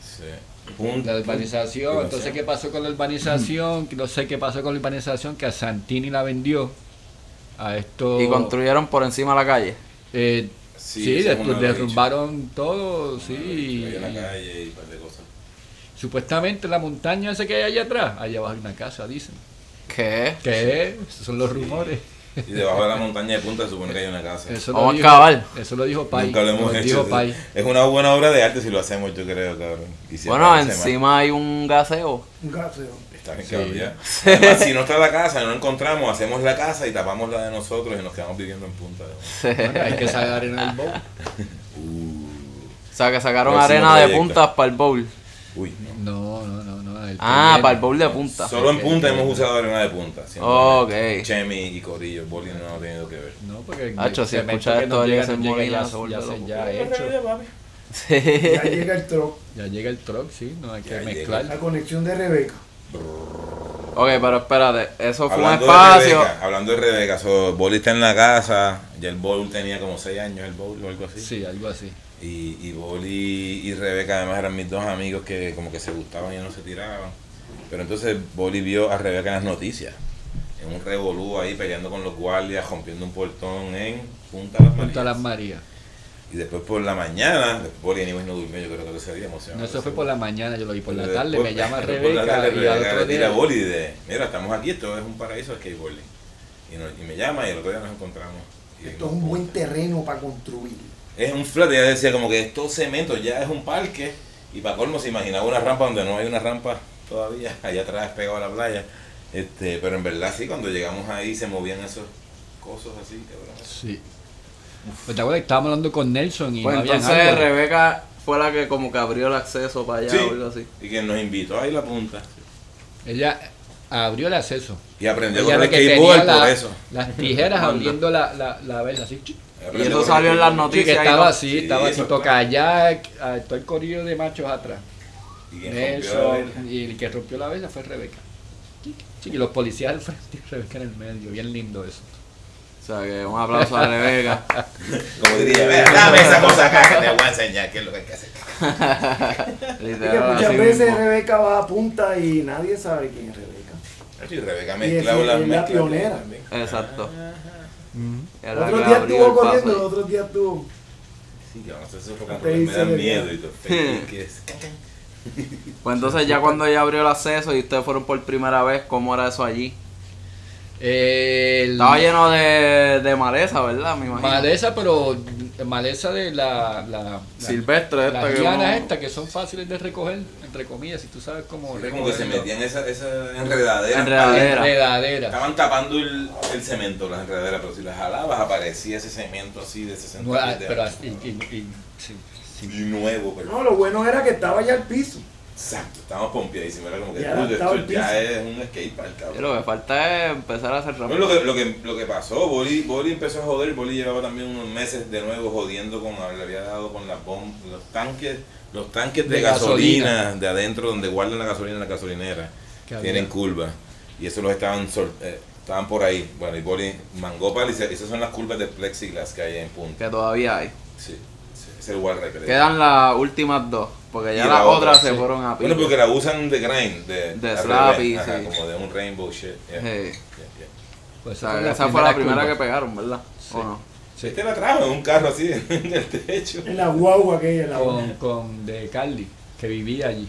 [SPEAKER 3] Sí.
[SPEAKER 2] La
[SPEAKER 3] Punta.
[SPEAKER 2] urbanización, entonces qué pasó con la urbanización, no sé qué pasó con la urbanización, que a Santini la vendió a esto.
[SPEAKER 1] Y construyeron por encima de la calle.
[SPEAKER 2] eh,
[SPEAKER 3] Sí,
[SPEAKER 2] sí,
[SPEAKER 3] esa es
[SPEAKER 2] de-
[SPEAKER 3] una de las
[SPEAKER 2] derrumbaron todo, sí.
[SPEAKER 3] Había una calle y un par de cosas.
[SPEAKER 2] Supuestamente la montaña esa que hay allá atrás, allá abajo hay una casa, dicen.
[SPEAKER 1] ¿Qué?
[SPEAKER 2] ¿Qué? Esos son los rumores.
[SPEAKER 3] Y debajo de la montaña de punta se supone que hay una casa.
[SPEAKER 2] Eso
[SPEAKER 1] Vamos a
[SPEAKER 2] lo dijo,
[SPEAKER 1] acabar.
[SPEAKER 2] Eso lo dijo Pai.
[SPEAKER 3] Nunca lo
[SPEAKER 2] lo
[SPEAKER 3] hemos hecho.
[SPEAKER 2] dijo Pai.
[SPEAKER 3] Es una buena obra de arte si lo hacemos, yo creo, cabrón. Y si
[SPEAKER 1] Bueno,
[SPEAKER 3] aparece
[SPEAKER 1] encima hay un gaseo.
[SPEAKER 4] Un gaseo.
[SPEAKER 3] más, Está bien,
[SPEAKER 2] Sí.
[SPEAKER 3] cabrón, ya. Además, si no está la casa, no encontramos, hacemos la casa y tapamos la de nosotros y nos quedamos viviendo en punta. cabrón.
[SPEAKER 2] Bueno, hay que sacar en el bowl.
[SPEAKER 3] Uh,
[SPEAKER 1] O sea, que sacaron
[SPEAKER 3] Próximo
[SPEAKER 1] arena de
[SPEAKER 3] proyecto.
[SPEAKER 1] puntas para el bowl.
[SPEAKER 3] Uy, no.
[SPEAKER 2] No, no, no, no. el
[SPEAKER 1] Ah,
[SPEAKER 2] primero.
[SPEAKER 1] para el bowl de puntas.
[SPEAKER 3] Solo en punta hemos usado arena de punta. siempre.
[SPEAKER 1] Ok.
[SPEAKER 3] Chemi y Corillo, Boli no ha tenido que ver.
[SPEAKER 2] No, porque el
[SPEAKER 1] Hacho, si
[SPEAKER 2] cemento
[SPEAKER 1] escuchas
[SPEAKER 2] que
[SPEAKER 1] esto,
[SPEAKER 2] nos
[SPEAKER 1] alguien
[SPEAKER 2] llega,
[SPEAKER 1] se
[SPEAKER 2] nos llega
[SPEAKER 1] mueve y
[SPEAKER 2] ya-
[SPEAKER 1] se vuelve
[SPEAKER 2] ya se-
[SPEAKER 1] loco.
[SPEAKER 2] ya hecho.
[SPEAKER 1] Sí.
[SPEAKER 4] Ya llega el tro.
[SPEAKER 2] Ya llega el truck, sí, no hay que
[SPEAKER 3] Ya
[SPEAKER 2] mezclar.
[SPEAKER 4] La conexión de Rebeca.
[SPEAKER 1] Ok, pero espérate, eso fue un
[SPEAKER 3] Hablando de
[SPEAKER 1] espacio.
[SPEAKER 3] Rebeca, hablando de Rebeca, so, Boli está en la casa, ya el Bol tenía como 6 años, el Bol o algo así.
[SPEAKER 2] Sí, algo así.
[SPEAKER 3] Y, y Boli y Rebeca además eran mis dos amigos que como que se gustaban y no se tiraban. Pero entonces Boli vio a Rebeca en las noticias. en un revolú ahí peleando con los guardias, rompiendo un portón en Punta Las
[SPEAKER 2] Junto a las
[SPEAKER 3] Marías.
[SPEAKER 2] Marías. y
[SPEAKER 3] Y después por la mañana, después por Anyways no durmió, yo creo que ese día emocionado.
[SPEAKER 2] No, eso fue por la mañana, yo lo vi por la
[SPEAKER 3] Pero
[SPEAKER 2] tarde, me
[SPEAKER 3] después-
[SPEAKER 2] llama
[SPEAKER 3] pero Eh, por la
[SPEAKER 2] Rebeca
[SPEAKER 3] tarde
[SPEAKER 2] y
[SPEAKER 3] Rebeca
[SPEAKER 2] al
[SPEAKER 3] le
[SPEAKER 2] otro
[SPEAKER 3] tira
[SPEAKER 2] día...
[SPEAKER 3] boli de, mira, estamos aquí, esto es un paraíso de skateboarding. Y, nos- y me llama y el otro día nos encontramos. Y
[SPEAKER 4] Esto es un buen terreno para construir.
[SPEAKER 3] Es un flat, ella decía como que esto cemento ya es un parque. Y para colmo se imaginaba una rampa donde no hay una rampa todavía, allá atrás pegado a la playa. Este, pero en verdad sí, cuando llegamos ahí se movían esos cosas así, cabrón.
[SPEAKER 2] Sí. Pues te acuerdas que estábamos hablando con Nelson y
[SPEAKER 1] Pues
[SPEAKER 2] no había
[SPEAKER 1] entonces Rebeca fue la que como que abrió el acceso para allá
[SPEAKER 3] Sí.
[SPEAKER 1] o algo así.
[SPEAKER 3] Y que nos invitó ahí la punta.
[SPEAKER 2] Ella abrió el acceso.
[SPEAKER 3] Y aprendió a
[SPEAKER 2] Ella era
[SPEAKER 3] correr
[SPEAKER 2] la que
[SPEAKER 3] skateboard
[SPEAKER 2] tenía
[SPEAKER 3] por
[SPEAKER 2] la-
[SPEAKER 3] eso.
[SPEAKER 2] las tijeras
[SPEAKER 1] Manda.
[SPEAKER 2] abriendo la, la, la vela así. chi-
[SPEAKER 1] Y
[SPEAKER 3] Aprendió a
[SPEAKER 1] eso
[SPEAKER 3] correr
[SPEAKER 1] salió en las
[SPEAKER 3] skateboard.
[SPEAKER 2] chi, que
[SPEAKER 1] noticias. ahí,
[SPEAKER 2] estaba
[SPEAKER 1] ¿no?
[SPEAKER 2] así,
[SPEAKER 3] Sí,
[SPEAKER 2] estaba así,
[SPEAKER 3] eso,
[SPEAKER 2] tocayac, ah, todo el corrido de machos atrás.
[SPEAKER 3] Y que rompió la vela.
[SPEAKER 2] Nelson, y el que rompió la vela fue Rebeca. Chi, chi, y los policías al frente y Rebeca en el medio, bien lindo eso.
[SPEAKER 1] O sea que un aplauso a Rebeca.
[SPEAKER 3] Como diría, "Ve, dame esa cosa acá que te voy a enseñar qué es lo que hay que hacer.
[SPEAKER 4] Y que
[SPEAKER 1] Literal,
[SPEAKER 4] muchas
[SPEAKER 1] así
[SPEAKER 4] veces
[SPEAKER 1] mismo.
[SPEAKER 4] Rebeca va a punta y nadie sabe quién es Rebeca.
[SPEAKER 3] Y Rebeca
[SPEAKER 4] Y es,
[SPEAKER 3] mezclaba las
[SPEAKER 4] es la
[SPEAKER 3] mezclas.
[SPEAKER 4] pionera.
[SPEAKER 1] Exacto. Era
[SPEAKER 4] El
[SPEAKER 1] la
[SPEAKER 4] otro
[SPEAKER 1] que
[SPEAKER 4] día
[SPEAKER 1] abrió
[SPEAKER 4] estuvo
[SPEAKER 1] el paso
[SPEAKER 4] corriendo, el
[SPEAKER 1] ahí.
[SPEAKER 4] otro día estuvo.
[SPEAKER 3] Sí, que vamos a hacer eso
[SPEAKER 4] Te
[SPEAKER 3] porque me
[SPEAKER 4] dice
[SPEAKER 3] da
[SPEAKER 4] de
[SPEAKER 3] miedo
[SPEAKER 4] verdad.
[SPEAKER 3] y todo. ¿Qué es?
[SPEAKER 1] Pues entonces ya cuando ella abrió el acceso y ustedes fueron por primera vez, ¿cómo era eso allí?
[SPEAKER 2] El-
[SPEAKER 1] Estaba lleno de, de maleza, ¿verdad? Me imagino.
[SPEAKER 2] Maleza, pero maleza de la, la, la-
[SPEAKER 1] Silvestre esta
[SPEAKER 2] las
[SPEAKER 1] que
[SPEAKER 2] lianas
[SPEAKER 1] uno-
[SPEAKER 2] estas que son fáciles de recoger, entre comillas, si tú sabes cómo
[SPEAKER 3] Era como que se
[SPEAKER 2] recogerlo.
[SPEAKER 3] metían esa, esa enredadera.
[SPEAKER 1] Enredadera.
[SPEAKER 2] Enredadera.
[SPEAKER 3] Estaban tapando el, el cemento, las enredaderas, pero si las jalabas aparecía ese cemento así de 60
[SPEAKER 2] No, ah,
[SPEAKER 3] pies de
[SPEAKER 2] pero
[SPEAKER 3] alto.
[SPEAKER 2] así, y, y- y- sí, sí.
[SPEAKER 3] Y nuevo, pero
[SPEAKER 4] No, lo bueno era que estaba ya al piso.
[SPEAKER 3] exacto, estábamos pompeadísimos, era como que
[SPEAKER 4] Ya
[SPEAKER 3] "Uy,
[SPEAKER 4] estaba el
[SPEAKER 3] esto ya
[SPEAKER 4] piso".
[SPEAKER 3] es un skatepark,
[SPEAKER 1] Y
[SPEAKER 3] cabrón.
[SPEAKER 1] Lo que falta es empezar a hacer
[SPEAKER 3] Bueno, lo,
[SPEAKER 1] rápido.
[SPEAKER 3] que, lo, que, lo que pasó, Boli, Boli empezó a joder, Boli llevaba también unos meses de nuevo jodiendo con, le había dado con las bom- los tanques, los tanques de,
[SPEAKER 2] De
[SPEAKER 3] gasolina,
[SPEAKER 2] gasolina.
[SPEAKER 3] de adentro donde guardan la gasolina en la gasolinera,
[SPEAKER 2] Que había.
[SPEAKER 3] tienen curvas, y eso los estaban, sol- eh, estaban por ahí, bueno, y Boli mangó para, y se- esas son las curvas de plexiglas que hay en Punta,
[SPEAKER 1] Que todavía hay.
[SPEAKER 3] sí, sí, ese lugar de que le-
[SPEAKER 1] Quedan las últimas dos, porque ya
[SPEAKER 3] Este, Y
[SPEAKER 1] las
[SPEAKER 3] la otra,
[SPEAKER 1] otras se
[SPEAKER 2] sí.
[SPEAKER 1] fueron a pico.
[SPEAKER 3] Bueno, porque la usan de grind, de,
[SPEAKER 1] De
[SPEAKER 3] al
[SPEAKER 1] slap
[SPEAKER 3] revés,
[SPEAKER 1] y
[SPEAKER 3] ajá,
[SPEAKER 1] sí.
[SPEAKER 3] como de un rainbow shit, yeah, yeah,
[SPEAKER 1] Sí.
[SPEAKER 3] yeah.
[SPEAKER 2] Pues
[SPEAKER 1] O sea, esa fue la primera que pegaron, ¿verdad?
[SPEAKER 2] Sí.
[SPEAKER 1] ¿O no?
[SPEAKER 3] Sí, Este la trajo en un carro así en el techo.
[SPEAKER 4] En la guagua aquella, en
[SPEAKER 2] curva.
[SPEAKER 4] la
[SPEAKER 2] con, con de Carly, que vivía allí.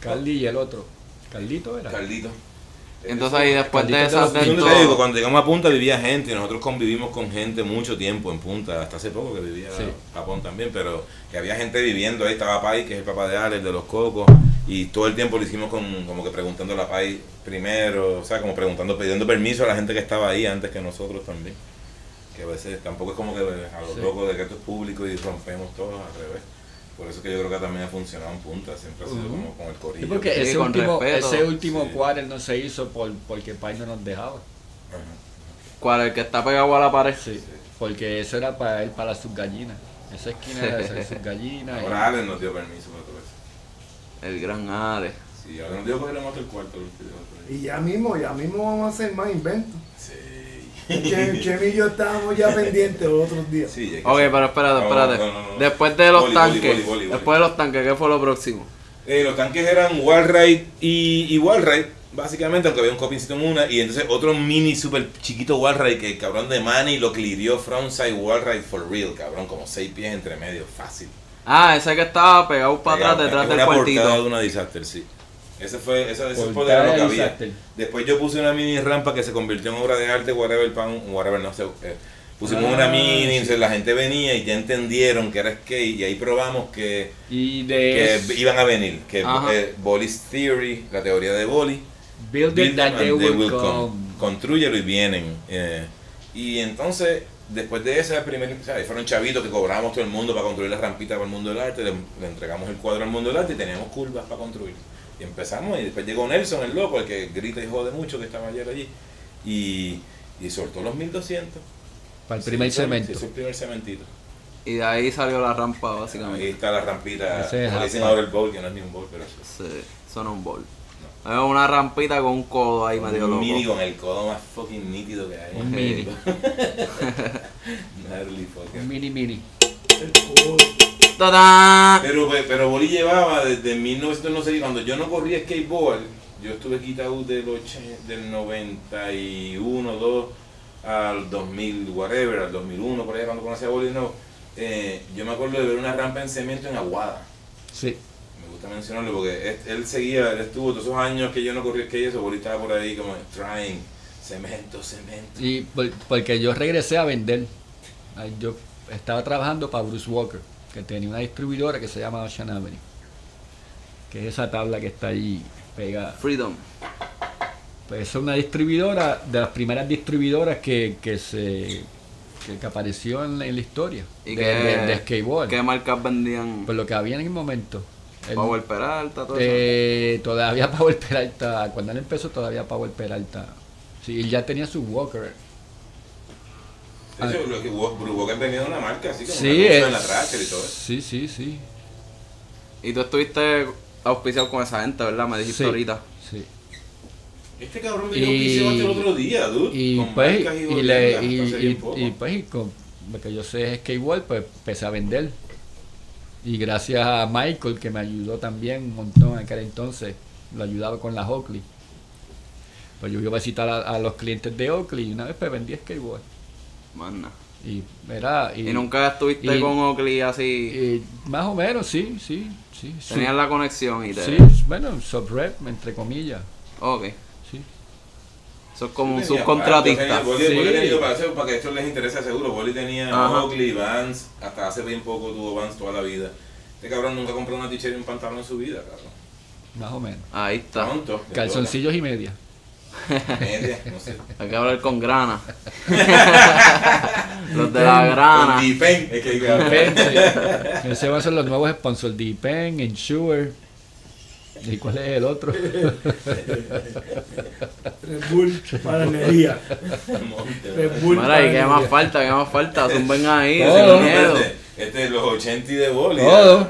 [SPEAKER 2] Carly y el otro. Carlito era.
[SPEAKER 3] Carlito.
[SPEAKER 1] Entonces ahí después de
[SPEAKER 2] Maldito
[SPEAKER 1] esas
[SPEAKER 2] te lo-
[SPEAKER 1] del
[SPEAKER 3] Yo
[SPEAKER 2] Alberto-
[SPEAKER 3] te digo,
[SPEAKER 1] todo,
[SPEAKER 3] cuando llegamos a Punta vivía gente, y nosotros convivimos con gente mucho tiempo en Punta, hasta hace poco que vivía
[SPEAKER 2] Sí.
[SPEAKER 3] Japón también, pero que había gente viviendo ahí, estaba Pai, que es el papá de Alex, de los Cocos, y todo el tiempo lo hicimos con, como que preguntando a la Pai primero, o sea, como preguntando, pidiendo permiso a la gente que estaba ahí antes que nosotros también. Que a veces tampoco es como que a los
[SPEAKER 2] Sí.
[SPEAKER 3] locos de que esto es público y rompemos todo al revés. Por eso que yo creo que también ha funcionado en Punta, siempre ha sido
[SPEAKER 2] Ujú.
[SPEAKER 3] como con el
[SPEAKER 2] Sí,
[SPEAKER 3] corillo.
[SPEAKER 2] porque
[SPEAKER 1] Sí,
[SPEAKER 2] ese,
[SPEAKER 1] con
[SPEAKER 2] último,
[SPEAKER 1] respeto.
[SPEAKER 2] ese último
[SPEAKER 3] Sí.
[SPEAKER 2] quarter no se hizo por, porque Pai no nos dejaba.
[SPEAKER 3] Ajá.
[SPEAKER 1] ¿cuál? El que está pegado a la pared.
[SPEAKER 2] Sí, porque eso era para él, para sus gallinas. Esa esquina era de eh. sus gallinas. y-
[SPEAKER 3] Ahora Alex nos dio permiso para todo eso.
[SPEAKER 1] El gran Ale.
[SPEAKER 3] Sí, ahora nos dio que éramos el cuarto. el último.
[SPEAKER 4] Y ya mismo, ya mismo vamos a hacer más inventos. Che-
[SPEAKER 3] Sí.
[SPEAKER 4] Chemi y yo estábamos ya pendientes los otros días.
[SPEAKER 3] Sí, ya que
[SPEAKER 1] Ok,
[SPEAKER 3] sí.
[SPEAKER 1] pero espérate,
[SPEAKER 3] No,
[SPEAKER 1] espérate.
[SPEAKER 3] no, no, no.
[SPEAKER 1] Después de los
[SPEAKER 3] Boli, boli,
[SPEAKER 1] tanques,
[SPEAKER 3] boli, boli, boli.
[SPEAKER 1] después de los tanques, ¿qué fue lo próximo?
[SPEAKER 3] Eh, los tanques eran Walride y, y Walride, básicamente, aunque había un copincito en una. Y entonces otro mini super chiquito Walride que el cabrón de Manny lo clirió frontside Walride for real, cabrón, como seis pies entre medio, fácil.
[SPEAKER 1] Ah, ese que estaba pegado para atrás, detrás
[SPEAKER 3] Una
[SPEAKER 1] del
[SPEAKER 3] portada de
[SPEAKER 1] cuartito.
[SPEAKER 3] una disaster, sí. Ese fue, esa ese fue
[SPEAKER 2] Portada
[SPEAKER 3] de lo que
[SPEAKER 2] de
[SPEAKER 3] había.
[SPEAKER 2] disaster.
[SPEAKER 3] Después yo puse una mini rampa que se convirtió en obra de arte, whatever, pan, whatever, no sé. eh, pusimos
[SPEAKER 2] Ah,
[SPEAKER 3] una mini,
[SPEAKER 2] sí.
[SPEAKER 3] entonces la gente venía y ya entendieron que era skate y ahí probamos que,
[SPEAKER 2] Y
[SPEAKER 3] que
[SPEAKER 2] de
[SPEAKER 3] iban a venir, que
[SPEAKER 1] Ajá.
[SPEAKER 3] eh, Boli's Theory, la teoría de Boli,
[SPEAKER 2] Build
[SPEAKER 3] build
[SPEAKER 2] It
[SPEAKER 3] them
[SPEAKER 2] That
[SPEAKER 3] and
[SPEAKER 2] They
[SPEAKER 3] they
[SPEAKER 2] Will
[SPEAKER 3] will come.
[SPEAKER 2] Come.
[SPEAKER 3] Contrúyelo y vienen. eh. Y entonces, después de esa primera, o sea, ahí fueron chavitos que cobramos todo el mundo para construir la rampita para el mundo del arte, le, le entregamos el cuadro al mundo del arte y teníamos curvas para construir. Y empezamos, y después llegó Nelson, el loco, el que grita y jode mucho, que estaba ayer allí, y, y soltó los 1200.
[SPEAKER 2] Para el primer
[SPEAKER 3] Sí,
[SPEAKER 2] cemento.
[SPEAKER 3] sí, es el primer cementito.
[SPEAKER 1] Y de ahí salió la rampa,
[SPEAKER 3] Ahí
[SPEAKER 1] básicamente.
[SPEAKER 3] está la rampita,
[SPEAKER 2] Ese es
[SPEAKER 3] como le dicen
[SPEAKER 2] Rafa.
[SPEAKER 3] ahora el bowl, que no es ni un bowl, pero es
[SPEAKER 1] Sí, son un bol. Era Una rampita con un codo ahí medio
[SPEAKER 3] un mini
[SPEAKER 1] loco.
[SPEAKER 3] con el codo más fucking nítido que hay.
[SPEAKER 2] Un
[SPEAKER 1] Sí.
[SPEAKER 2] mini.
[SPEAKER 3] Gnarly
[SPEAKER 2] Un
[SPEAKER 3] fucking.
[SPEAKER 2] mini mini.
[SPEAKER 4] El codo.
[SPEAKER 1] ¡Tadán!
[SPEAKER 3] pues, Pero, pero Boli llevaba desde 1900, no sé, cuando yo no corría skateboard, Yo estuve quitado del, oche- del 91, 2 al 2000, whatever, al 2001, por allá cuando conocí a Boli, no. Eh, yo me acuerdo de ver una rampa en cemento en Aguada.
[SPEAKER 2] Sí.
[SPEAKER 3] Me gusta mencionarlo porque es- él seguía, él estuvo todos esos años que yo no corrí que eso, Boli estaba por ahí como trying, cemento, cemento.
[SPEAKER 2] Y por- porque yo regresé a vender. Ay, Yo estaba trabajando para Bruce Walker, que tenía una distribuidora que se llama Ocean Avenue. Que es esa tabla que está ahí pegada.
[SPEAKER 1] Freedom.
[SPEAKER 2] Pues es una distribuidora, de las primeras distribuidoras que, que se que, que apareció en la, en la historia.
[SPEAKER 1] ¿Y
[SPEAKER 2] de,
[SPEAKER 1] qué,
[SPEAKER 2] de- de skateboard.
[SPEAKER 1] ¿Qué marcas vendían?
[SPEAKER 2] Pues lo que había en el momento. El-
[SPEAKER 1] Power Peralta, todo eso.
[SPEAKER 2] eh, todavía Power Peralta, cuando él empezó todavía Power Peralta. Sí, él ya tenía su Walker.
[SPEAKER 3] De hecho, lo que Wo- Bruce Walker tenía una marca así como
[SPEAKER 2] Ah. Sí,
[SPEAKER 3] una cosa en la
[SPEAKER 2] es-
[SPEAKER 3] Thrasher y todo eso.
[SPEAKER 2] sí, sí, sí.
[SPEAKER 1] Y tú estuviste auspiciado con esa gente, ¿verdad? Me dijiste
[SPEAKER 2] Sí,
[SPEAKER 1] ahorita.
[SPEAKER 2] sí.
[SPEAKER 3] Este cabrón me dio
[SPEAKER 2] Y-
[SPEAKER 3] piso hasta el otro día, dude.
[SPEAKER 2] Y
[SPEAKER 3] con
[SPEAKER 2] pues,
[SPEAKER 3] marcas
[SPEAKER 2] y,
[SPEAKER 3] botellas,
[SPEAKER 2] le-
[SPEAKER 3] hasta
[SPEAKER 2] y-
[SPEAKER 3] hace
[SPEAKER 2] y-
[SPEAKER 3] bien poco.
[SPEAKER 2] y, pues, y con lo que yo sé es skateboard, pues empecé a vender. Y gracias a Michael, que me ayudó también un montón en aquel entonces, lo ayudaba con las Oakley. Pues yo iba a visitar a, a los clientes de Oakley y una vez pues vendí skateboard.
[SPEAKER 1] Más nada.
[SPEAKER 2] Y era. Y,
[SPEAKER 1] Y, nunca estuviste
[SPEAKER 2] y-
[SPEAKER 1] con Oakley así.
[SPEAKER 2] y más o menos, sí, sí, sí. sí.
[SPEAKER 1] Tenías la conexión y te.
[SPEAKER 2] Sí, bueno, subrep, entre comillas.
[SPEAKER 1] Ok.
[SPEAKER 2] Sí.
[SPEAKER 1] Sos como un
[SPEAKER 3] Tenía
[SPEAKER 1] subcontratista.
[SPEAKER 3] Vans, Boli, Boli
[SPEAKER 2] Sí.
[SPEAKER 3] tenía para, hacer- para que esto les interese seguro. Boli tenía
[SPEAKER 1] Ajá.
[SPEAKER 3] Oakley, Vans, hasta hace bien poco tuvo Vans toda la vida. Este cabrón nunca compró una t-shirt y un pantalón en su vida, cabrón.
[SPEAKER 2] Más o menos.
[SPEAKER 1] Ahí está.
[SPEAKER 3] Pronto. de
[SPEAKER 2] Calzoncillos y media.
[SPEAKER 3] loca. Media, no sé.
[SPEAKER 1] Hay que hablar con grana. Los de la grana.
[SPEAKER 3] Con Dipen, es que hay que hablar.
[SPEAKER 2] Pen, sí. Ese va a ser los nuevos sponsors. D-Pen, Ensure. ¿Y cuál es el otro?
[SPEAKER 4] Red Bull, panadería.
[SPEAKER 3] Monte,
[SPEAKER 4] Red Bull,
[SPEAKER 1] Mira, y qué
[SPEAKER 2] eh.
[SPEAKER 4] panadería.
[SPEAKER 1] más falta, qué más falta. Zumben ahí,
[SPEAKER 2] Todo.
[SPEAKER 1] sin miedo.
[SPEAKER 3] Espérate, Este es los 80 y de Boli.
[SPEAKER 2] Todo.
[SPEAKER 3] Los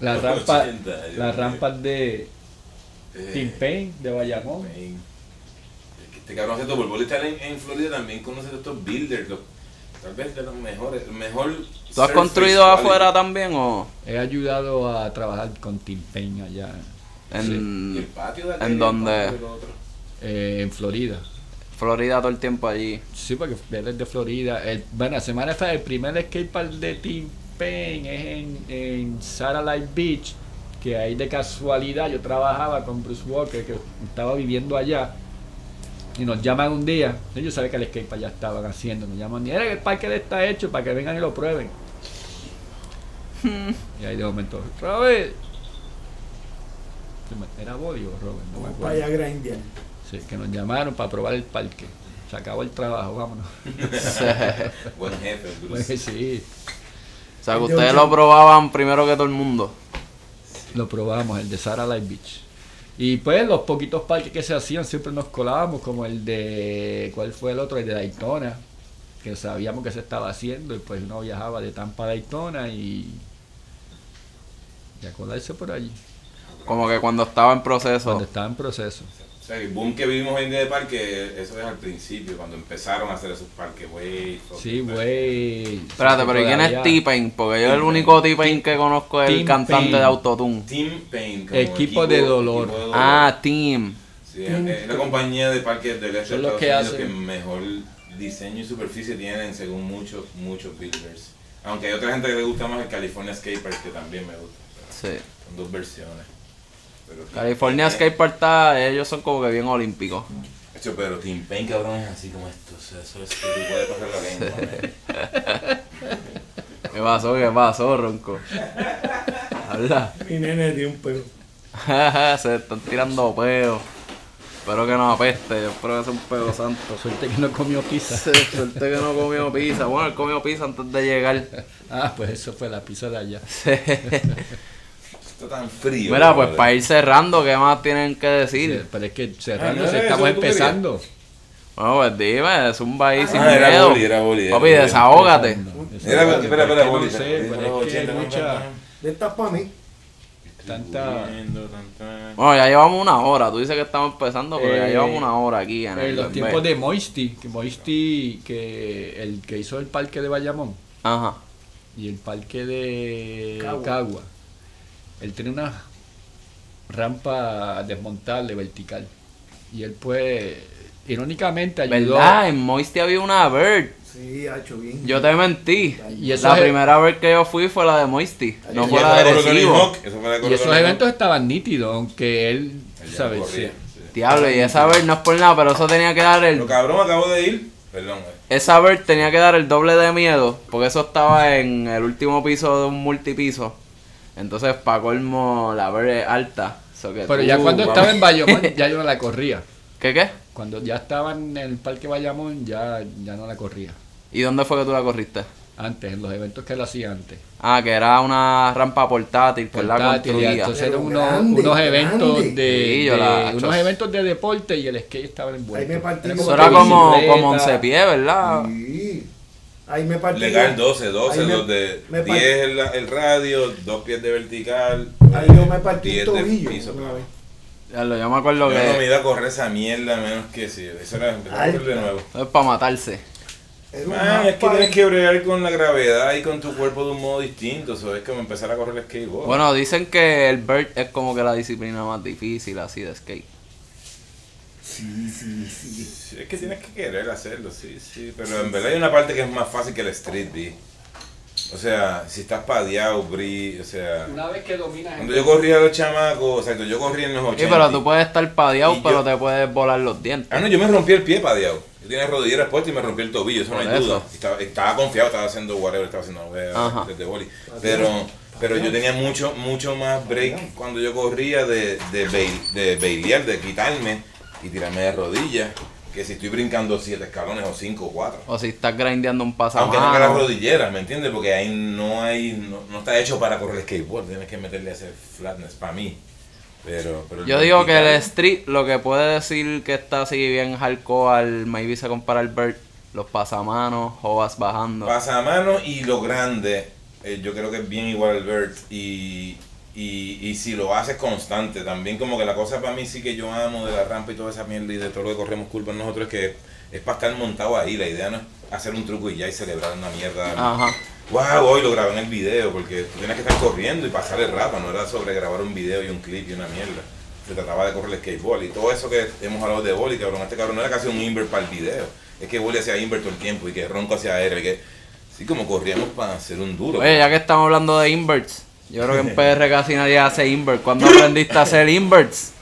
[SPEAKER 2] Las rampas
[SPEAKER 3] 80, Dios mío.
[SPEAKER 2] las rampas de
[SPEAKER 3] Eh,
[SPEAKER 2] Team Pain, de Bayamón.
[SPEAKER 3] Pain. Este cabrón hace todo. El Boli está en, en Florida también conoce todos estos builders. los- tal vez de los mejores. el mejor
[SPEAKER 1] ¿Tú has
[SPEAKER 3] surface
[SPEAKER 1] construido
[SPEAKER 3] quality.
[SPEAKER 1] afuera también o
[SPEAKER 2] He ayudado a trabajar con Team Pain allá
[SPEAKER 3] Y el
[SPEAKER 1] en
[SPEAKER 3] patio de
[SPEAKER 1] ¿En
[SPEAKER 3] aquel y el
[SPEAKER 1] dónde?
[SPEAKER 3] patio del otro.
[SPEAKER 2] eh, en Florida.
[SPEAKER 1] Florida todo el tiempo allí?
[SPEAKER 2] Sí, porque él es de Florida. El, bueno, semana fue el primer skatepark de Team Pain es en, en Satellite Beach, que ahí de casualidad yo trabajaba con Bruce Walker, que estaba viviendo allá. Y nos llaman un día, ellos saben que el skatepark ya estaban haciendo, nos llaman, mira que el parque le está hecho para que vengan y lo prueben. y ahí de momento, Robert. Era Bobby o Robert, no me
[SPEAKER 4] Vamos para
[SPEAKER 2] acuerdo.
[SPEAKER 4] allá, Grindia.
[SPEAKER 2] Sí, que nos llamaron para probar el parque. Se acabó el trabajo, vámonos.
[SPEAKER 3] Buen jefe,
[SPEAKER 2] Pues
[SPEAKER 3] Bruce.
[SPEAKER 2] sí,
[SPEAKER 1] O sea, que
[SPEAKER 4] El de
[SPEAKER 1] ustedes
[SPEAKER 4] Ocean.
[SPEAKER 1] lo probaban primero que todo el mundo.
[SPEAKER 2] lo probamos, el de Sara Light Beach. Y pues los poquitos parques que se hacían siempre nos colábamos, como el de, ¿cuál fue el otro? El de Daytona, que sabíamos que se estaba haciendo y pues uno viajaba de Tampa a Daytona y, y a colarse por allí,
[SPEAKER 1] Como que cuando estaba en
[SPEAKER 2] cuando
[SPEAKER 1] proceso.
[SPEAKER 2] estaba en proceso.
[SPEAKER 3] O sea, el boom que vivimos hoy en día de parque, eso es al principio, cuando empezaron a hacer esos parques, güey. todo.
[SPEAKER 2] Sí, güey.
[SPEAKER 1] Espérate, pero ¿y quién es
[SPEAKER 2] Todavía-
[SPEAKER 1] T-Pain? Porque yo el
[SPEAKER 3] T-Pain.
[SPEAKER 1] único T-Pain que conozco es el
[SPEAKER 2] T-Pain.
[SPEAKER 1] cantante de Autotune.
[SPEAKER 3] Team Pain.
[SPEAKER 2] Equipo de dolor.
[SPEAKER 1] Ah, Team.
[SPEAKER 3] Sí, es, es la compañía de parques del este
[SPEAKER 2] Son
[SPEAKER 3] de
[SPEAKER 2] los
[SPEAKER 3] Estados
[SPEAKER 2] que
[SPEAKER 3] Unidos que
[SPEAKER 2] hacen-
[SPEAKER 3] mejor diseño y superficie tienen, según muchos, muchos builders. Aunque hay otra gente que le gusta más el California Skate Park, que también me gusta. pero
[SPEAKER 1] Sí.
[SPEAKER 3] Son dos versiones. Pero Team
[SPEAKER 1] California
[SPEAKER 3] Pain-
[SPEAKER 1] Skate Park está- ellos son como que bien olímpicos.
[SPEAKER 3] Hecho, pero Team Pain, cabrón, es así como esto. o sea, eso es que tú puedes pasar la lengua. man.
[SPEAKER 1] ¿Qué pasó? ¿Qué pasó, Ronco? Habla.
[SPEAKER 4] Mi nene dio un peo.
[SPEAKER 1] Se están tirando peos. Espero que no apeste. Yo espero que sea un peo santo.
[SPEAKER 2] Suerte que no comió pizza.
[SPEAKER 1] Sí, Suerte que no comió pizza. Bueno, él comió pizza antes de llegar.
[SPEAKER 2] Ah, pues eso fue la pizza de allá.
[SPEAKER 1] Sí.
[SPEAKER 3] Está tan frío.
[SPEAKER 1] Mira, pues
[SPEAKER 3] brother.
[SPEAKER 1] para ir cerrando, ¿qué más tienen que
[SPEAKER 2] Sí,
[SPEAKER 1] decir?
[SPEAKER 2] pero es que
[SPEAKER 3] Ah,
[SPEAKER 2] cerrando,
[SPEAKER 3] no,
[SPEAKER 2] se
[SPEAKER 3] eso
[SPEAKER 2] estamos
[SPEAKER 3] es lo que tú querías.
[SPEAKER 2] empezando.
[SPEAKER 1] Bueno, pues dime, es un país sin
[SPEAKER 3] Ah, era
[SPEAKER 1] miedo.
[SPEAKER 3] boli, era boli, era
[SPEAKER 1] Papi,
[SPEAKER 3] boli.
[SPEAKER 1] desahógate.
[SPEAKER 3] Era, espera, espera,
[SPEAKER 2] Es que
[SPEAKER 3] espera,
[SPEAKER 2] no
[SPEAKER 3] Boli,
[SPEAKER 2] sé,
[SPEAKER 3] espera,
[SPEAKER 2] pero
[SPEAKER 3] espera,
[SPEAKER 2] es que
[SPEAKER 3] 80,
[SPEAKER 2] mucha-
[SPEAKER 4] De estas para mí.
[SPEAKER 2] Tanta-
[SPEAKER 3] Distribuyendo, tanta-
[SPEAKER 1] Bueno, ya llevamos una hora. Tú dices que estamos empezando, pero ya
[SPEAKER 2] Eh,
[SPEAKER 1] llevamos una hora aquí en
[SPEAKER 2] Eh,
[SPEAKER 1] el
[SPEAKER 2] los
[SPEAKER 1] Bembé.
[SPEAKER 2] tiempos de Moisty, que Moisty, que el que hizo el parque de Bayamón
[SPEAKER 1] Ajá.
[SPEAKER 2] y el parque de
[SPEAKER 4] Cagua.
[SPEAKER 2] Cagua, él tiene unas rampa desmontable, vertical. Y él pues, irónicamente ayudó.
[SPEAKER 1] ¿Verdad? En Moisty había una bird.
[SPEAKER 4] Sí, ha hecho bien.
[SPEAKER 1] Yo te mentí.
[SPEAKER 2] Y e- eso
[SPEAKER 1] la
[SPEAKER 2] es-
[SPEAKER 1] primera bird que yo fui fue la de Moisty. No
[SPEAKER 3] Y
[SPEAKER 1] fue
[SPEAKER 3] eso
[SPEAKER 1] la
[SPEAKER 3] fue
[SPEAKER 1] de
[SPEAKER 3] lo que le
[SPEAKER 1] Arecibo.
[SPEAKER 3] dijo, eso fue lo que
[SPEAKER 2] Y
[SPEAKER 3] le
[SPEAKER 2] esos
[SPEAKER 3] dijo.
[SPEAKER 2] eventos estaban nítidos, aunque él,
[SPEAKER 3] Él ya
[SPEAKER 2] ¿sabes?
[SPEAKER 3] corría,
[SPEAKER 2] Sí.
[SPEAKER 3] sí.
[SPEAKER 1] Diablo, y esa bird no es por nada, pero eso tenía que dar
[SPEAKER 3] Pero
[SPEAKER 1] el...
[SPEAKER 3] cabrón, acabo de ir. Perdón, güey.
[SPEAKER 1] Esa bird tenía que dar el doble de miedo, porque eso estaba en el último piso de un multipiso. Entonces, para colmo, la bird es alta. so que
[SPEAKER 2] Pero
[SPEAKER 1] tú,
[SPEAKER 2] ya cuando
[SPEAKER 1] Uh, vamos.
[SPEAKER 2] estaba en Bayamón, ya yo no la corría.
[SPEAKER 1] ¿Qué qué?
[SPEAKER 2] Cuando ya estaba en el Parque Bayamón, ya, ya no la corría.
[SPEAKER 1] ¿Y dónde fue que tú la corriste?
[SPEAKER 2] Antes, en los eventos que él hacía antes.
[SPEAKER 1] Ah, que era una rampa portátil, que él la
[SPEAKER 2] Portátil, ya,
[SPEAKER 1] construía.
[SPEAKER 2] entonces
[SPEAKER 4] Pero
[SPEAKER 2] eran unos,
[SPEAKER 4] grande,
[SPEAKER 2] unos eventos
[SPEAKER 4] grande.
[SPEAKER 2] de,
[SPEAKER 1] Sí, yo
[SPEAKER 2] de-
[SPEAKER 1] la-
[SPEAKER 2] unos
[SPEAKER 1] chos.
[SPEAKER 2] eventos de deporte y el skate estaba envuelto.
[SPEAKER 4] Ahí me partí
[SPEAKER 1] Eso
[SPEAKER 4] como
[SPEAKER 1] era
[SPEAKER 4] que
[SPEAKER 1] como,
[SPEAKER 2] bicicleta. Mm.
[SPEAKER 1] como once pies, ¿verdad?
[SPEAKER 4] Sí. Ahí me partí.
[SPEAKER 3] Legal 12, 12,
[SPEAKER 4] Ahí me-
[SPEAKER 3] los de
[SPEAKER 4] me
[SPEAKER 3] 10
[SPEAKER 4] partí-
[SPEAKER 3] el, el radio, 2 pies de vertical.
[SPEAKER 4] Ahí yo me partí
[SPEAKER 3] 10
[SPEAKER 4] el
[SPEAKER 3] de
[SPEAKER 4] tobillo.
[SPEAKER 3] piso,
[SPEAKER 4] una
[SPEAKER 3] claro.
[SPEAKER 4] vez.
[SPEAKER 1] Ya lo- yo me acuerdo
[SPEAKER 3] Yo no me
[SPEAKER 1] que
[SPEAKER 3] iba a correr esa mierda menos que si. Eso era empezar a
[SPEAKER 4] Ay.
[SPEAKER 3] correr de nuevo.
[SPEAKER 1] eso es para matarse.
[SPEAKER 4] Era un
[SPEAKER 3] Man, Ah, es que
[SPEAKER 4] half
[SPEAKER 3] tienes
[SPEAKER 4] pipe.
[SPEAKER 3] que bregar con la gravedad y con tu cuerpo de un modo distinto. Eso es como empezar a correr el skateboard.
[SPEAKER 1] Bueno, dicen que el vert es como que la disciplina más difícil así de skate.
[SPEAKER 4] Sí, sí, sí.
[SPEAKER 3] Sí, es que tienes que querer hacerlo, sí, sí. Pero en verdad hay una parte que es más fácil que el street B. O sea, si estás padeado, bri, o sea.
[SPEAKER 2] Una vez que dominas
[SPEAKER 3] Cuando yo corría a los chamacos, exacto, yo corría en los 80.
[SPEAKER 1] Sí, pero tú puedes estar
[SPEAKER 3] Y
[SPEAKER 1] padeado, pero
[SPEAKER 3] yo-
[SPEAKER 1] te puedes volar los dientes.
[SPEAKER 3] Ah, no, yo me rompí el pie, padeado. Yo tenía rodillera expuesta y me rompí el tobillo, eso no hay
[SPEAKER 1] Por eso.
[SPEAKER 3] duda. Estaba, estaba confiado, estaba haciendo whatever, estaba haciendo eh,
[SPEAKER 1] Ajá.
[SPEAKER 3] desde boli. Pero, pero yo tenía mucho, mucho más break cuando yo corría de, de, bail- de bailear, de quitarme y tirarme de rodillas, que si estoy brincando siete escalones o cinco o cuatro.
[SPEAKER 1] O si estás grindeando un
[SPEAKER 3] Aunque tenga las
[SPEAKER 1] pasamano.
[SPEAKER 3] rodilleras, ¿me entiendes? Porque ahí no hay, no, no está hecho para correr skateboard, tienes que meterle ese flatness para mí. Pero, pero el
[SPEAKER 1] Yo digo que el
[SPEAKER 3] vertical-
[SPEAKER 1] street lo que puede decir que está así bien hardcore al maybe se compara al vert, los pasamanos, jovas bajando.
[SPEAKER 3] Pasamano y lo grande, eh, yo creo que es bien igual al Bert. Y, y, y si lo haces constante, también como que la cosa para mí sí que yo amo de la rampa y toda esa mierda y de todo lo que corremos culpa nosotros es que es para estar montado ahí. La idea no es hacer un truco y ya y celebrar una mierda.
[SPEAKER 1] Ajá.
[SPEAKER 3] Wow, hoy lo grabé en el video porque tú tienes que estar corriendo y pasar el rato, no era sobre grabar un video y un clip y una mierda. Se trataba de correr el skateboard y todo eso que hemos hablado de Boli, cabrón. Este cabrón no era casi un invert para el video. Es que Boli hacía invert todo el tiempo y que Ronco hacía R. Que, sí, como corríamos para hacer un duro.
[SPEAKER 1] Oye, ya que estamos hablando de inverts, yo creo que en PR casi nadie hace invert. ¿Cuándo aprendiste a hacer inverts?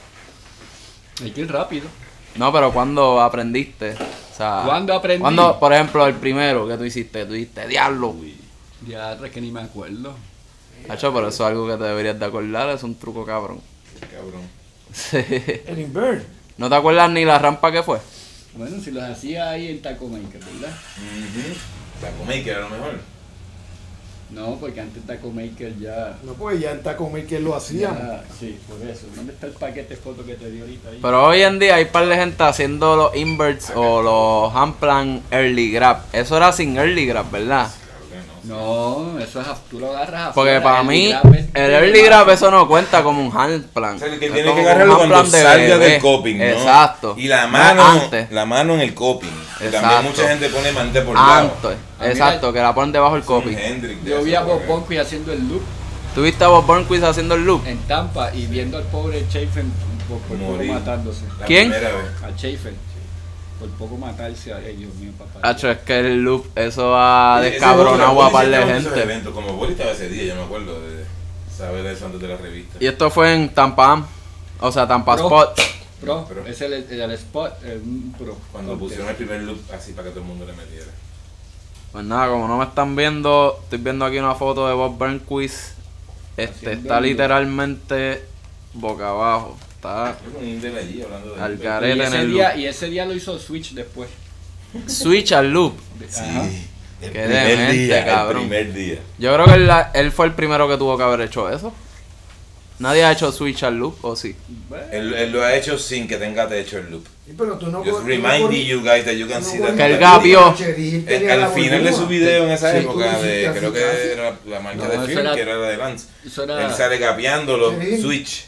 [SPEAKER 2] Hay que ir rápido.
[SPEAKER 1] No, pero ¿cuándo aprendiste? O sea,
[SPEAKER 2] ¿Cuándo aprendí?
[SPEAKER 1] ¿Cuándo, por ejemplo, el primero que tú hiciste? Tú dijiste, diablo.
[SPEAKER 2] Ya, es que ni me acuerdo.
[SPEAKER 1] Hacho, pero eso es algo que te deberías de acordar, es un truco cabrón.
[SPEAKER 3] pues, Cabrón.
[SPEAKER 1] Sí.
[SPEAKER 4] El invert.
[SPEAKER 1] ¿No te acuerdas ni la rampa que fue?
[SPEAKER 2] Bueno, si los hacía ahí en Taco Maker, ¿verdad?
[SPEAKER 3] Ujú. Taco Maker a lo mejor.
[SPEAKER 2] No, porque antes Taco Maker ya...
[SPEAKER 4] No, pues ya está con él que lo hacía.
[SPEAKER 2] ya sí, por eso. ¿Dónde está el paquete de foto que te di ahorita ahí?
[SPEAKER 1] Pero hoy en día hay par de gente haciendo los inverts o los handplan early grab. Eso era sin early grab, ¿verdad?
[SPEAKER 3] Claro que no.
[SPEAKER 2] No, eso es... af- Tú lo agarras
[SPEAKER 1] Porque
[SPEAKER 2] afuera,
[SPEAKER 1] para
[SPEAKER 2] el
[SPEAKER 1] mí,
[SPEAKER 2] grab es-
[SPEAKER 1] el early grab eso no cuenta como un handplan.
[SPEAKER 3] O sea, el que
[SPEAKER 1] Es
[SPEAKER 3] tiene
[SPEAKER 1] como
[SPEAKER 3] que
[SPEAKER 1] un
[SPEAKER 3] agarrarlo
[SPEAKER 1] hand
[SPEAKER 3] cuando
[SPEAKER 1] plan de
[SPEAKER 3] salga
[SPEAKER 1] bebé.
[SPEAKER 3] del coping, ¿no?
[SPEAKER 1] Exacto.
[SPEAKER 3] Y la
[SPEAKER 1] No,
[SPEAKER 3] mano,
[SPEAKER 1] antes.
[SPEAKER 3] la mano en el coping. Que También
[SPEAKER 1] Exacto.
[SPEAKER 3] mucha gente pone mante por lado.
[SPEAKER 1] Antes.
[SPEAKER 2] Ah,
[SPEAKER 1] Exacto, que la ponen debajo del
[SPEAKER 3] Un
[SPEAKER 1] copy.
[SPEAKER 3] Hendrix de
[SPEAKER 2] Yo vi
[SPEAKER 3] eso,
[SPEAKER 2] a Bob
[SPEAKER 3] porque-
[SPEAKER 2] Bonqui haciendo el loop
[SPEAKER 1] ¿Tuviste a Bob Burnquist haciendo el loop?
[SPEAKER 2] en Tampa y viendo al pobre Chafen por, por poco
[SPEAKER 3] Morir.
[SPEAKER 2] matándose.
[SPEAKER 3] La
[SPEAKER 1] ¿Quién?
[SPEAKER 3] primera vez.
[SPEAKER 2] A Chafen. Por poco matarse a ellos, mío, papá.
[SPEAKER 1] Hacho, es que el loop, eso ha
[SPEAKER 3] Ese
[SPEAKER 1] descabronado
[SPEAKER 3] otro,
[SPEAKER 1] a par de
[SPEAKER 3] ese otro
[SPEAKER 1] gente.
[SPEAKER 3] evento, como Boli estaba ese día, yo me acuerdo de saber eso antes de la revista.
[SPEAKER 1] Y esto fue en Tampam, o sea, Tampa
[SPEAKER 2] Pro.
[SPEAKER 1] Spot.
[SPEAKER 2] Pro,
[SPEAKER 3] Pro.
[SPEAKER 2] es el, el, el spot, eh, un pro.
[SPEAKER 3] Cuando
[SPEAKER 2] Porque-
[SPEAKER 3] pusieron el primer loop así para que todo el mundo le metiera.
[SPEAKER 1] Pues nada, como no me están viendo, estoy viendo aquí una foto de Bob Burnquist. Este
[SPEAKER 2] Haciendo
[SPEAKER 1] está
[SPEAKER 2] el loop.
[SPEAKER 1] literalmente boca abajo. Está
[SPEAKER 3] Yo con un de allí hablando de.
[SPEAKER 1] Al
[SPEAKER 2] Y
[SPEAKER 1] garete en
[SPEAKER 2] ese,
[SPEAKER 1] el
[SPEAKER 2] día,
[SPEAKER 1] loop.
[SPEAKER 2] y ese día lo hizo Switch después.
[SPEAKER 1] Switch al loop.
[SPEAKER 2] De- ajá.
[SPEAKER 3] Sí. El
[SPEAKER 1] Qué
[SPEAKER 3] primer
[SPEAKER 1] demente,
[SPEAKER 3] día,
[SPEAKER 1] cabrón.
[SPEAKER 3] el primer día.
[SPEAKER 1] Yo creo que él, la- él fue el primero que tuvo que haber hecho eso. Nadie ha hecho switch al loop, ¿o sí?
[SPEAKER 2] Bueno,
[SPEAKER 3] Él, él lo ha hecho sin que tenga hecho el loop.
[SPEAKER 4] Sí, pero tú no
[SPEAKER 3] Just
[SPEAKER 4] tú no
[SPEAKER 3] reminding you guys that you
[SPEAKER 4] no
[SPEAKER 3] can see that.
[SPEAKER 4] corres-
[SPEAKER 1] Que el
[SPEAKER 3] that-
[SPEAKER 1] gabi- gabio-
[SPEAKER 4] Cheril
[SPEAKER 3] Eh,
[SPEAKER 4] tenía la
[SPEAKER 3] al final de su
[SPEAKER 4] gordura.
[SPEAKER 3] video en esa
[SPEAKER 4] Sí,
[SPEAKER 3] época
[SPEAKER 4] tú lo
[SPEAKER 3] de
[SPEAKER 4] hiciste
[SPEAKER 3] creo
[SPEAKER 4] así,
[SPEAKER 3] que
[SPEAKER 4] casi.
[SPEAKER 3] era la marca
[SPEAKER 2] No,
[SPEAKER 3] de
[SPEAKER 2] eso
[SPEAKER 3] film
[SPEAKER 2] era-
[SPEAKER 3] que era la de Lance
[SPEAKER 2] eso
[SPEAKER 3] él
[SPEAKER 2] era,
[SPEAKER 3] sale gapeando los
[SPEAKER 4] Sí.
[SPEAKER 3] switch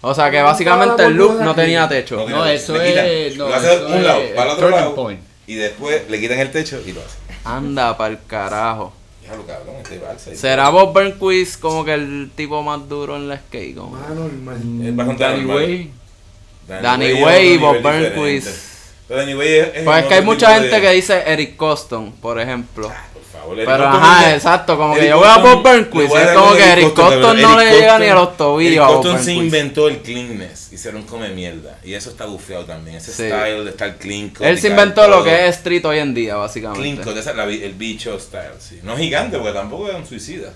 [SPEAKER 1] O sea, que básicamente el loop no tenía
[SPEAKER 3] No
[SPEAKER 1] techo.
[SPEAKER 2] No,
[SPEAKER 3] Le
[SPEAKER 2] eso
[SPEAKER 3] quitan.
[SPEAKER 2] es- no,
[SPEAKER 3] lo hace de
[SPEAKER 2] eso
[SPEAKER 3] un lado
[SPEAKER 2] es
[SPEAKER 3] para el otro
[SPEAKER 2] turning
[SPEAKER 3] lado
[SPEAKER 2] point.
[SPEAKER 3] y después le quitan el techo y lo hace
[SPEAKER 1] Anda pa'l carajo.
[SPEAKER 3] Déjalo, cabrón, este Backside.
[SPEAKER 1] ¿Será Bob Burnquist como que el tipo más duro en la skate? como?
[SPEAKER 4] Mano, hermano.
[SPEAKER 3] Es bastante
[SPEAKER 2] Danny
[SPEAKER 3] normal.
[SPEAKER 2] Way.
[SPEAKER 1] Danny
[SPEAKER 3] es
[SPEAKER 1] Way y
[SPEAKER 3] otro nivel
[SPEAKER 1] Bob
[SPEAKER 3] diferente.
[SPEAKER 1] Burnquist.
[SPEAKER 3] Pero Danny Way es.
[SPEAKER 1] Pues es que hay
[SPEAKER 3] otro
[SPEAKER 1] mucha
[SPEAKER 3] tipo
[SPEAKER 1] gente
[SPEAKER 3] de-
[SPEAKER 1] que dice Eric Coston, por ejemplo.
[SPEAKER 3] Ah, Por favor, Eric
[SPEAKER 1] Pero
[SPEAKER 3] Coston
[SPEAKER 1] ajá,
[SPEAKER 3] es-
[SPEAKER 1] exacto, como que
[SPEAKER 3] Eric
[SPEAKER 1] yo veo a
[SPEAKER 3] Coston-
[SPEAKER 1] Bob Burnquist,
[SPEAKER 3] le voy a
[SPEAKER 1] es
[SPEAKER 3] dar
[SPEAKER 1] como
[SPEAKER 3] con
[SPEAKER 1] que Eric Coston
[SPEAKER 3] cabrón.
[SPEAKER 1] no le
[SPEAKER 3] Eric
[SPEAKER 1] llega ni a
[SPEAKER 3] Coston-
[SPEAKER 1] los tobillos
[SPEAKER 3] Eric
[SPEAKER 1] a Bob
[SPEAKER 3] Coston se
[SPEAKER 1] Burnquist.
[SPEAKER 3] inventó el cleanness, hicieron come mierda. Y eso está bufeado también, ese
[SPEAKER 1] Sí.
[SPEAKER 3] style de estar clean.
[SPEAKER 1] Él se inventó lo que es street hoy en día,
[SPEAKER 3] Clean
[SPEAKER 1] básicamente.
[SPEAKER 3] cut, esa es la bi- el bicho style, sí. No gigante, porque tampoco es un suicida.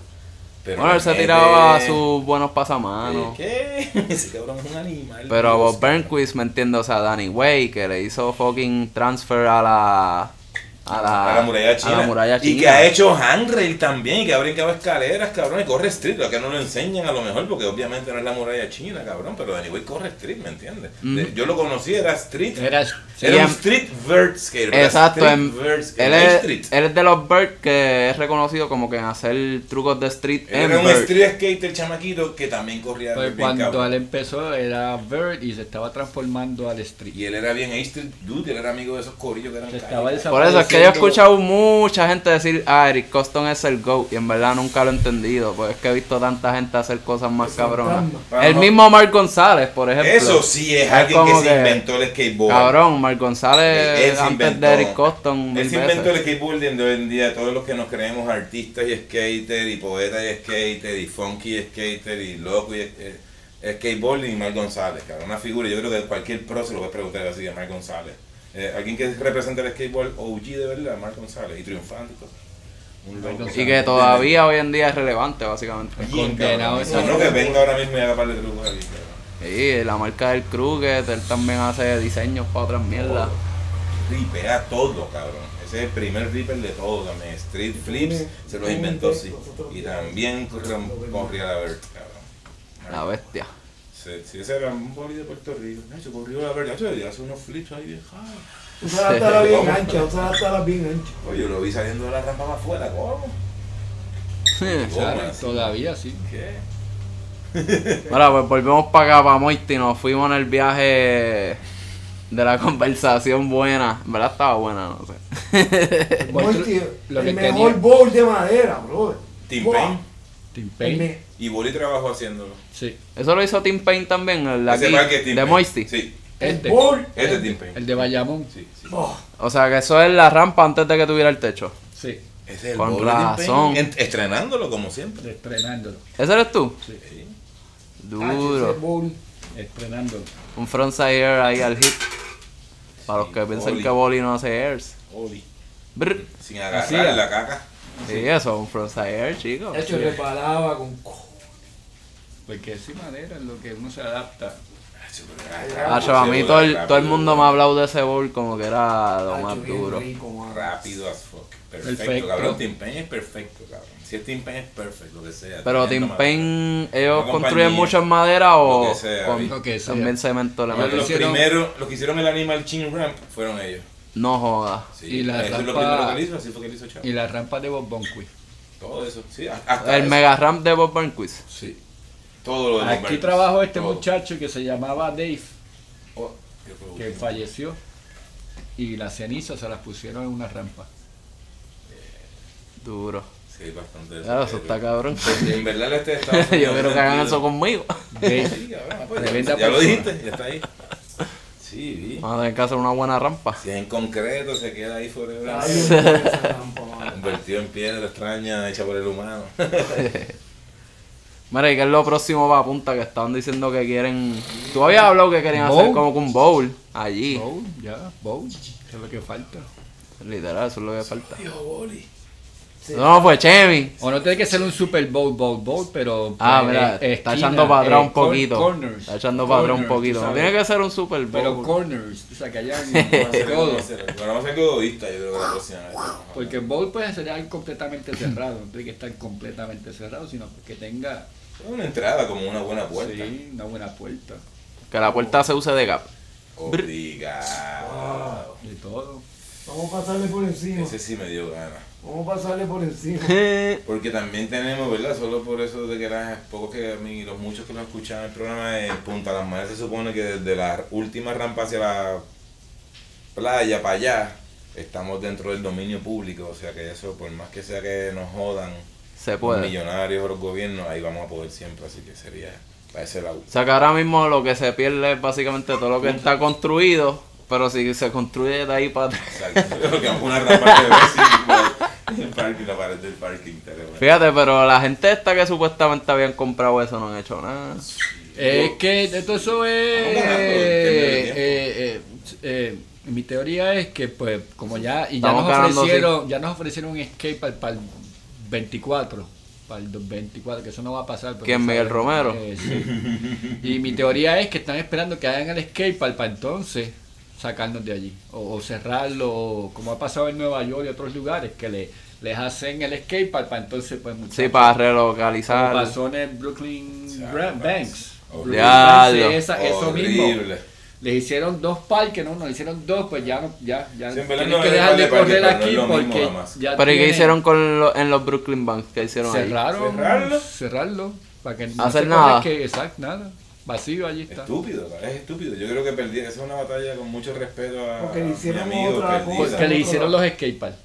[SPEAKER 3] Pero
[SPEAKER 1] Bueno, él se
[SPEAKER 3] mete-
[SPEAKER 1] tiraba sus buenos
[SPEAKER 3] Eh,
[SPEAKER 1] pasamanos.
[SPEAKER 3] ¿Qué? Ese cabrón es un animal.
[SPEAKER 1] Pero a
[SPEAKER 3] Dios.
[SPEAKER 1] Bob Burnquist, me entiendo, o sea, Danny Way, que le hizo fucking transfer a la. A la,
[SPEAKER 3] A la muralla china.
[SPEAKER 1] a la muralla
[SPEAKER 3] Y
[SPEAKER 1] china.
[SPEAKER 3] que ha hecho handrail también, y que ha brincado escaleras, cabrón, y corre street. Lo que no lo enseñan a lo mejor, porque obviamente no es la muralla china, cabrón, pero Danny Way corre street, ¿me entiendes? De- Yo lo conocí, era street. Era,
[SPEAKER 2] Era,
[SPEAKER 1] Sí, em-
[SPEAKER 3] un street vert skater. pero
[SPEAKER 1] Exacto,
[SPEAKER 3] street
[SPEAKER 1] em-
[SPEAKER 3] vert skater,
[SPEAKER 1] él,
[SPEAKER 3] no
[SPEAKER 1] es,
[SPEAKER 3] street.
[SPEAKER 1] él es de los Bird que es reconocido como que en hacer trucos de street
[SPEAKER 3] Él
[SPEAKER 1] en
[SPEAKER 3] era un
[SPEAKER 1] Bird.
[SPEAKER 3] street skater chamaquito que también corría
[SPEAKER 2] Pues
[SPEAKER 3] bien
[SPEAKER 2] cuando
[SPEAKER 3] cabrón.
[SPEAKER 2] él empezó era Bird y se estaba transformando al street.
[SPEAKER 3] Y él era bien a street dude, él era amigo de esos corillos que eran
[SPEAKER 2] Se
[SPEAKER 3] calles,
[SPEAKER 2] estaba
[SPEAKER 3] cabrón.
[SPEAKER 1] Por eso es que yo he escuchado mucha gente decir, ah, Eric Coston es el GOAT, y en verdad nunca lo he entendido, porque es que he visto tanta gente hacer cosas más cabronas.
[SPEAKER 3] fantasma.
[SPEAKER 1] El mismo Mark González, por ejemplo.
[SPEAKER 3] Eso sí es alguien que
[SPEAKER 1] como
[SPEAKER 3] se
[SPEAKER 1] que-
[SPEAKER 3] inventó el skateboard.
[SPEAKER 1] Cabrón, Mark González
[SPEAKER 3] Él se
[SPEAKER 1] Eh, antes
[SPEAKER 3] inventó.
[SPEAKER 1] de Eric Coston. mil
[SPEAKER 3] Él se inventó el
[SPEAKER 1] veces.
[SPEAKER 3] skateboarding de hoy en día. Todos los que nos creemos artistas y skater, y poeta y skater, y funky y skater, y loco y eh, skateboarding. Y Mark González, cabrón, una figura. Yo creo que cualquier pro se lo va a preguntar así a Mark González. Eh, alguien que representa el skateboard OG de verdad, Mark González, y triunfante. y todo. Un
[SPEAKER 2] Mark
[SPEAKER 3] loco,
[SPEAKER 1] Y
[SPEAKER 2] González.
[SPEAKER 1] que
[SPEAKER 3] cabrón.
[SPEAKER 1] todavía hoy en día es relevante, básicamente.
[SPEAKER 3] Bien,
[SPEAKER 2] Condenado
[SPEAKER 3] cabrón.
[SPEAKER 2] ese
[SPEAKER 3] No creo que
[SPEAKER 2] loco.
[SPEAKER 3] venga ahora mismo y haga par de trucos ahí, cabrón.
[SPEAKER 1] Y la marca del Kruger, él también hace diseños para otras mierdas.
[SPEAKER 3] Ripea todo, cabrón. Ese es el primer ripper de todo también. Street Flips se los inventó, sí. Y también corre- corría la vert, cabrón.
[SPEAKER 1] La bestia.
[SPEAKER 3] Sí, sí, ese era un boli de Puerto Rico. Nacho, corrió la vert. Nacho, y hace unos flips ahí, bien hard.
[SPEAKER 4] Usted la estaba bien ancha, usted la estaba bien ancha.
[SPEAKER 3] Oye, lo vi saliendo de la rampa para afuera, ¿cómo?
[SPEAKER 2] Claro,
[SPEAKER 3] Goma, sí.
[SPEAKER 2] todavía sí.
[SPEAKER 3] ¿Qué?
[SPEAKER 1] Ahora, pues volvemos para acá, para Moisty. Nos fuimos en el viaje de la conversación buena. En verdad estaba buena, no sé.
[SPEAKER 4] Monty,
[SPEAKER 2] lo que
[SPEAKER 4] el mejor
[SPEAKER 2] tenía.
[SPEAKER 4] bowl de madera, brother.
[SPEAKER 3] Tim
[SPEAKER 4] Wow.
[SPEAKER 3] Payne.
[SPEAKER 2] Tim
[SPEAKER 4] El
[SPEAKER 2] Payne.
[SPEAKER 4] me-
[SPEAKER 3] Y Boli trabajó haciéndolo.
[SPEAKER 2] Sí.
[SPEAKER 1] Eso lo hizo Tim Payne también, el de
[SPEAKER 3] Ese
[SPEAKER 1] aquí,
[SPEAKER 3] parque es Tim
[SPEAKER 1] de
[SPEAKER 3] Payne.
[SPEAKER 1] Moisty.
[SPEAKER 3] Sí,
[SPEAKER 4] El
[SPEAKER 2] Este.
[SPEAKER 4] bowl.
[SPEAKER 3] este es Tim Payne.
[SPEAKER 2] El de Bayamón.
[SPEAKER 3] Sí, sí.
[SPEAKER 4] oh,
[SPEAKER 1] O sea, que eso es la rampa antes de que tuviera el techo.
[SPEAKER 2] Sí.
[SPEAKER 3] Ese es el
[SPEAKER 1] Con
[SPEAKER 3] boli de Tim Payne.
[SPEAKER 1] razón.
[SPEAKER 3] En- Estrenándolo como siempre.
[SPEAKER 2] Estrenándolo.
[SPEAKER 1] ¿Ese eres tú?
[SPEAKER 3] Sí.
[SPEAKER 4] ese
[SPEAKER 1] Duro.
[SPEAKER 4] bowl.
[SPEAKER 2] Estrenándolo.
[SPEAKER 1] Un frontside air ahí al hip. Para los
[SPEAKER 3] Sí,
[SPEAKER 1] que piensen
[SPEAKER 3] Boli.
[SPEAKER 1] que Boli no hace airs.
[SPEAKER 3] Boli.
[SPEAKER 1] Brr.
[SPEAKER 3] Sin agarrar
[SPEAKER 2] Así es.
[SPEAKER 3] la caca.
[SPEAKER 1] Sí, eso, un frontside air, chicos.
[SPEAKER 4] De hecho, reparaba con co-
[SPEAKER 2] Porque es sin madera es lo que uno se adapta.
[SPEAKER 1] Ah,
[SPEAKER 3] Hacho,
[SPEAKER 1] chaval, a mí todo el, todo el mundo me ha hablado de ese bowl como que era lo
[SPEAKER 4] Hacho,
[SPEAKER 1] más
[SPEAKER 4] bien
[SPEAKER 1] duro.
[SPEAKER 4] rico, mano.
[SPEAKER 3] Rápido as fuck. Perfecto,
[SPEAKER 2] Perfecto.
[SPEAKER 3] cabrón. Tim Payne es perfecto, cabrón. Si es Tim Payne es perfecto, lo que sea.
[SPEAKER 1] Pero
[SPEAKER 3] Tremendo
[SPEAKER 1] Tim
[SPEAKER 3] material.
[SPEAKER 1] Payne, ellos
[SPEAKER 3] Una
[SPEAKER 1] construyen
[SPEAKER 3] compañía,
[SPEAKER 1] mucho en madera
[SPEAKER 3] lo
[SPEAKER 1] o
[SPEAKER 3] que sea,
[SPEAKER 1] con-
[SPEAKER 3] Lo
[SPEAKER 2] que sea.
[SPEAKER 1] también cemento le
[SPEAKER 3] Pero
[SPEAKER 1] meten.
[SPEAKER 3] los
[SPEAKER 2] hicieron-
[SPEAKER 3] primeros, los que hicieron el Animal Chin Ramp fueron ellos.
[SPEAKER 1] No joda.
[SPEAKER 3] Sí,
[SPEAKER 2] Y la
[SPEAKER 3] eso es lo
[SPEAKER 2] rampa-
[SPEAKER 3] primero que él hizo, así fue que él hizo chavo.
[SPEAKER 2] Y la rampa de Bob Bonqui.
[SPEAKER 3] Todo eso, sí, hasta
[SPEAKER 1] El
[SPEAKER 3] Ah, eso.
[SPEAKER 1] mega ramp de Bob Burnquist.
[SPEAKER 2] Sí.
[SPEAKER 3] Todo lo de los
[SPEAKER 2] Aquí
[SPEAKER 3] Burners,
[SPEAKER 2] trabajó este
[SPEAKER 3] todo.
[SPEAKER 2] muchacho que se llamaba Dave,
[SPEAKER 3] Oh, qué fue
[SPEAKER 2] que
[SPEAKER 3] último.
[SPEAKER 2] falleció. Y las cenizas se las pusieron en una rampa.
[SPEAKER 1] Duro.
[SPEAKER 3] Sí, bastante de
[SPEAKER 1] Claro, eso está cabrón.
[SPEAKER 3] Y en verdad este está
[SPEAKER 1] Yo quiero que hagan eso conmigo.
[SPEAKER 2] Dave,
[SPEAKER 3] Sí, cabrón, pues,
[SPEAKER 2] Tremenda
[SPEAKER 3] ya, ya lo
[SPEAKER 2] persona.
[SPEAKER 3] dijiste, ya está ahí. Sí, vi.
[SPEAKER 1] Vamos a tener que hacer una buena rampa.
[SPEAKER 3] Si es en concreto, se queda ahí forever.
[SPEAKER 4] Estaba bien dura esa rampa, mano.
[SPEAKER 3] Convertido en piedra extraña hecha por el humano.
[SPEAKER 1] Mira, ¿y qué es lo próximo para punta? Que estaban diciendo que quieren. Tú habías hablado que querían hacer
[SPEAKER 2] Bowl.
[SPEAKER 1] como que un bowl allí.
[SPEAKER 2] Bow, ya, Bow, es lo que falta.
[SPEAKER 1] Literal, eso es lo que falta.
[SPEAKER 3] Tío Boli.
[SPEAKER 1] No, fue Chemi.
[SPEAKER 2] O no tiene que ser un Super Bowl, Bowl, Bowl, pero.
[SPEAKER 1] Ah,
[SPEAKER 2] eh,
[SPEAKER 1] mira,
[SPEAKER 2] eh,
[SPEAKER 1] está
[SPEAKER 2] esquina,
[SPEAKER 1] echando para atrás
[SPEAKER 2] eh,
[SPEAKER 1] un
[SPEAKER 2] cor-
[SPEAKER 1] poquito.
[SPEAKER 2] corners,
[SPEAKER 1] está echando para atrás un
[SPEAKER 2] corners, tú
[SPEAKER 1] poquito. No
[SPEAKER 2] sabes.
[SPEAKER 1] tiene que ser un Super Bowl.
[SPEAKER 2] Pero corners, o sea, que hayan
[SPEAKER 3] Vamos
[SPEAKER 2] todo.
[SPEAKER 3] a hacer- Bueno, vamos a ser codovistas, yo creo que la próxima vez.
[SPEAKER 2] Porque bowl puede ser algo completamente cerrado, no tiene que estar completamente cerrado, sino que tenga
[SPEAKER 3] Es Una entrada como una buena puerta.
[SPEAKER 2] sí, una buena puerta
[SPEAKER 1] Que la puerta se use de gap.
[SPEAKER 3] Obligado.
[SPEAKER 2] de todo.
[SPEAKER 4] Vamos a pasarle por encima.
[SPEAKER 3] Ese sí me dio ganas.
[SPEAKER 4] Vamos a pasarle por encima.
[SPEAKER 3] Porque también tenemos, ¿verdad? Solo por eso de que las pocos que a mí, los muchos que nos escuchan en el programa de Punta Las Mares se supone que desde la última rampa hacia la playa para allá estamos dentro del dominio público, o sea que eso, por más que sea que nos jodan
[SPEAKER 1] Se
[SPEAKER 3] los
[SPEAKER 1] puede.
[SPEAKER 3] millonarios o los gobiernos, ahí vamos a poder siempre, así que sería para ese lado.
[SPEAKER 1] O sea que ahora mismo lo que se pierde es básicamente todo lo que está construido, pero si se construye de ahí para atrás.
[SPEAKER 3] Exacto. Una gran parte de vecinos, el parking, la pared del parking. tal vez.
[SPEAKER 1] Fíjate, pero la gente esta que supuestamente habían comprado eso no han hecho nada.
[SPEAKER 2] Es Eh, que esto eso es.
[SPEAKER 3] Vamos ganando, entiende,
[SPEAKER 2] eh, eh, eh, mi teoría es que, pues, como ya. Y ya
[SPEAKER 1] Estamos
[SPEAKER 2] nos
[SPEAKER 1] ganando,
[SPEAKER 2] ofrecieron, ya nos ofrecieron un escape para, el 24. Para el 24, que eso no va a pasar. porque
[SPEAKER 1] ¿Quién, Miguel
[SPEAKER 2] saben-
[SPEAKER 1] Romero?
[SPEAKER 2] eh, sí. Y mi teoría es que están esperando que hagan el escape para, entonces sacarnos de allí. O, o cerrarlo, o como ha pasado en Nueva York y otros lugares, que le, les hacen el escape para, entonces, pues.
[SPEAKER 1] Sí,
[SPEAKER 2] muchachos,
[SPEAKER 1] para
[SPEAKER 2] como
[SPEAKER 1] relocalizar.
[SPEAKER 2] pasó en el Brooklyn
[SPEAKER 3] Sí,
[SPEAKER 2] Bra-
[SPEAKER 3] Banks.
[SPEAKER 2] Banks.
[SPEAKER 3] Horrible.
[SPEAKER 2] Brooklyn Banks,
[SPEAKER 1] Diablo.
[SPEAKER 2] esa- eso mismo.
[SPEAKER 3] Horrible.
[SPEAKER 2] Les hicieron dos parques, no, nos hicieron dos, pues ya, no- ya, ya.
[SPEAKER 3] Sí, en verdad
[SPEAKER 2] tienen
[SPEAKER 3] no
[SPEAKER 2] que
[SPEAKER 3] es
[SPEAKER 2] dejar de
[SPEAKER 3] el parque,
[SPEAKER 2] correr
[SPEAKER 3] pero no es
[SPEAKER 2] aquí
[SPEAKER 3] lo mismo
[SPEAKER 2] porque
[SPEAKER 3] nada más.
[SPEAKER 2] ya
[SPEAKER 1] Pero ¿y qué
[SPEAKER 2] tienen-
[SPEAKER 1] hicieron con lo- en los Brooklyn Banks? ¿Qué hicieron ahí?
[SPEAKER 2] Cerraron, cerrarlo,
[SPEAKER 3] ¿Cerrarlo?
[SPEAKER 2] cerrarlo, para que no
[SPEAKER 1] Hacer
[SPEAKER 2] se
[SPEAKER 1] nada.
[SPEAKER 2] corra que- exacto, nada, vacío allí está.
[SPEAKER 3] Estúpido, es estúpido. Yo creo que perdí. Esa es una batalla con mucho respeto a
[SPEAKER 4] Porque le
[SPEAKER 3] mi
[SPEAKER 4] hicieron
[SPEAKER 3] amigo.
[SPEAKER 4] otra
[SPEAKER 3] perdida.
[SPEAKER 4] cosa.
[SPEAKER 2] Porque le hicieron los skateparks.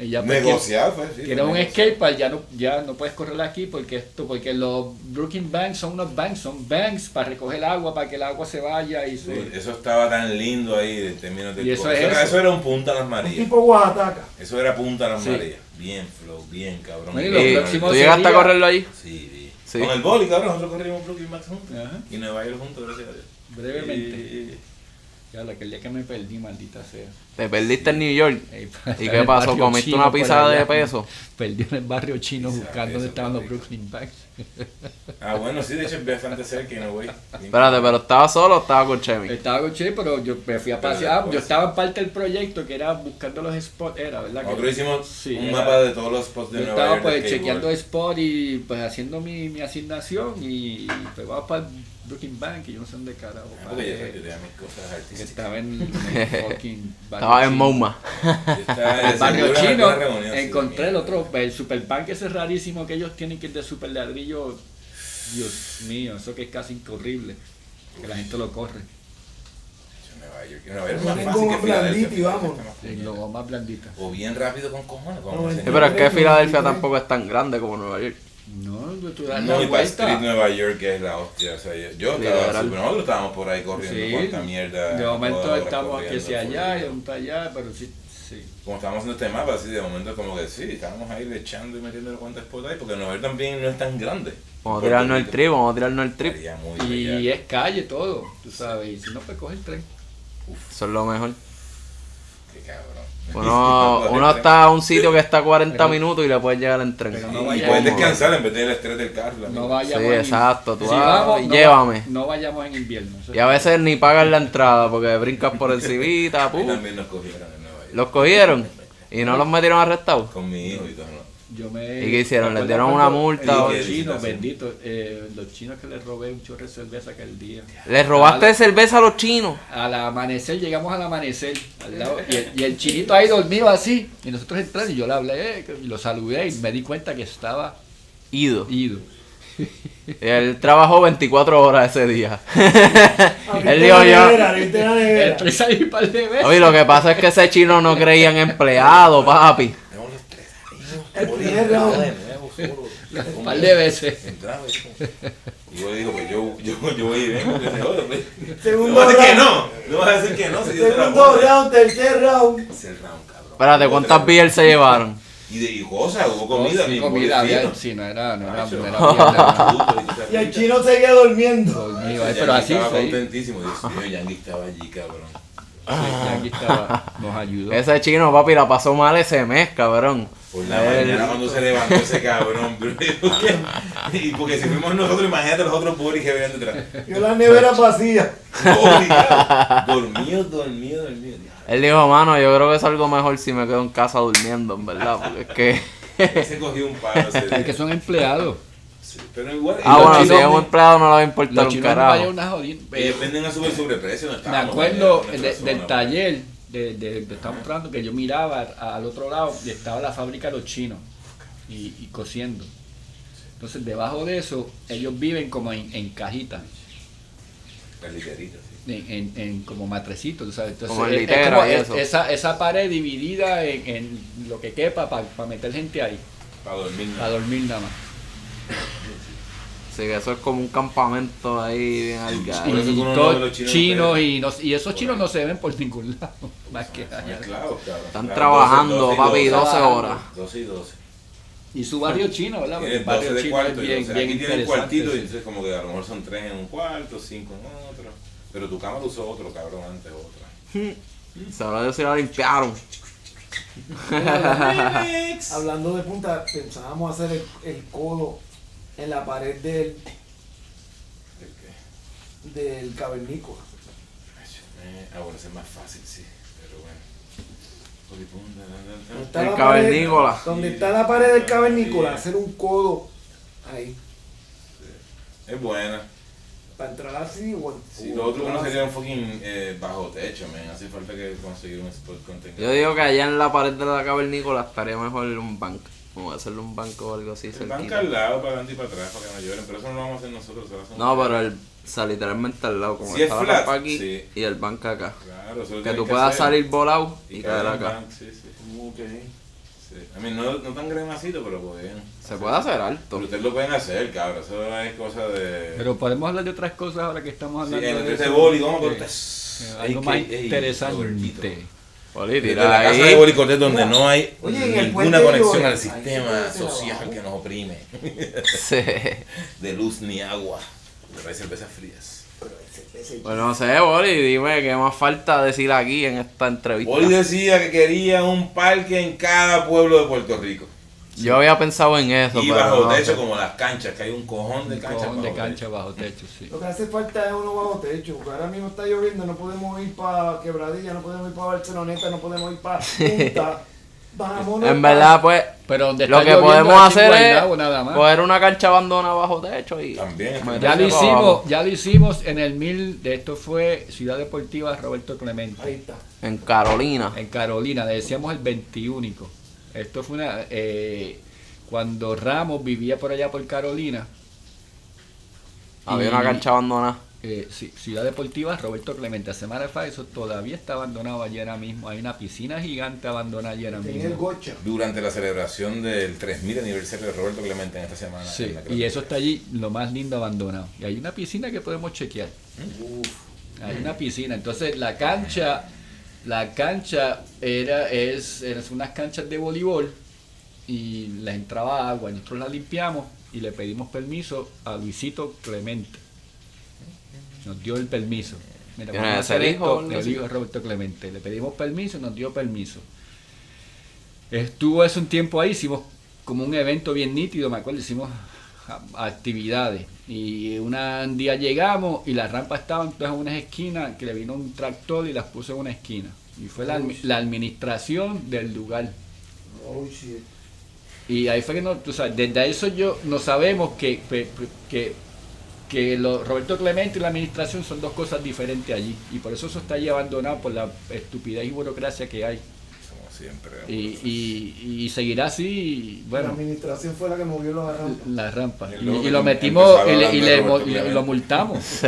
[SPEAKER 2] Y ya, pues,
[SPEAKER 3] Negociar, pues. sí,
[SPEAKER 2] Tienes un
[SPEAKER 3] negociar.
[SPEAKER 2] skatepark, ya no, ya no puedes correr aquí porque esto, porque los Brooklyn Banks son unos banks, son banks para recoger agua, para que el agua se vaya y
[SPEAKER 3] Sí,
[SPEAKER 2] se-
[SPEAKER 3] eso estaba tan lindo ahí en términos de
[SPEAKER 2] Y eso
[SPEAKER 3] cosas.
[SPEAKER 2] es
[SPEAKER 3] era,
[SPEAKER 2] eso.
[SPEAKER 3] eso era un punta a las
[SPEAKER 4] Un
[SPEAKER 3] Marías.
[SPEAKER 4] tipo Oaxaca.
[SPEAKER 3] Eso era punta a las
[SPEAKER 2] Sí.
[SPEAKER 3] Marías. Bien flow, bien cabrón.
[SPEAKER 2] Bueno, y
[SPEAKER 1] ¿Y
[SPEAKER 2] los
[SPEAKER 3] Bien,
[SPEAKER 2] próximos
[SPEAKER 1] ¿Tú llegaste a
[SPEAKER 2] sería-
[SPEAKER 1] correrlo allí?
[SPEAKER 3] Sí, sí.
[SPEAKER 1] Sí.
[SPEAKER 3] Con el boli, cabrón, nosotros corrimos Brooklyn Max juntos.
[SPEAKER 2] Ajá.
[SPEAKER 3] Y Nueva York juntos, gracias a Dios.
[SPEAKER 2] Brevemente.
[SPEAKER 3] Y-
[SPEAKER 2] Ya la que el día que me perdí, maldita sea.
[SPEAKER 1] Te perdiste en New York.
[SPEAKER 2] Ey,
[SPEAKER 1] ¿Y
[SPEAKER 2] estaba en
[SPEAKER 1] qué
[SPEAKER 2] el
[SPEAKER 1] pasó?
[SPEAKER 2] barrio
[SPEAKER 1] ¿Comiste
[SPEAKER 2] chino
[SPEAKER 1] una
[SPEAKER 2] por
[SPEAKER 1] pizza
[SPEAKER 2] allá.
[SPEAKER 1] de peso?
[SPEAKER 2] Perdí en el barrio chino
[SPEAKER 3] Pizza,
[SPEAKER 2] buscando
[SPEAKER 3] eso,
[SPEAKER 2] dónde estaban los
[SPEAKER 3] rico.
[SPEAKER 2] Brooklyn Banks.
[SPEAKER 3] Ah, bueno, sí, de hecho es bastante cerca, no, güey.
[SPEAKER 1] Espérate, pero ¿estaba solo o estaba con Chemi?
[SPEAKER 2] Estaba con Che, pero yo me fui a
[SPEAKER 3] Pero
[SPEAKER 2] pasear.
[SPEAKER 3] después-
[SPEAKER 2] yo estaba en parte del proyecto que era buscando los spots, era, ¿verdad? Que-
[SPEAKER 3] Nosotros hicimos
[SPEAKER 2] Sí,
[SPEAKER 3] un
[SPEAKER 2] era-
[SPEAKER 3] mapa de todos los spots de
[SPEAKER 2] Yo
[SPEAKER 3] Nueva
[SPEAKER 2] estaba
[SPEAKER 3] York.
[SPEAKER 2] pues
[SPEAKER 3] de skateboard.
[SPEAKER 2] chequeando spot y pues haciendo mi, mi asignación y pues vamos para Brooklyn Bank y yo no sé dónde carajo.
[SPEAKER 3] Ah, porque yo
[SPEAKER 2] paré.
[SPEAKER 3] retiré mis cosas artísticas.
[SPEAKER 2] estaba en, en fucking
[SPEAKER 1] Estaba en
[SPEAKER 2] chino.
[SPEAKER 1] Mouma.
[SPEAKER 3] Yo estaba
[SPEAKER 2] En
[SPEAKER 3] de
[SPEAKER 2] el barrio
[SPEAKER 3] seguro en
[SPEAKER 2] chino
[SPEAKER 3] alguna reunión, sí,
[SPEAKER 2] encontré el
[SPEAKER 3] mierda.
[SPEAKER 2] otro, el superbank ese rarísimo que ellos tienen que es de super ladrillo. Dios mío, eso que es casi incorrible. Que la gente lo corre.
[SPEAKER 3] Nueva York. Nueva York es
[SPEAKER 4] Como
[SPEAKER 3] más
[SPEAKER 4] que
[SPEAKER 3] fácil
[SPEAKER 4] como
[SPEAKER 3] que Filadelfia.
[SPEAKER 4] blandito y
[SPEAKER 3] Filadelfia
[SPEAKER 4] vamos.
[SPEAKER 3] está
[SPEAKER 2] Y
[SPEAKER 3] más
[SPEAKER 2] lo más blandita.
[SPEAKER 3] O bien rápido con cojones.
[SPEAKER 4] No,
[SPEAKER 3] Como
[SPEAKER 4] es-
[SPEAKER 3] ese
[SPEAKER 1] Sí, pero es que
[SPEAKER 4] Brooklyn
[SPEAKER 1] Filadelfia
[SPEAKER 4] Banks.
[SPEAKER 1] tampoco es tan grande como Nueva York.
[SPEAKER 2] No, tú das
[SPEAKER 3] No,
[SPEAKER 2] la
[SPEAKER 3] y para Street
[SPEAKER 2] vuelta.
[SPEAKER 3] Nueva York que es la hostia. O sea, yo, yo estaba
[SPEAKER 1] Literal.
[SPEAKER 3] súper. Nosotros estábamos por ahí corriendo
[SPEAKER 2] Sí,
[SPEAKER 3] cuánta mierda.
[SPEAKER 2] de momento
[SPEAKER 3] todas horas
[SPEAKER 2] estamos aquí
[SPEAKER 3] corriendo,
[SPEAKER 2] hacia allá y
[SPEAKER 3] corriendo.
[SPEAKER 2] un para allá, pero sí, sí.
[SPEAKER 3] Como estábamos haciendo este mapa, así de momento como que sí, estábamos ahí echando y metiéndole cuántas potas ahí, porque Nueva York también no es tan grande.
[SPEAKER 1] Vamos a
[SPEAKER 3] Puerto
[SPEAKER 1] tirarnos el
[SPEAKER 3] Rico
[SPEAKER 1] trip, vamos a tirarnos el trip.
[SPEAKER 3] estaría muy
[SPEAKER 2] Y
[SPEAKER 3] bellaco.
[SPEAKER 2] es calle todo, tú sabes. Y si no, pues coge el tren.
[SPEAKER 1] Eso es lo mejor.
[SPEAKER 3] Qué cabrón.
[SPEAKER 1] Uno,
[SPEAKER 3] Coger
[SPEAKER 1] uno
[SPEAKER 3] el tren.
[SPEAKER 1] está a un sitio que está a 40
[SPEAKER 2] Pero-
[SPEAKER 1] minutos y le puedes llegar en tren.
[SPEAKER 2] Pero
[SPEAKER 3] Y-
[SPEAKER 2] no
[SPEAKER 3] y
[SPEAKER 2] vaya
[SPEAKER 3] puedes
[SPEAKER 2] como-
[SPEAKER 3] descansar en vez del estrés del carro. la
[SPEAKER 2] No
[SPEAKER 3] mierda.
[SPEAKER 2] vayamos
[SPEAKER 1] Sí,
[SPEAKER 2] en-
[SPEAKER 1] exacto, tú
[SPEAKER 2] si
[SPEAKER 1] vas,
[SPEAKER 2] vamos, no va-
[SPEAKER 1] llévame.
[SPEAKER 2] No, vayamos en invierno. eso
[SPEAKER 1] Y a veces ni pagan la entrada porque brincas por encimita,
[SPEAKER 3] Y
[SPEAKER 1] pu.
[SPEAKER 3] también nos cogieron en Nueva York.
[SPEAKER 1] Los cogieron y no los metieron arrestados.
[SPEAKER 3] Con mi hijo y todo. ¿no?
[SPEAKER 2] Yo me,
[SPEAKER 1] ¿Y qué hicieron?
[SPEAKER 2] me
[SPEAKER 1] ¿Les dieron
[SPEAKER 2] acuerdo
[SPEAKER 1] una multa
[SPEAKER 2] de
[SPEAKER 1] o-
[SPEAKER 2] Los chinos,
[SPEAKER 3] Felicitaciones.
[SPEAKER 2] bendito. eh, los chinos que les robé un chorro de cerveza aquel día.
[SPEAKER 1] Les robaste
[SPEAKER 2] Al-
[SPEAKER 1] cerveza a los chinos.
[SPEAKER 2] Al amanecer, llegamos al amanecer. al lado, y, el, y el chinito ahí dormido así. Y nosotros entramos y yo le hablé, eh, y lo saludé y me di cuenta que estaba
[SPEAKER 1] Ido.
[SPEAKER 2] ido.
[SPEAKER 1] Él trabajó 24 horas ese día. Él
[SPEAKER 4] Abriste
[SPEAKER 1] dijo
[SPEAKER 4] la
[SPEAKER 1] yo.
[SPEAKER 4] nevera, abriste la nevera.
[SPEAKER 2] Entré y salí un par de veces.
[SPEAKER 1] Oye, lo que pasa es que ese chino no creían empleado, papi.
[SPEAKER 3] Tenemos los tres
[SPEAKER 4] El
[SPEAKER 3] ahí.
[SPEAKER 4] primer round.
[SPEAKER 3] De nuevo, solo.
[SPEAKER 2] Un par de veces.
[SPEAKER 3] Entraba y como- Y yo le digo, pues yo, yo, yo voy y vengo. que se joda, pues. No
[SPEAKER 4] Segundo
[SPEAKER 3] vas a decir que
[SPEAKER 4] round.
[SPEAKER 3] no. No vas a decir que no. Si yo te la
[SPEAKER 4] Segundo
[SPEAKER 3] pongo.
[SPEAKER 4] round, tercer round.
[SPEAKER 3] Es el round, cabrón.
[SPEAKER 1] Espérate, ¿cuántas beers se llevaron?
[SPEAKER 3] Y de y cosas, hubo comida.
[SPEAKER 2] Sí,
[SPEAKER 3] mi
[SPEAKER 2] comida,
[SPEAKER 3] pobrecito.
[SPEAKER 2] había- sí, no era, no era,
[SPEAKER 3] Macho.
[SPEAKER 2] no era viernes,
[SPEAKER 3] Adulto, y cosas
[SPEAKER 4] Y el
[SPEAKER 3] ricas.
[SPEAKER 4] chino seguía durmiendo.
[SPEAKER 2] dormido,
[SPEAKER 3] Ese
[SPEAKER 2] eh, pero
[SPEAKER 3] Yankee
[SPEAKER 2] así
[SPEAKER 3] Estaba
[SPEAKER 2] fue.
[SPEAKER 3] contentísimo. Dios mío, Yankee estaba allí, cabrón.
[SPEAKER 2] Aquí estaba, nos ayudó.
[SPEAKER 1] Ese chino, papi, la pasó mal ese mes, cabrón.
[SPEAKER 3] Por la mañana cuando se levantó ese cabrón, bro. y porque si fuimos nosotros, imagínate los otros boris que venían detrás.
[SPEAKER 4] Yo la nevera vacía.
[SPEAKER 3] Obligado. Dormido, dormido, dormido.
[SPEAKER 1] Él dijo, mano, yo creo que es algo mejor si me quedo en casa durmiendo, en verdad, porque es que...
[SPEAKER 3] Él se cogió un palo. ese día.
[SPEAKER 2] Es que son empleados.
[SPEAKER 3] Sí, Pero igual.
[SPEAKER 1] Ah,
[SPEAKER 2] los
[SPEAKER 1] bueno, si
[SPEAKER 2] chinos
[SPEAKER 1] es un
[SPEAKER 2] ni-
[SPEAKER 1] empleado no le va a importar
[SPEAKER 2] Los
[SPEAKER 1] un
[SPEAKER 2] chinos no vayan
[SPEAKER 1] carajo.
[SPEAKER 2] una jodida. eh,
[SPEAKER 3] Ellos venden a super sobreprecio.
[SPEAKER 2] Me acuerdo de- del taller de, de, de- estamos hablando que yo miraba al otro lado y estaba la fábrica de los chinos y, y cosiendo. Entonces debajo de eso ellos viven como en, en cajitas.
[SPEAKER 3] Las literitas, sí.
[SPEAKER 2] en, en- en como matrecito, tú sabes. Entonces,
[SPEAKER 1] Como en
[SPEAKER 2] es- es
[SPEAKER 1] litera
[SPEAKER 2] como
[SPEAKER 1] y
[SPEAKER 2] es-
[SPEAKER 1] eso.
[SPEAKER 2] Esa, esa pared dividida en, en lo que quepa para meter gente ahí,
[SPEAKER 3] Para dormir.
[SPEAKER 2] para dormir nada más.
[SPEAKER 1] Así que eso es como un campamento ahí bien al
[SPEAKER 3] Ah, Por
[SPEAKER 1] garete.
[SPEAKER 3] eso
[SPEAKER 2] Y
[SPEAKER 3] que uno no
[SPEAKER 2] todos
[SPEAKER 3] ve los chinos
[SPEAKER 2] chinos
[SPEAKER 3] en
[SPEAKER 2] y, no- y esos chinos no se ven por ningún lado, más que allá.
[SPEAKER 3] Esclavos, cabrón.
[SPEAKER 1] Están
[SPEAKER 3] Ah, Claro,
[SPEAKER 1] trabajando,
[SPEAKER 3] 12, 12
[SPEAKER 1] papi,
[SPEAKER 3] y 12.
[SPEAKER 1] 12 horas.
[SPEAKER 3] 12 y 12.
[SPEAKER 2] Y su barrio chino, ¿verdad? Porque
[SPEAKER 3] Tienen
[SPEAKER 2] el barrio
[SPEAKER 3] 12 de
[SPEAKER 2] chino
[SPEAKER 3] cuarto.
[SPEAKER 2] es
[SPEAKER 3] y,
[SPEAKER 2] bien,
[SPEAKER 3] o sea,
[SPEAKER 2] bien
[SPEAKER 3] aquí tienen
[SPEAKER 2] interesante.
[SPEAKER 3] cuartito y
[SPEAKER 2] sí.
[SPEAKER 3] entonces como que a lo mejor son 3 en un cuarto, 5 en otro. Pero tu cama lo usó otro, cabrón, antes otra.
[SPEAKER 1] Sabrá Dios si la limpiaron.
[SPEAKER 4] Hablando de punta, pensábamos hacer el, el codo en la pared del,
[SPEAKER 3] ¿El qué?
[SPEAKER 4] del cavernícola.
[SPEAKER 3] Eh, Ahora es más fácil, sí. Pero bueno. Jodipunda, da, da, da.
[SPEAKER 4] Donde está
[SPEAKER 1] El
[SPEAKER 4] la pared-
[SPEAKER 1] cavernícola.
[SPEAKER 4] Donde está la pared del cavernícola, hacer un codo ahí.
[SPEAKER 3] Es buena.
[SPEAKER 4] Para entrar así, bueno.
[SPEAKER 3] Sí, lo otro que no sería un fucking eh, bajo techo, man. Hace falta que conseguir un spot contenido.
[SPEAKER 1] Yo digo que allá en la pared de la cavernícola estaría mejor un banco. Vamos a hacerle un banco o algo así
[SPEAKER 3] El banco
[SPEAKER 1] cerquita.
[SPEAKER 3] al lado, para adelante y para atrás, para que no lloren. Pero eso no lo vamos a hacer nosotros. Eso lo hacen
[SPEAKER 1] No,
[SPEAKER 3] ustedes.
[SPEAKER 1] pero el, o sea, literalmente al lado, como
[SPEAKER 3] Si es
[SPEAKER 1] está la
[SPEAKER 3] flat,
[SPEAKER 1] rampa aquí
[SPEAKER 3] sí.
[SPEAKER 1] y el banco acá.
[SPEAKER 3] Claro, eso lo
[SPEAKER 1] Que
[SPEAKER 3] tienen
[SPEAKER 1] tú puedas
[SPEAKER 3] hacer.
[SPEAKER 1] salir volado y,
[SPEAKER 3] Y
[SPEAKER 1] caer
[SPEAKER 3] caer en
[SPEAKER 1] acá.
[SPEAKER 3] banco, Sí, sí. Sí. A mí no, no tan granacito, pero podían.
[SPEAKER 1] Se puede hacer alto.
[SPEAKER 3] Pero ustedes lo pueden hacer, cabrón. Eso es cosa de.
[SPEAKER 2] Pero podemos hablar de otras cosas ahora que estamos
[SPEAKER 3] sí,
[SPEAKER 2] hablando
[SPEAKER 3] en
[SPEAKER 2] de
[SPEAKER 3] el de
[SPEAKER 2] eso.
[SPEAKER 3] boli, vamos a
[SPEAKER 2] Eh, eh, Algo más interesante.
[SPEAKER 1] Oli,
[SPEAKER 3] Desde
[SPEAKER 1] tira
[SPEAKER 3] la casa
[SPEAKER 1] ahí.
[SPEAKER 3] de Boli Cortés, donde no hay
[SPEAKER 4] Oye, en el puente
[SPEAKER 3] ninguna
[SPEAKER 4] de
[SPEAKER 3] conexión
[SPEAKER 4] Boli.
[SPEAKER 3] al
[SPEAKER 4] Ahí
[SPEAKER 3] sistema
[SPEAKER 4] se puede hacer
[SPEAKER 3] social
[SPEAKER 4] abajo.
[SPEAKER 3] que nos oprime.
[SPEAKER 1] Sí.
[SPEAKER 3] De luz ni agua. Pero hay cervezas frías.
[SPEAKER 1] Bueno, Pues no sé, Boli, dime qué más falta decir aquí en esta entrevista.
[SPEAKER 3] Boli decía que quería un parque en cada pueblo de Puerto Rico.
[SPEAKER 1] Yo había pensado en eso,
[SPEAKER 3] Y
[SPEAKER 1] pero
[SPEAKER 3] bajo
[SPEAKER 1] no
[SPEAKER 3] techo
[SPEAKER 1] sé.
[SPEAKER 3] como las canchas, que hay un cojón de
[SPEAKER 2] Un
[SPEAKER 3] canchas.
[SPEAKER 2] cojón de
[SPEAKER 3] bajo
[SPEAKER 2] cancha
[SPEAKER 3] techo.
[SPEAKER 2] bajo techo, sí.
[SPEAKER 4] Lo que hace falta es uno bajo techo, porque ahora mismo está lloviendo, no podemos ir para Quebradilla, no podemos ir para Barceloneta, no podemos ir para Punta. Vámonos.
[SPEAKER 1] En
[SPEAKER 4] pa-
[SPEAKER 1] verdad, pues,
[SPEAKER 2] Pero donde
[SPEAKER 1] lo
[SPEAKER 2] está
[SPEAKER 1] que
[SPEAKER 2] lloviendo
[SPEAKER 1] podemos
[SPEAKER 2] es
[SPEAKER 1] hacer es pues,
[SPEAKER 2] Chihuahua, nada más.
[SPEAKER 1] coger una cancha abandonada bajo techo y...
[SPEAKER 3] También.
[SPEAKER 1] Bueno,
[SPEAKER 2] Ya lo
[SPEAKER 1] Ese para abajo.
[SPEAKER 2] hicimos, ya lo hicimos en el mil de esto fue Ciudad Deportiva Roberto
[SPEAKER 4] Ahí
[SPEAKER 2] Clemente
[SPEAKER 4] está.
[SPEAKER 1] En Carolina.
[SPEAKER 2] en Carolina, le decíamos el 21. Esto fue una eh, cuando Ramos vivía por allá por Carolina.
[SPEAKER 1] Había una
[SPEAKER 2] Y-
[SPEAKER 1] cancha abandonada.
[SPEAKER 2] eh, sí, Ciudad Deportiva Roberto Clemente. Hace matter of fact, eso todavía está abandonado allí ahora mismo. Hay una piscina gigante abandonada allí ahora
[SPEAKER 4] Tenía el
[SPEAKER 2] mismo.
[SPEAKER 4] gocha.
[SPEAKER 3] Durante la celebración del 3000 aniversario de Roberto Clemente en esta semana.
[SPEAKER 2] Sí,
[SPEAKER 3] en la
[SPEAKER 2] y
[SPEAKER 3] Cruz.
[SPEAKER 2] eso está allí lo más lindo abandonado. Y hay una piscina que podemos chequear. Hay una piscina. Entonces la cancha, la cancha era, es, eran unas canchas de voleibol y les entraba agua. Nosotros la limpiamos y le pedimos permiso a Luisito Clemente. Nos dio el permiso. Mira,
[SPEAKER 1] ¿Tiene
[SPEAKER 2] vamos a
[SPEAKER 1] ese
[SPEAKER 2] hacer
[SPEAKER 1] hijo o
[SPEAKER 2] esto,
[SPEAKER 1] algo
[SPEAKER 2] el
[SPEAKER 1] así?
[SPEAKER 2] hijo de Roberto Clemente. Le pedimos permiso, nos dio permiso. Estuvo hace un tiempo ahí, hicimos como un evento bien nítido, me acuerdo, hicimos a- actividades. Y una- un día llegamos y las rampas estaban entonces en unas esquinas, que le vino un tractor y las puso en una esquina. Y fue la, admi- la administración del lugar.
[SPEAKER 4] Oh, shit.
[SPEAKER 2] Y ahí fue que no, tú sabes, desde eso yo no sabemos que, que, que, que lo- Roberto Clemente y la administración son dos cosas diferentes allí. Y por eso eso está allí abandonado por la estupidez y burocracia que hay.
[SPEAKER 3] Como siempre.
[SPEAKER 2] Y, y, y seguirá así, y,
[SPEAKER 4] la
[SPEAKER 2] bueno,
[SPEAKER 4] administración fue la que movió los arranques.
[SPEAKER 2] la rampa.
[SPEAKER 3] Y
[SPEAKER 2] Y,
[SPEAKER 3] luego
[SPEAKER 2] y lo
[SPEAKER 3] em-
[SPEAKER 2] metimos
[SPEAKER 3] empezó
[SPEAKER 2] y, le- y le
[SPEAKER 3] hablando de
[SPEAKER 2] mo-
[SPEAKER 3] Roberto
[SPEAKER 2] y le- y lo
[SPEAKER 3] Clemente.
[SPEAKER 2] multamos.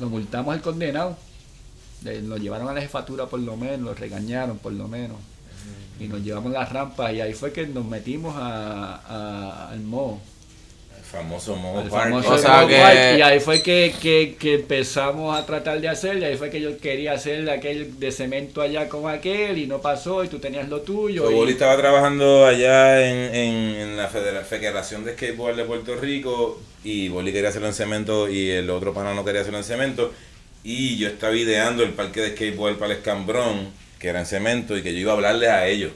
[SPEAKER 2] lo multamos al condenado. Le- lo llevaron a la jefatura por lo menos, lo regañaron por lo menos. Y nos llevamos las rampas y ahí fue que nos metimos a, a- al moho.
[SPEAKER 3] El famoso Momo
[SPEAKER 2] al
[SPEAKER 3] Park.
[SPEAKER 2] famoso
[SPEAKER 1] O sea
[SPEAKER 2] moho
[SPEAKER 1] que-
[SPEAKER 2] park. Y ahí fue que, que- que empezamos a tratar de hacer, y ahí fue que yo quería hacer aquel de cemento allá con aquel y no pasó y tú tenías lo tuyo.
[SPEAKER 3] So,
[SPEAKER 2] y-
[SPEAKER 3] Boli estaba trabajando allá en, en- en la Federa- Federación de Skateboard de Puerto Rico y Boli quería hacerlo en cemento y el otro pana no quería hacerlo en cemento. Y yo estaba ideando el parque de skateboard para el Escambrón, que era en cemento, y que yo iba a hablarles a ellos.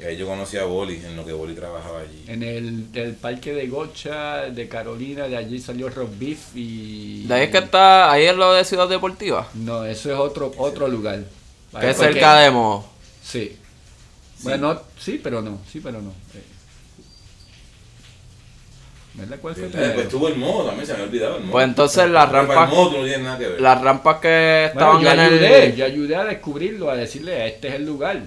[SPEAKER 3] Y ahí yo conocí a Boli, en lo que Boli trabajaba allí.
[SPEAKER 2] En el, el parque de Gocha, de Carolina, de allí salió Rock Beef y...
[SPEAKER 1] De ahí es que está, ahí es lo de Ciudad Deportiva.
[SPEAKER 2] No, eso es otro otro lugar.
[SPEAKER 1] Que
[SPEAKER 2] Ahí
[SPEAKER 1] es
[SPEAKER 2] fue
[SPEAKER 1] cerca
[SPEAKER 2] que-
[SPEAKER 1] de Mo.
[SPEAKER 2] Sí. Bueno, sí, pero no, sí, pero no. Eh. ¿Verdad cuál fue?
[SPEAKER 3] Después
[SPEAKER 2] primero?
[SPEAKER 3] pues, estuvo el modo también, se me había olvidado el modo.
[SPEAKER 1] Pues entonces las
[SPEAKER 3] Pero para
[SPEAKER 1] rampas,
[SPEAKER 3] el modo tú no tienes nada que ver.
[SPEAKER 1] las rampas que
[SPEAKER 2] Bueno,
[SPEAKER 1] estaban
[SPEAKER 2] yo
[SPEAKER 1] en
[SPEAKER 2] ayudé,
[SPEAKER 1] el...
[SPEAKER 2] yo ayudé a descubrirlo, a decirle, este es el lugar.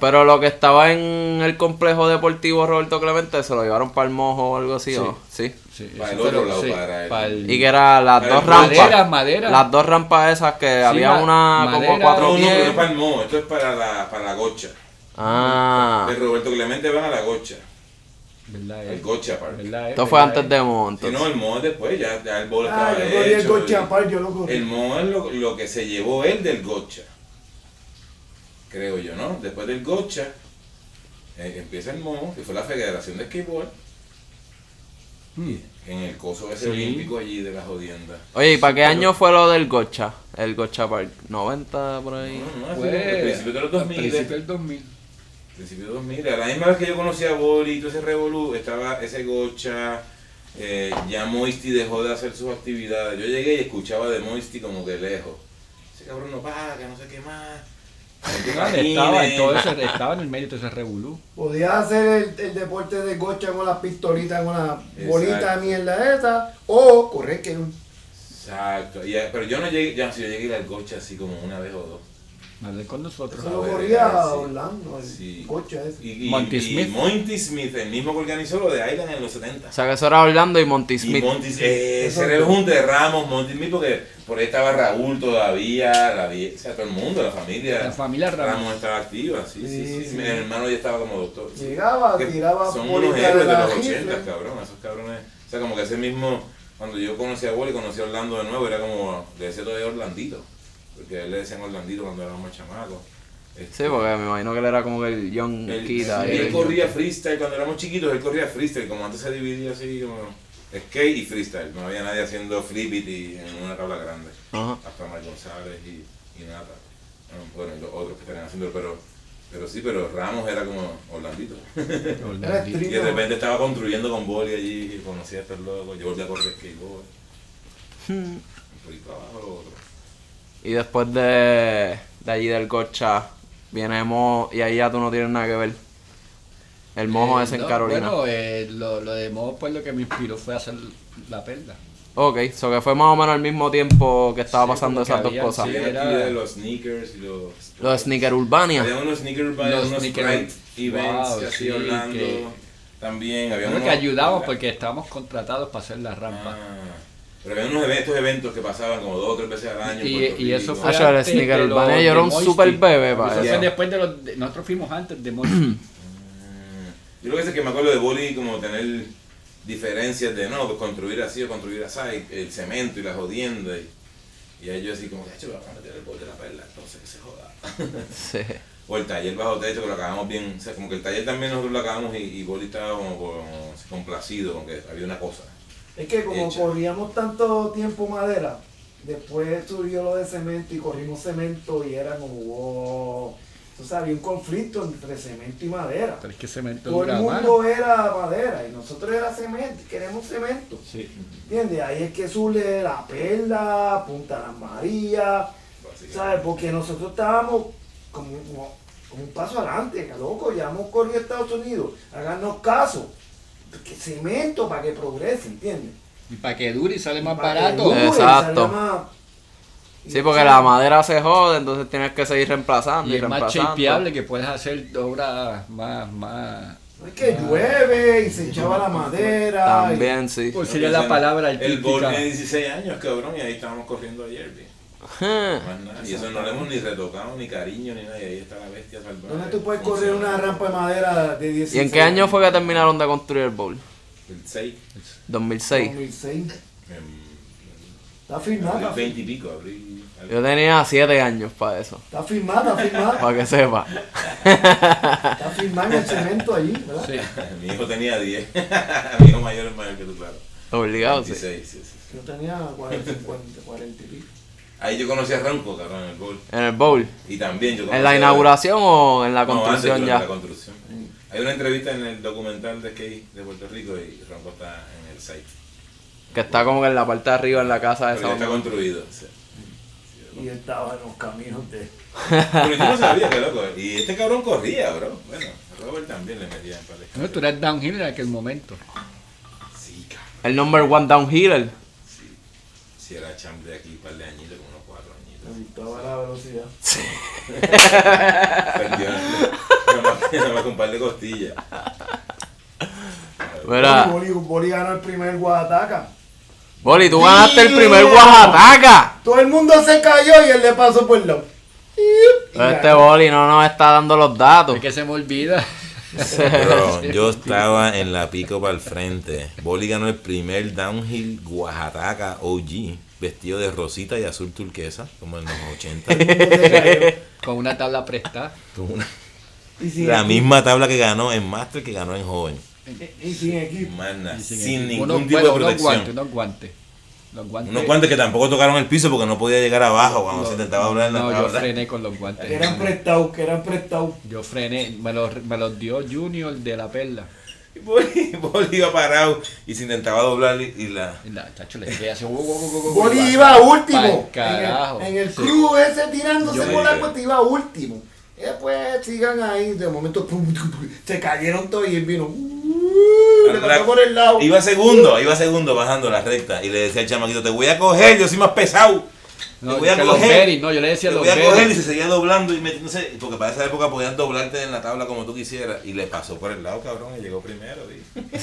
[SPEAKER 1] Pero lo que estaba en el complejo deportivo Roberto Clemente se lo llevaron para el mojo o algo así, ¿o? Sí.
[SPEAKER 2] Sí,
[SPEAKER 3] Para el
[SPEAKER 2] eso,
[SPEAKER 3] otro
[SPEAKER 2] pero
[SPEAKER 3] lado, para el-
[SPEAKER 1] Y que era las
[SPEAKER 3] Pero
[SPEAKER 1] dos rampas.
[SPEAKER 2] madera, madera.
[SPEAKER 1] Las dos rampas esas que había
[SPEAKER 2] ma-
[SPEAKER 1] una como
[SPEAKER 2] madera.
[SPEAKER 1] cuatro
[SPEAKER 3] No, no, pero
[SPEAKER 1] pies.
[SPEAKER 3] es para el moho, esto es para la, para la gocha.
[SPEAKER 1] Ah.
[SPEAKER 3] De Roberto Clemente van a la gocha.
[SPEAKER 2] ¿Verdad, eh?
[SPEAKER 3] El gocha park.
[SPEAKER 2] ¿Verdad, eh?
[SPEAKER 1] Esto fue
[SPEAKER 2] ¿Verdad,
[SPEAKER 1] antes
[SPEAKER 2] eh?
[SPEAKER 1] de Mo,
[SPEAKER 3] Si
[SPEAKER 1] entonces.
[SPEAKER 3] no, el moho es después, ya, ya el bolo
[SPEAKER 4] Ah,
[SPEAKER 3] estaba
[SPEAKER 4] yo corrí el
[SPEAKER 3] hecho.
[SPEAKER 4] coche a par, yo lo
[SPEAKER 3] el, el
[SPEAKER 4] corrí.
[SPEAKER 3] moho es lo, lo que se llevó él del gocha. Creo yo, ¿no? Después del gocha, eh, empieza el moho, que fue la Federación de Skateboard,
[SPEAKER 2] Hmm.
[SPEAKER 3] en el coso ese
[SPEAKER 2] Sí.
[SPEAKER 3] olímpico allí de las jodiendas.
[SPEAKER 1] Oye, ¿y para qué año fue lo del Gocha? El Gocha Park. 90 por ahí.
[SPEAKER 3] No, Ah, no, así como que
[SPEAKER 2] Fue
[SPEAKER 3] al principio de los
[SPEAKER 2] al
[SPEAKER 3] 2000.
[SPEAKER 2] principio del 2000.
[SPEAKER 3] Principio de 2000, a la misma vez que yo conocí a Bori y todo ese revolú, estaba ese gocha, eh, ya Moisty dejó de hacer sus actividades. Yo llegué y escuchaba de Moisty como que lejos. Ese cabrón no paga, no sé qué más.
[SPEAKER 2] Ah, Estaba en todo ese- estaba en el medio de todo ese revolú.
[SPEAKER 4] Podías hacer el, el deporte de gocha con las pistolitas, con la bolita
[SPEAKER 3] Exacto.
[SPEAKER 4] de mierda esa, o correr que
[SPEAKER 3] Exacto, y, eh, pero yo no llegué, ya si yo llegué al gocha así como una vez o dos.
[SPEAKER 2] Madre con nosotros.
[SPEAKER 4] Eso lo
[SPEAKER 3] Joder,
[SPEAKER 4] corría a
[SPEAKER 3] sí.
[SPEAKER 4] Orlando, el
[SPEAKER 3] Sí.
[SPEAKER 4] gocha ese.
[SPEAKER 3] Y, y,
[SPEAKER 2] Monty
[SPEAKER 3] y
[SPEAKER 2] Smith.
[SPEAKER 3] Monty Smith, el mismo que organizó lo de Island en los 70.
[SPEAKER 1] O sea, que eso era Orlando y Monty
[SPEAKER 3] Y
[SPEAKER 1] Smith.
[SPEAKER 3] Monty, eh, ese
[SPEAKER 4] Eso es
[SPEAKER 3] era el junte de Ramos, Monty Smith, porque por ahí estaba Raúl todavía, la vie- o sea, todo el mundo, la familia.
[SPEAKER 2] La
[SPEAKER 1] Ah,
[SPEAKER 2] familia
[SPEAKER 3] Ramos,
[SPEAKER 2] Ramos.
[SPEAKER 3] estaba activa, sí, sí, sí.
[SPEAKER 4] Sí, sí.
[SPEAKER 3] Mi hermano ya estaba como doctor. sí.
[SPEAKER 4] Llegaba,
[SPEAKER 3] Que
[SPEAKER 4] tiraba
[SPEAKER 3] Son
[SPEAKER 4] bolitas
[SPEAKER 3] unos héroes de los
[SPEAKER 4] rifle.
[SPEAKER 3] 80, cabrón, esos cabrones. O sea, como que ese mismo, cuando yo conocí a Wally, conocí a Orlando de nuevo, era como, le decía todavía Orlandito, porque a él le decían Orlandito cuando éramos más chamacos.
[SPEAKER 1] Sí,
[SPEAKER 3] Este,
[SPEAKER 1] porque me imagino que él era como que el John
[SPEAKER 3] él,
[SPEAKER 1] Kida.
[SPEAKER 3] él corría freestyle cuando éramos chiquitos, él corría freestyle, como antes se dividía así como skate y freestyle, no había nadie haciendo flippity en una tabla grande,
[SPEAKER 1] Ajá.
[SPEAKER 3] hasta Mar González y, y nada. Bueno, y los otros que estaban haciendo, pero, pero sí, pero Ramos era como Orlandito.
[SPEAKER 4] Era
[SPEAKER 1] este-
[SPEAKER 2] Orlandito.
[SPEAKER 3] Y
[SPEAKER 4] streamer.
[SPEAKER 3] de repente estaba construyendo con Boli allí, y conocí a estos locos, yo volví a correr skateboard, Hmm. un poquito abajo, lo otro.
[SPEAKER 1] Y después de, de allí del Gocha, viene Mo y ahí ya tú no tienes nada que ver. El mojo
[SPEAKER 2] Eh,
[SPEAKER 1] es en
[SPEAKER 2] no,
[SPEAKER 1] Carolina.
[SPEAKER 2] Bueno, eh, lo, lo de Mojo, pues lo que me inspiró fue hacer la perla.
[SPEAKER 1] Ok, so que fue más o menos al mismo tiempo que estaba
[SPEAKER 2] Sí,
[SPEAKER 1] pasando
[SPEAKER 2] como que
[SPEAKER 1] esas dos
[SPEAKER 2] había-
[SPEAKER 1] cosas.
[SPEAKER 3] Sí,
[SPEAKER 2] Era-
[SPEAKER 3] aquí de los sneakers y los...
[SPEAKER 1] Lo de Sneaker Urbania.
[SPEAKER 3] Había unos sneaker by,
[SPEAKER 2] Los
[SPEAKER 3] unos
[SPEAKER 2] sneaker-
[SPEAKER 3] Sprite events
[SPEAKER 2] Wow,
[SPEAKER 3] que hacía
[SPEAKER 2] sí,
[SPEAKER 3] Orlando.
[SPEAKER 2] que-
[SPEAKER 3] También había
[SPEAKER 2] Creo
[SPEAKER 3] unos...
[SPEAKER 2] que pues, ayudamos porque estábamos contratados para hacer la rampa.
[SPEAKER 3] Ah, pero había unos eventos, eventos que pasaban como dos o tres veces al año. en
[SPEAKER 2] Y-
[SPEAKER 3] Puerto
[SPEAKER 2] y eso
[SPEAKER 3] Rico.
[SPEAKER 2] fue
[SPEAKER 1] Ah, yo era
[SPEAKER 2] antes
[SPEAKER 1] sneaker
[SPEAKER 2] de los-
[SPEAKER 1] urbana, yo
[SPEAKER 2] de
[SPEAKER 1] era un
[SPEAKER 2] Moisty.
[SPEAKER 1] super bebé para
[SPEAKER 2] Eso
[SPEAKER 3] eso.
[SPEAKER 2] fue después de los... de- nosotros fuimos antes de Moisty.
[SPEAKER 3] Mm. Yo lo que sé es que me acuerdo de Boli como tener diferencias de no, pues construir así o construir así, el cemento y la jodienda. Y, y ahí yo así como, hecho, vamos a meter el bol de la perla, entonces que se joda.
[SPEAKER 1] Sí.
[SPEAKER 3] O el taller bajo techo que lo acabamos bien, o sea, como que el taller también nosotros lo acabamos y, y Boli estaba como, como complacido con que había una cosa.
[SPEAKER 4] Es que como
[SPEAKER 3] Hecha.
[SPEAKER 4] corríamos tanto tiempo madera, después surgió lo de cemento y corrimos cemento y era como, wow. Entonces había un conflicto entre cemento y madera.
[SPEAKER 2] Pero es que cemento
[SPEAKER 4] Todo el
[SPEAKER 2] dura más.
[SPEAKER 4] mundo era madera y nosotros era cemento, queremos cemento.
[SPEAKER 2] Sí.
[SPEAKER 4] ¿Entiendes? Ahí es que surge la perla, Punta Las Marías,
[SPEAKER 3] básicamente.
[SPEAKER 4] ¿sabes? Porque nosotros estábamos como, como- como un paso adelante, que loco, ya hemos corrido a Estados Unidos, háganos caso, que cemento para que progrese, ¿entiendes?
[SPEAKER 2] Y para que dure y sale más
[SPEAKER 4] Para que
[SPEAKER 2] barato.
[SPEAKER 4] dure,
[SPEAKER 1] Exacto.
[SPEAKER 4] salga más-
[SPEAKER 1] Sí, porque la madera se jode, entonces tienes que seguir reemplazando
[SPEAKER 2] Y
[SPEAKER 1] y,
[SPEAKER 2] es más
[SPEAKER 1] reemplazando.
[SPEAKER 2] shapeable que puedes hacer obras más, más...
[SPEAKER 4] No es que llueve y se echaba la madera.
[SPEAKER 1] También, sí.
[SPEAKER 2] Pues
[SPEAKER 3] No,
[SPEAKER 2] sería
[SPEAKER 3] que
[SPEAKER 2] la
[SPEAKER 3] sea-
[SPEAKER 2] palabra
[SPEAKER 3] El gol
[SPEAKER 2] artística.
[SPEAKER 3] tiene 16 años, cabrón, y ahí estábamos corriendo ayer, bien. Más nada. Y eso no le hemos ni retocado, ni cariño, ni nada. Y ahí está la bestia
[SPEAKER 4] Y,
[SPEAKER 3] salvaje.
[SPEAKER 4] ¿Dónde tú puedes correr una rampa de madera de 16?
[SPEAKER 1] ¿Y en qué año fue que terminaron de construir el bowl?
[SPEAKER 3] El 6,
[SPEAKER 1] 2006.
[SPEAKER 4] 2006.
[SPEAKER 3] en
[SPEAKER 4] Está firmada,
[SPEAKER 3] abril
[SPEAKER 4] está
[SPEAKER 3] 20 y pico, abril. algo.
[SPEAKER 1] Yo tenía 7 años para eso,
[SPEAKER 4] Está firmada, está firmada.
[SPEAKER 1] para que sepa.
[SPEAKER 4] Está firmada en el cemento allí, ¿verdad?
[SPEAKER 2] Sí.
[SPEAKER 3] Mi hijo tenía 10. Mi hijo mayor es mayor que tú, claro.
[SPEAKER 1] Obligado, sí.
[SPEAKER 3] 16, sí, sí.
[SPEAKER 4] Yo tenía 40, 50, 40 y pico.
[SPEAKER 3] Ahí yo conocí a Ramco, cabrón, en el gol.
[SPEAKER 1] En el bowl.
[SPEAKER 3] Y también yo conocí
[SPEAKER 1] ¿En la
[SPEAKER 3] a-
[SPEAKER 1] inauguración o en la
[SPEAKER 3] No, antes,
[SPEAKER 1] construcción
[SPEAKER 3] durante
[SPEAKER 1] ya?
[SPEAKER 3] la construcción. Hay una entrevista en el documental de Skate de Puerto Rico y Ramco está en el 6.
[SPEAKER 1] Que está como que en la parte de arriba, en la casa de
[SPEAKER 3] Pero ya
[SPEAKER 1] Ah,
[SPEAKER 3] está
[SPEAKER 1] esa.
[SPEAKER 3] construido. sí.
[SPEAKER 4] Y él estaba en los caminos de.
[SPEAKER 3] Pero yo no sabía que loco. Y este cabrón corría, bro. Bueno, Robert también le metía en pares.
[SPEAKER 2] No, tú eras downhill en aquel momento.
[SPEAKER 3] Sí, cabrón.
[SPEAKER 1] El number one downhiller.
[SPEAKER 3] Sí. Si era champ de aquí un par de añitos, como unos cuatro
[SPEAKER 4] Me
[SPEAKER 3] añitos.
[SPEAKER 4] gustaba la velocidad.
[SPEAKER 3] Perdió. Nada más, nada más con un par de costillas.
[SPEAKER 1] Mira,
[SPEAKER 4] Boli, Boli ganó el primer Oaxaca.
[SPEAKER 1] Boli, tú ganaste el primer
[SPEAKER 4] Yeah.
[SPEAKER 1] Oaxaca.
[SPEAKER 4] Todo el mundo se cayó y él le pasó por el lado. Y
[SPEAKER 1] Pero este
[SPEAKER 4] ganó.
[SPEAKER 1] Boli no nos está dando los datos.
[SPEAKER 2] Es que se me olvida.
[SPEAKER 3] Bro, yo estaba en la pico para el frente. Boli ganó el primer downhill Oaxaca OG, vestido de rosita y azul turquesa, como en los 80.
[SPEAKER 2] Con una tabla prestada.
[SPEAKER 3] Con una-
[SPEAKER 4] Y sin
[SPEAKER 3] la
[SPEAKER 4] equipo.
[SPEAKER 3] misma tabla que ganó en Master que ganó en joven.
[SPEAKER 4] Y sin equipo.
[SPEAKER 3] Más nada,
[SPEAKER 2] y
[SPEAKER 3] sin,
[SPEAKER 2] equipo.
[SPEAKER 3] ningún
[SPEAKER 2] Unos-
[SPEAKER 3] tipo
[SPEAKER 2] bueno,
[SPEAKER 3] de
[SPEAKER 2] Unos guantes,
[SPEAKER 3] protección.
[SPEAKER 2] unos guantes. Los guantes.
[SPEAKER 3] Unos guantes que tampoco tocaron el piso porque no podía llegar abajo cuando se intentaba hablar en la
[SPEAKER 2] No, yo
[SPEAKER 3] tabla.
[SPEAKER 2] frené con los guantes.
[SPEAKER 4] Que eran prestados, que eran prestados.
[SPEAKER 2] Yo frené, me los, me los dio Junior de la perla.
[SPEAKER 3] Y Boli, Boli iba parado y se intentaba doblar y, y la...
[SPEAKER 2] Y la chacho le quedé así. "Wo, wo, wo, wo, wo, wo",
[SPEAKER 4] Boli
[SPEAKER 2] y
[SPEAKER 4] iba
[SPEAKER 2] pa'l
[SPEAKER 4] último. En
[SPEAKER 2] carajo.
[SPEAKER 4] el, en el
[SPEAKER 2] Sí.
[SPEAKER 4] club ese tirándose
[SPEAKER 3] Yo-
[SPEAKER 4] por la cuesta iba último. Y después sigan ahí, de momento pum, pum, pum, se cayeron todos y él vino. uh, le pasó por el lado.
[SPEAKER 3] Iba segundo, iba segundo bajando la recta y le decía al chamaquito, te voy a coger, yo soy más pesado.
[SPEAKER 2] No,
[SPEAKER 3] te voy a
[SPEAKER 2] que los berries,
[SPEAKER 3] coger.
[SPEAKER 2] no, yo le decía
[SPEAKER 3] te
[SPEAKER 2] los
[SPEAKER 3] voy a coger y
[SPEAKER 2] berries.
[SPEAKER 3] se seguía doblando y metiéndose, porque para esa época podían doblarte en la tabla como tú quisieras. Y le pasó por el lado, cabrón, y llegó primero. y-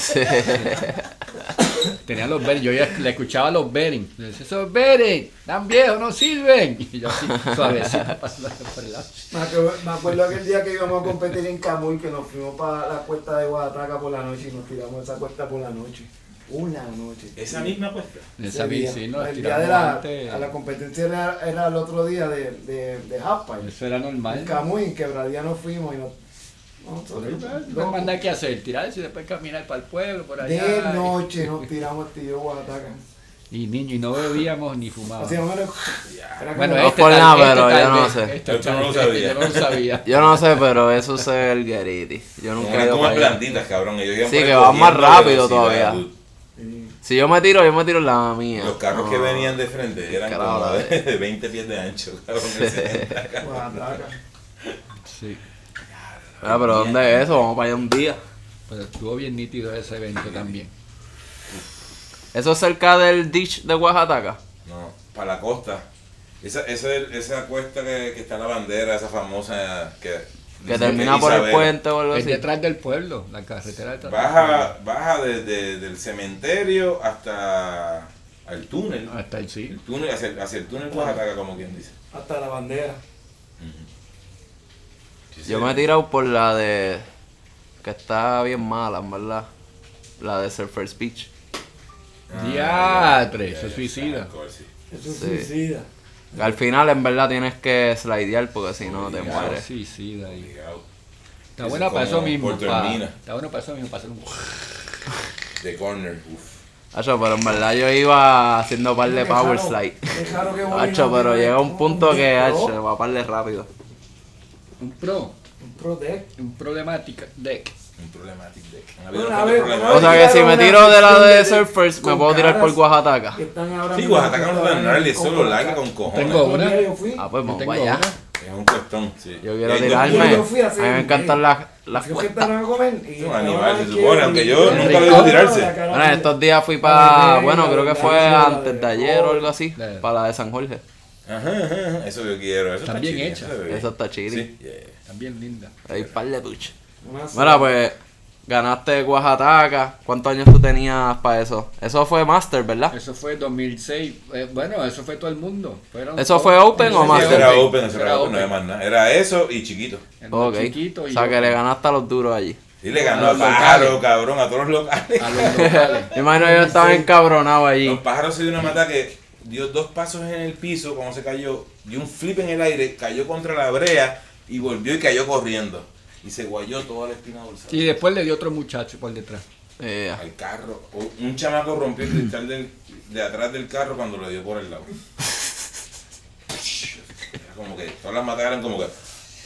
[SPEAKER 2] Tenía los berries, yo ya le escuchaba los berries. Le decía, esos berries, tan viejos, no sirven. Y yo así, suavecito, pasando por el lado.
[SPEAKER 4] Me acuerdo, me acuerdo aquel día que íbamos a competir en Camuy, que nos fuimos para la cuesta de Guadataca por la noche y nos tiramos esa cuesta por la noche. Una noche.
[SPEAKER 3] Esa misma apuesta.
[SPEAKER 2] Eh, Esa
[SPEAKER 4] Ese día.
[SPEAKER 2] bici, ¿no?
[SPEAKER 4] El día
[SPEAKER 2] Tiramos
[SPEAKER 4] de la,
[SPEAKER 2] antes.
[SPEAKER 4] a la competencia era, era el otro día de, de, de half pipe.
[SPEAKER 2] Eso era normal.
[SPEAKER 4] En Camuy, en Quebradía nos fuimos y nos... nosotros,
[SPEAKER 2] No
[SPEAKER 4] loco,
[SPEAKER 2] más nada que hacer, tirarse y después caminar para el pueblo, por allá.
[SPEAKER 4] de noche nos tiramos tío Guadataca.
[SPEAKER 2] Y niño, y no bebíamos ni
[SPEAKER 3] Ah.
[SPEAKER 2] fumábamos.
[SPEAKER 4] Así más o menos... era
[SPEAKER 2] Bueno,
[SPEAKER 4] como-
[SPEAKER 2] este
[SPEAKER 1] por
[SPEAKER 2] tal,
[SPEAKER 1] nada,
[SPEAKER 2] este
[SPEAKER 1] pero
[SPEAKER 2] tal
[SPEAKER 1] yo no
[SPEAKER 2] vez,
[SPEAKER 1] sé.
[SPEAKER 2] este
[SPEAKER 3] Yo no lo
[SPEAKER 2] tal vez, Yo no
[SPEAKER 3] sabía.
[SPEAKER 2] lo sabía.
[SPEAKER 1] Yo no sé, pero eso es el Gariti. Yo nunca he
[SPEAKER 3] Eran
[SPEAKER 1] ido
[SPEAKER 3] como
[SPEAKER 1] para allá.
[SPEAKER 3] plantitas, cabrón. Ellos iban
[SPEAKER 1] Sí,
[SPEAKER 3] por ahí
[SPEAKER 1] que van más
[SPEAKER 3] cogiendo
[SPEAKER 1] rápido
[SPEAKER 3] velocidad.
[SPEAKER 1] todavía.
[SPEAKER 4] Sí.
[SPEAKER 1] Si yo me tiro, yo me tiro la mía. Ah.
[SPEAKER 3] Los carros que
[SPEAKER 1] No.
[SPEAKER 3] venían de frente eran
[SPEAKER 1] Carajo,
[SPEAKER 3] como
[SPEAKER 1] la
[SPEAKER 3] de, de 20 pies de ancho, cabrón. el 70, cabrón.
[SPEAKER 4] Guadataca.
[SPEAKER 2] Sí,
[SPEAKER 1] Ah, pero ¿dónde es eso? Vamos para allá un día.
[SPEAKER 2] pero estuvo bien nítido ese evento también.
[SPEAKER 1] Eso es cerca del ditch de Oaxaca.
[SPEAKER 3] No, para la costa. Esa, esa, esa cuesta que, que está la bandera, esa famosa que...
[SPEAKER 1] Que
[SPEAKER 3] dicen
[SPEAKER 1] termina
[SPEAKER 3] es
[SPEAKER 1] por el
[SPEAKER 3] Isabela.
[SPEAKER 1] puente o algo
[SPEAKER 2] Es
[SPEAKER 1] así.
[SPEAKER 2] detrás del pueblo, la carretera detrás del
[SPEAKER 3] Baja, baja desde del cementerio hasta el túnel.
[SPEAKER 4] Ah,
[SPEAKER 2] pueblo. Hasta el sí.
[SPEAKER 3] El túnel hacia, el- hacia el túnel Oaxaca, como quien dice.
[SPEAKER 4] Hasta la bandera.
[SPEAKER 1] Yo me he tirado por la de. que está bien mala, en verdad. La de Surfer's Beach.
[SPEAKER 2] Diatre,
[SPEAKER 3] ya,
[SPEAKER 2] se
[SPEAKER 3] ya,
[SPEAKER 2] suicida.
[SPEAKER 3] alcohol, sí.
[SPEAKER 4] Eso es
[SPEAKER 1] Sí.
[SPEAKER 4] suicida.
[SPEAKER 1] Al final, en verdad, tienes que slidear porque si no te
[SPEAKER 3] Obligado.
[SPEAKER 1] mueres.
[SPEAKER 2] Sí, sí, de ahí.
[SPEAKER 3] Ligado.
[SPEAKER 2] Está
[SPEAKER 3] Eso
[SPEAKER 2] buena
[SPEAKER 3] es
[SPEAKER 2] para eso
[SPEAKER 3] como
[SPEAKER 2] mismo.
[SPEAKER 3] Puerto
[SPEAKER 2] pa-
[SPEAKER 3] Hermina.
[SPEAKER 2] está bueno para eso mismo, para hacer un...
[SPEAKER 3] The corner, uff.
[SPEAKER 1] Hacho, pero en verdad yo iba haciendo par de
[SPEAKER 4] Qué
[SPEAKER 1] power
[SPEAKER 4] raro,
[SPEAKER 1] slide.
[SPEAKER 4] qué raro que Boli
[SPEAKER 1] Hacho,
[SPEAKER 4] no
[SPEAKER 1] pero
[SPEAKER 4] tiene
[SPEAKER 1] llega un punto que
[SPEAKER 4] pro,
[SPEAKER 1] hacho, va a par de rápido.
[SPEAKER 2] Un pro,
[SPEAKER 4] Un pro deck.
[SPEAKER 2] un problemática deck.
[SPEAKER 3] Un problemático deck. Han habido
[SPEAKER 4] Bueno, a
[SPEAKER 3] tantos
[SPEAKER 4] ver,
[SPEAKER 3] problemas.
[SPEAKER 1] O sea que si me
[SPEAKER 4] Una
[SPEAKER 1] tiro de la de
[SPEAKER 4] edición de-
[SPEAKER 1] Surfers, me
[SPEAKER 4] con
[SPEAKER 1] puedo tirar por
[SPEAKER 4] caras.
[SPEAKER 1] Oaxaca.
[SPEAKER 4] Que están ahora
[SPEAKER 3] Sí,
[SPEAKER 4] mismo
[SPEAKER 3] Oaxaca no
[SPEAKER 4] tratando
[SPEAKER 3] va a
[SPEAKER 4] de
[SPEAKER 3] ganar el
[SPEAKER 4] con
[SPEAKER 3] solo
[SPEAKER 4] Oaxaca.
[SPEAKER 3] larga con cojones.
[SPEAKER 2] Tengo
[SPEAKER 4] Un
[SPEAKER 2] una.
[SPEAKER 4] día yo fui.
[SPEAKER 1] Ah, pues vamos
[SPEAKER 2] tengo
[SPEAKER 1] para allá.
[SPEAKER 2] una.
[SPEAKER 3] Es un cuestón, sí.
[SPEAKER 1] Yo
[SPEAKER 3] Y
[SPEAKER 1] quiero
[SPEAKER 3] hay dos
[SPEAKER 1] tirarme.
[SPEAKER 4] yo
[SPEAKER 1] A
[SPEAKER 3] puntos.
[SPEAKER 4] fui a
[SPEAKER 1] mí
[SPEAKER 4] hacer
[SPEAKER 1] me
[SPEAKER 4] un-
[SPEAKER 1] encantan las, las
[SPEAKER 4] Yo que
[SPEAKER 1] cuestas.
[SPEAKER 4] estaban a comer. y
[SPEAKER 3] Es un
[SPEAKER 4] ahora
[SPEAKER 3] animal, se
[SPEAKER 4] quiero-
[SPEAKER 3] supone, aunque yo nunca
[SPEAKER 4] El
[SPEAKER 3] lo he visto
[SPEAKER 4] rincón,
[SPEAKER 3] tirarse.
[SPEAKER 4] la
[SPEAKER 1] Bueno,
[SPEAKER 4] cara-
[SPEAKER 1] estos días fui
[SPEAKER 4] la
[SPEAKER 1] para,
[SPEAKER 4] de-
[SPEAKER 1] bueno, creo
[SPEAKER 4] la
[SPEAKER 1] que
[SPEAKER 4] de-
[SPEAKER 1] fue
[SPEAKER 4] la de-
[SPEAKER 1] antes de ayer o algo así,
[SPEAKER 2] La de-
[SPEAKER 1] para la de San Jorge.
[SPEAKER 3] Ajá, ajá, ajá, eso yo quiero. Eso
[SPEAKER 2] Están
[SPEAKER 3] está
[SPEAKER 2] bien
[SPEAKER 3] chilling,
[SPEAKER 2] hechas.
[SPEAKER 3] eso se ve
[SPEAKER 1] Eso está
[SPEAKER 3] bien.
[SPEAKER 1] chilling.
[SPEAKER 3] Sí, yeah.
[SPEAKER 2] También linda.
[SPEAKER 1] Hay par de puch.
[SPEAKER 4] Una sola.
[SPEAKER 1] Bueno, pues ganaste Oaxaca. ¿Cuántos años tú tenías para eso? Eso fue Master, ¿verdad?
[SPEAKER 2] Eso fue 2006. eh, bueno, eso fue todo el mundo. Fueron
[SPEAKER 1] ¿Eso
[SPEAKER 2] todos-
[SPEAKER 1] fue Open o
[SPEAKER 2] Eso
[SPEAKER 1] Master?
[SPEAKER 3] Eso
[SPEAKER 2] fue
[SPEAKER 3] era open, eso era
[SPEAKER 2] Era
[SPEAKER 3] open, no había más nada. Era eso y chiquito.
[SPEAKER 2] El más
[SPEAKER 1] Ok.
[SPEAKER 2] chiquito
[SPEAKER 1] O
[SPEAKER 2] y
[SPEAKER 1] sea que
[SPEAKER 2] yo.
[SPEAKER 1] le ganaste a los duros allí.
[SPEAKER 3] Y le
[SPEAKER 2] A
[SPEAKER 4] Ah,
[SPEAKER 3] ganó al
[SPEAKER 2] los
[SPEAKER 3] pájaro,
[SPEAKER 2] locales.
[SPEAKER 3] cabrón, a todos los locales.
[SPEAKER 2] A los locales.
[SPEAKER 1] Yo imagino yo estaba encabronado
[SPEAKER 3] Los
[SPEAKER 1] allí.
[SPEAKER 3] pájaros se dio una mata que dio dos pasos en el piso cuando se cayó, dio un flip en el aire, cayó contra la brea y volvió y cayó corriendo. Y se guayó toda la espina dorsal.
[SPEAKER 2] Y después le dio otro muchacho por detrás.
[SPEAKER 1] Eh,
[SPEAKER 3] Al carro. O- Un chamaco rompió el cristal del- de atrás del carro cuando le dio por el lado. Era como que todas las matas eran como que.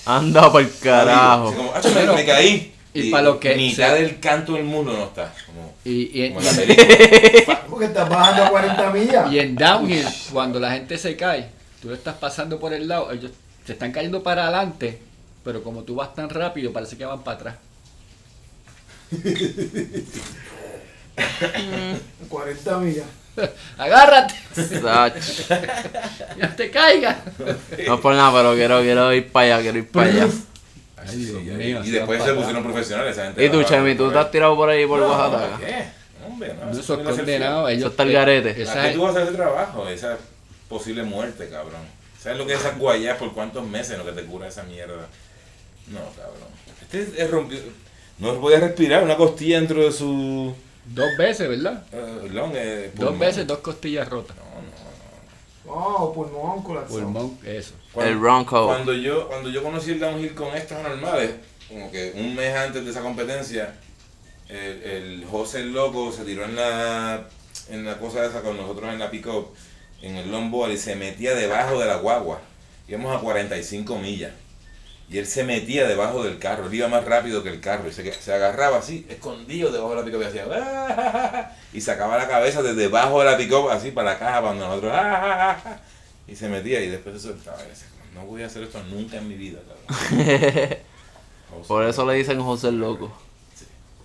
[SPEAKER 1] anda por
[SPEAKER 3] Así
[SPEAKER 1] carajo.
[SPEAKER 3] como, "Acho, me-
[SPEAKER 2] Pero-
[SPEAKER 3] me caí.
[SPEAKER 2] y pa' lo que
[SPEAKER 3] mitad
[SPEAKER 2] se-
[SPEAKER 3] del canto del mundo no está. Como,
[SPEAKER 2] Y, y-
[SPEAKER 3] como
[SPEAKER 2] y-
[SPEAKER 3] en la película.
[SPEAKER 4] Porque estás bajando a 40 millas.
[SPEAKER 2] y en downhill, cuando la gente se cae, tú lo estás pasando por el lado, ellos se están cayendo para adelante, pero como tú vas tan rápido, parece que van para atrás.
[SPEAKER 4] 40 millas.
[SPEAKER 2] ¡Agárrate!
[SPEAKER 1] Sach.
[SPEAKER 2] ¡No te caigas!
[SPEAKER 1] No es por nada, pero quiero, quiero ir para allá, quiero ir para allá.
[SPEAKER 2] Ay, Dios
[SPEAKER 3] Sí,
[SPEAKER 2] mío,
[SPEAKER 3] y- y
[SPEAKER 2] hacían
[SPEAKER 3] después se
[SPEAKER 2] patada.
[SPEAKER 3] pusieron profesionales. Esa gente
[SPEAKER 1] Y tú, Chemi, tú te has tirado por ahí por
[SPEAKER 3] No,
[SPEAKER 1] Oaxaca.
[SPEAKER 3] ¿qué? Hombre, no.
[SPEAKER 2] No,
[SPEAKER 3] eso
[SPEAKER 2] esos
[SPEAKER 3] tiene que ser
[SPEAKER 2] condenados, ellos. eh,
[SPEAKER 1] está el garete.
[SPEAKER 3] fiel.
[SPEAKER 2] esa
[SPEAKER 3] ¿A qué
[SPEAKER 2] es-
[SPEAKER 3] tú vas a hacer ese trabajo? Esa posible muerte, cabrón. ¿Sabes lo que es esa guayas por cuántos meses lo que te cura esa mierda? No, cabrón. Este es, es rompió. No podía respirar una costilla dentro de su.
[SPEAKER 2] Dos veces, ¿verdad?
[SPEAKER 3] eh, long, eh,
[SPEAKER 2] Dos
[SPEAKER 3] pulmón.
[SPEAKER 2] veces, dos costillas rotas.
[SPEAKER 4] Oh, pulmón, corazón.
[SPEAKER 2] Pulmón, eso.
[SPEAKER 1] El Bronco.
[SPEAKER 3] Cuando yo, cuando yo conocí el downhill con estos anormales, como que un mes antes de esa competencia, el, el José el Loco se tiró en la, en la cosa esa con nosotros en la pick-up, en el longboard, y se metía debajo de la guagua. Íbamos a 45 millas. Y él se metía debajo del carro, él iba más rápido que el carro, y se, se agarraba así, escondido debajo de la pick-up, y hacía, "Ah", y sacaba la cabeza desde debajo de la pick-up, así para la caja, para nosotros, "Ah", y se metía, y después se soltaba, y decía, no voy a hacer esto nunca en mi vida, cabrón".
[SPEAKER 1] Por eso le dicen José el Loco.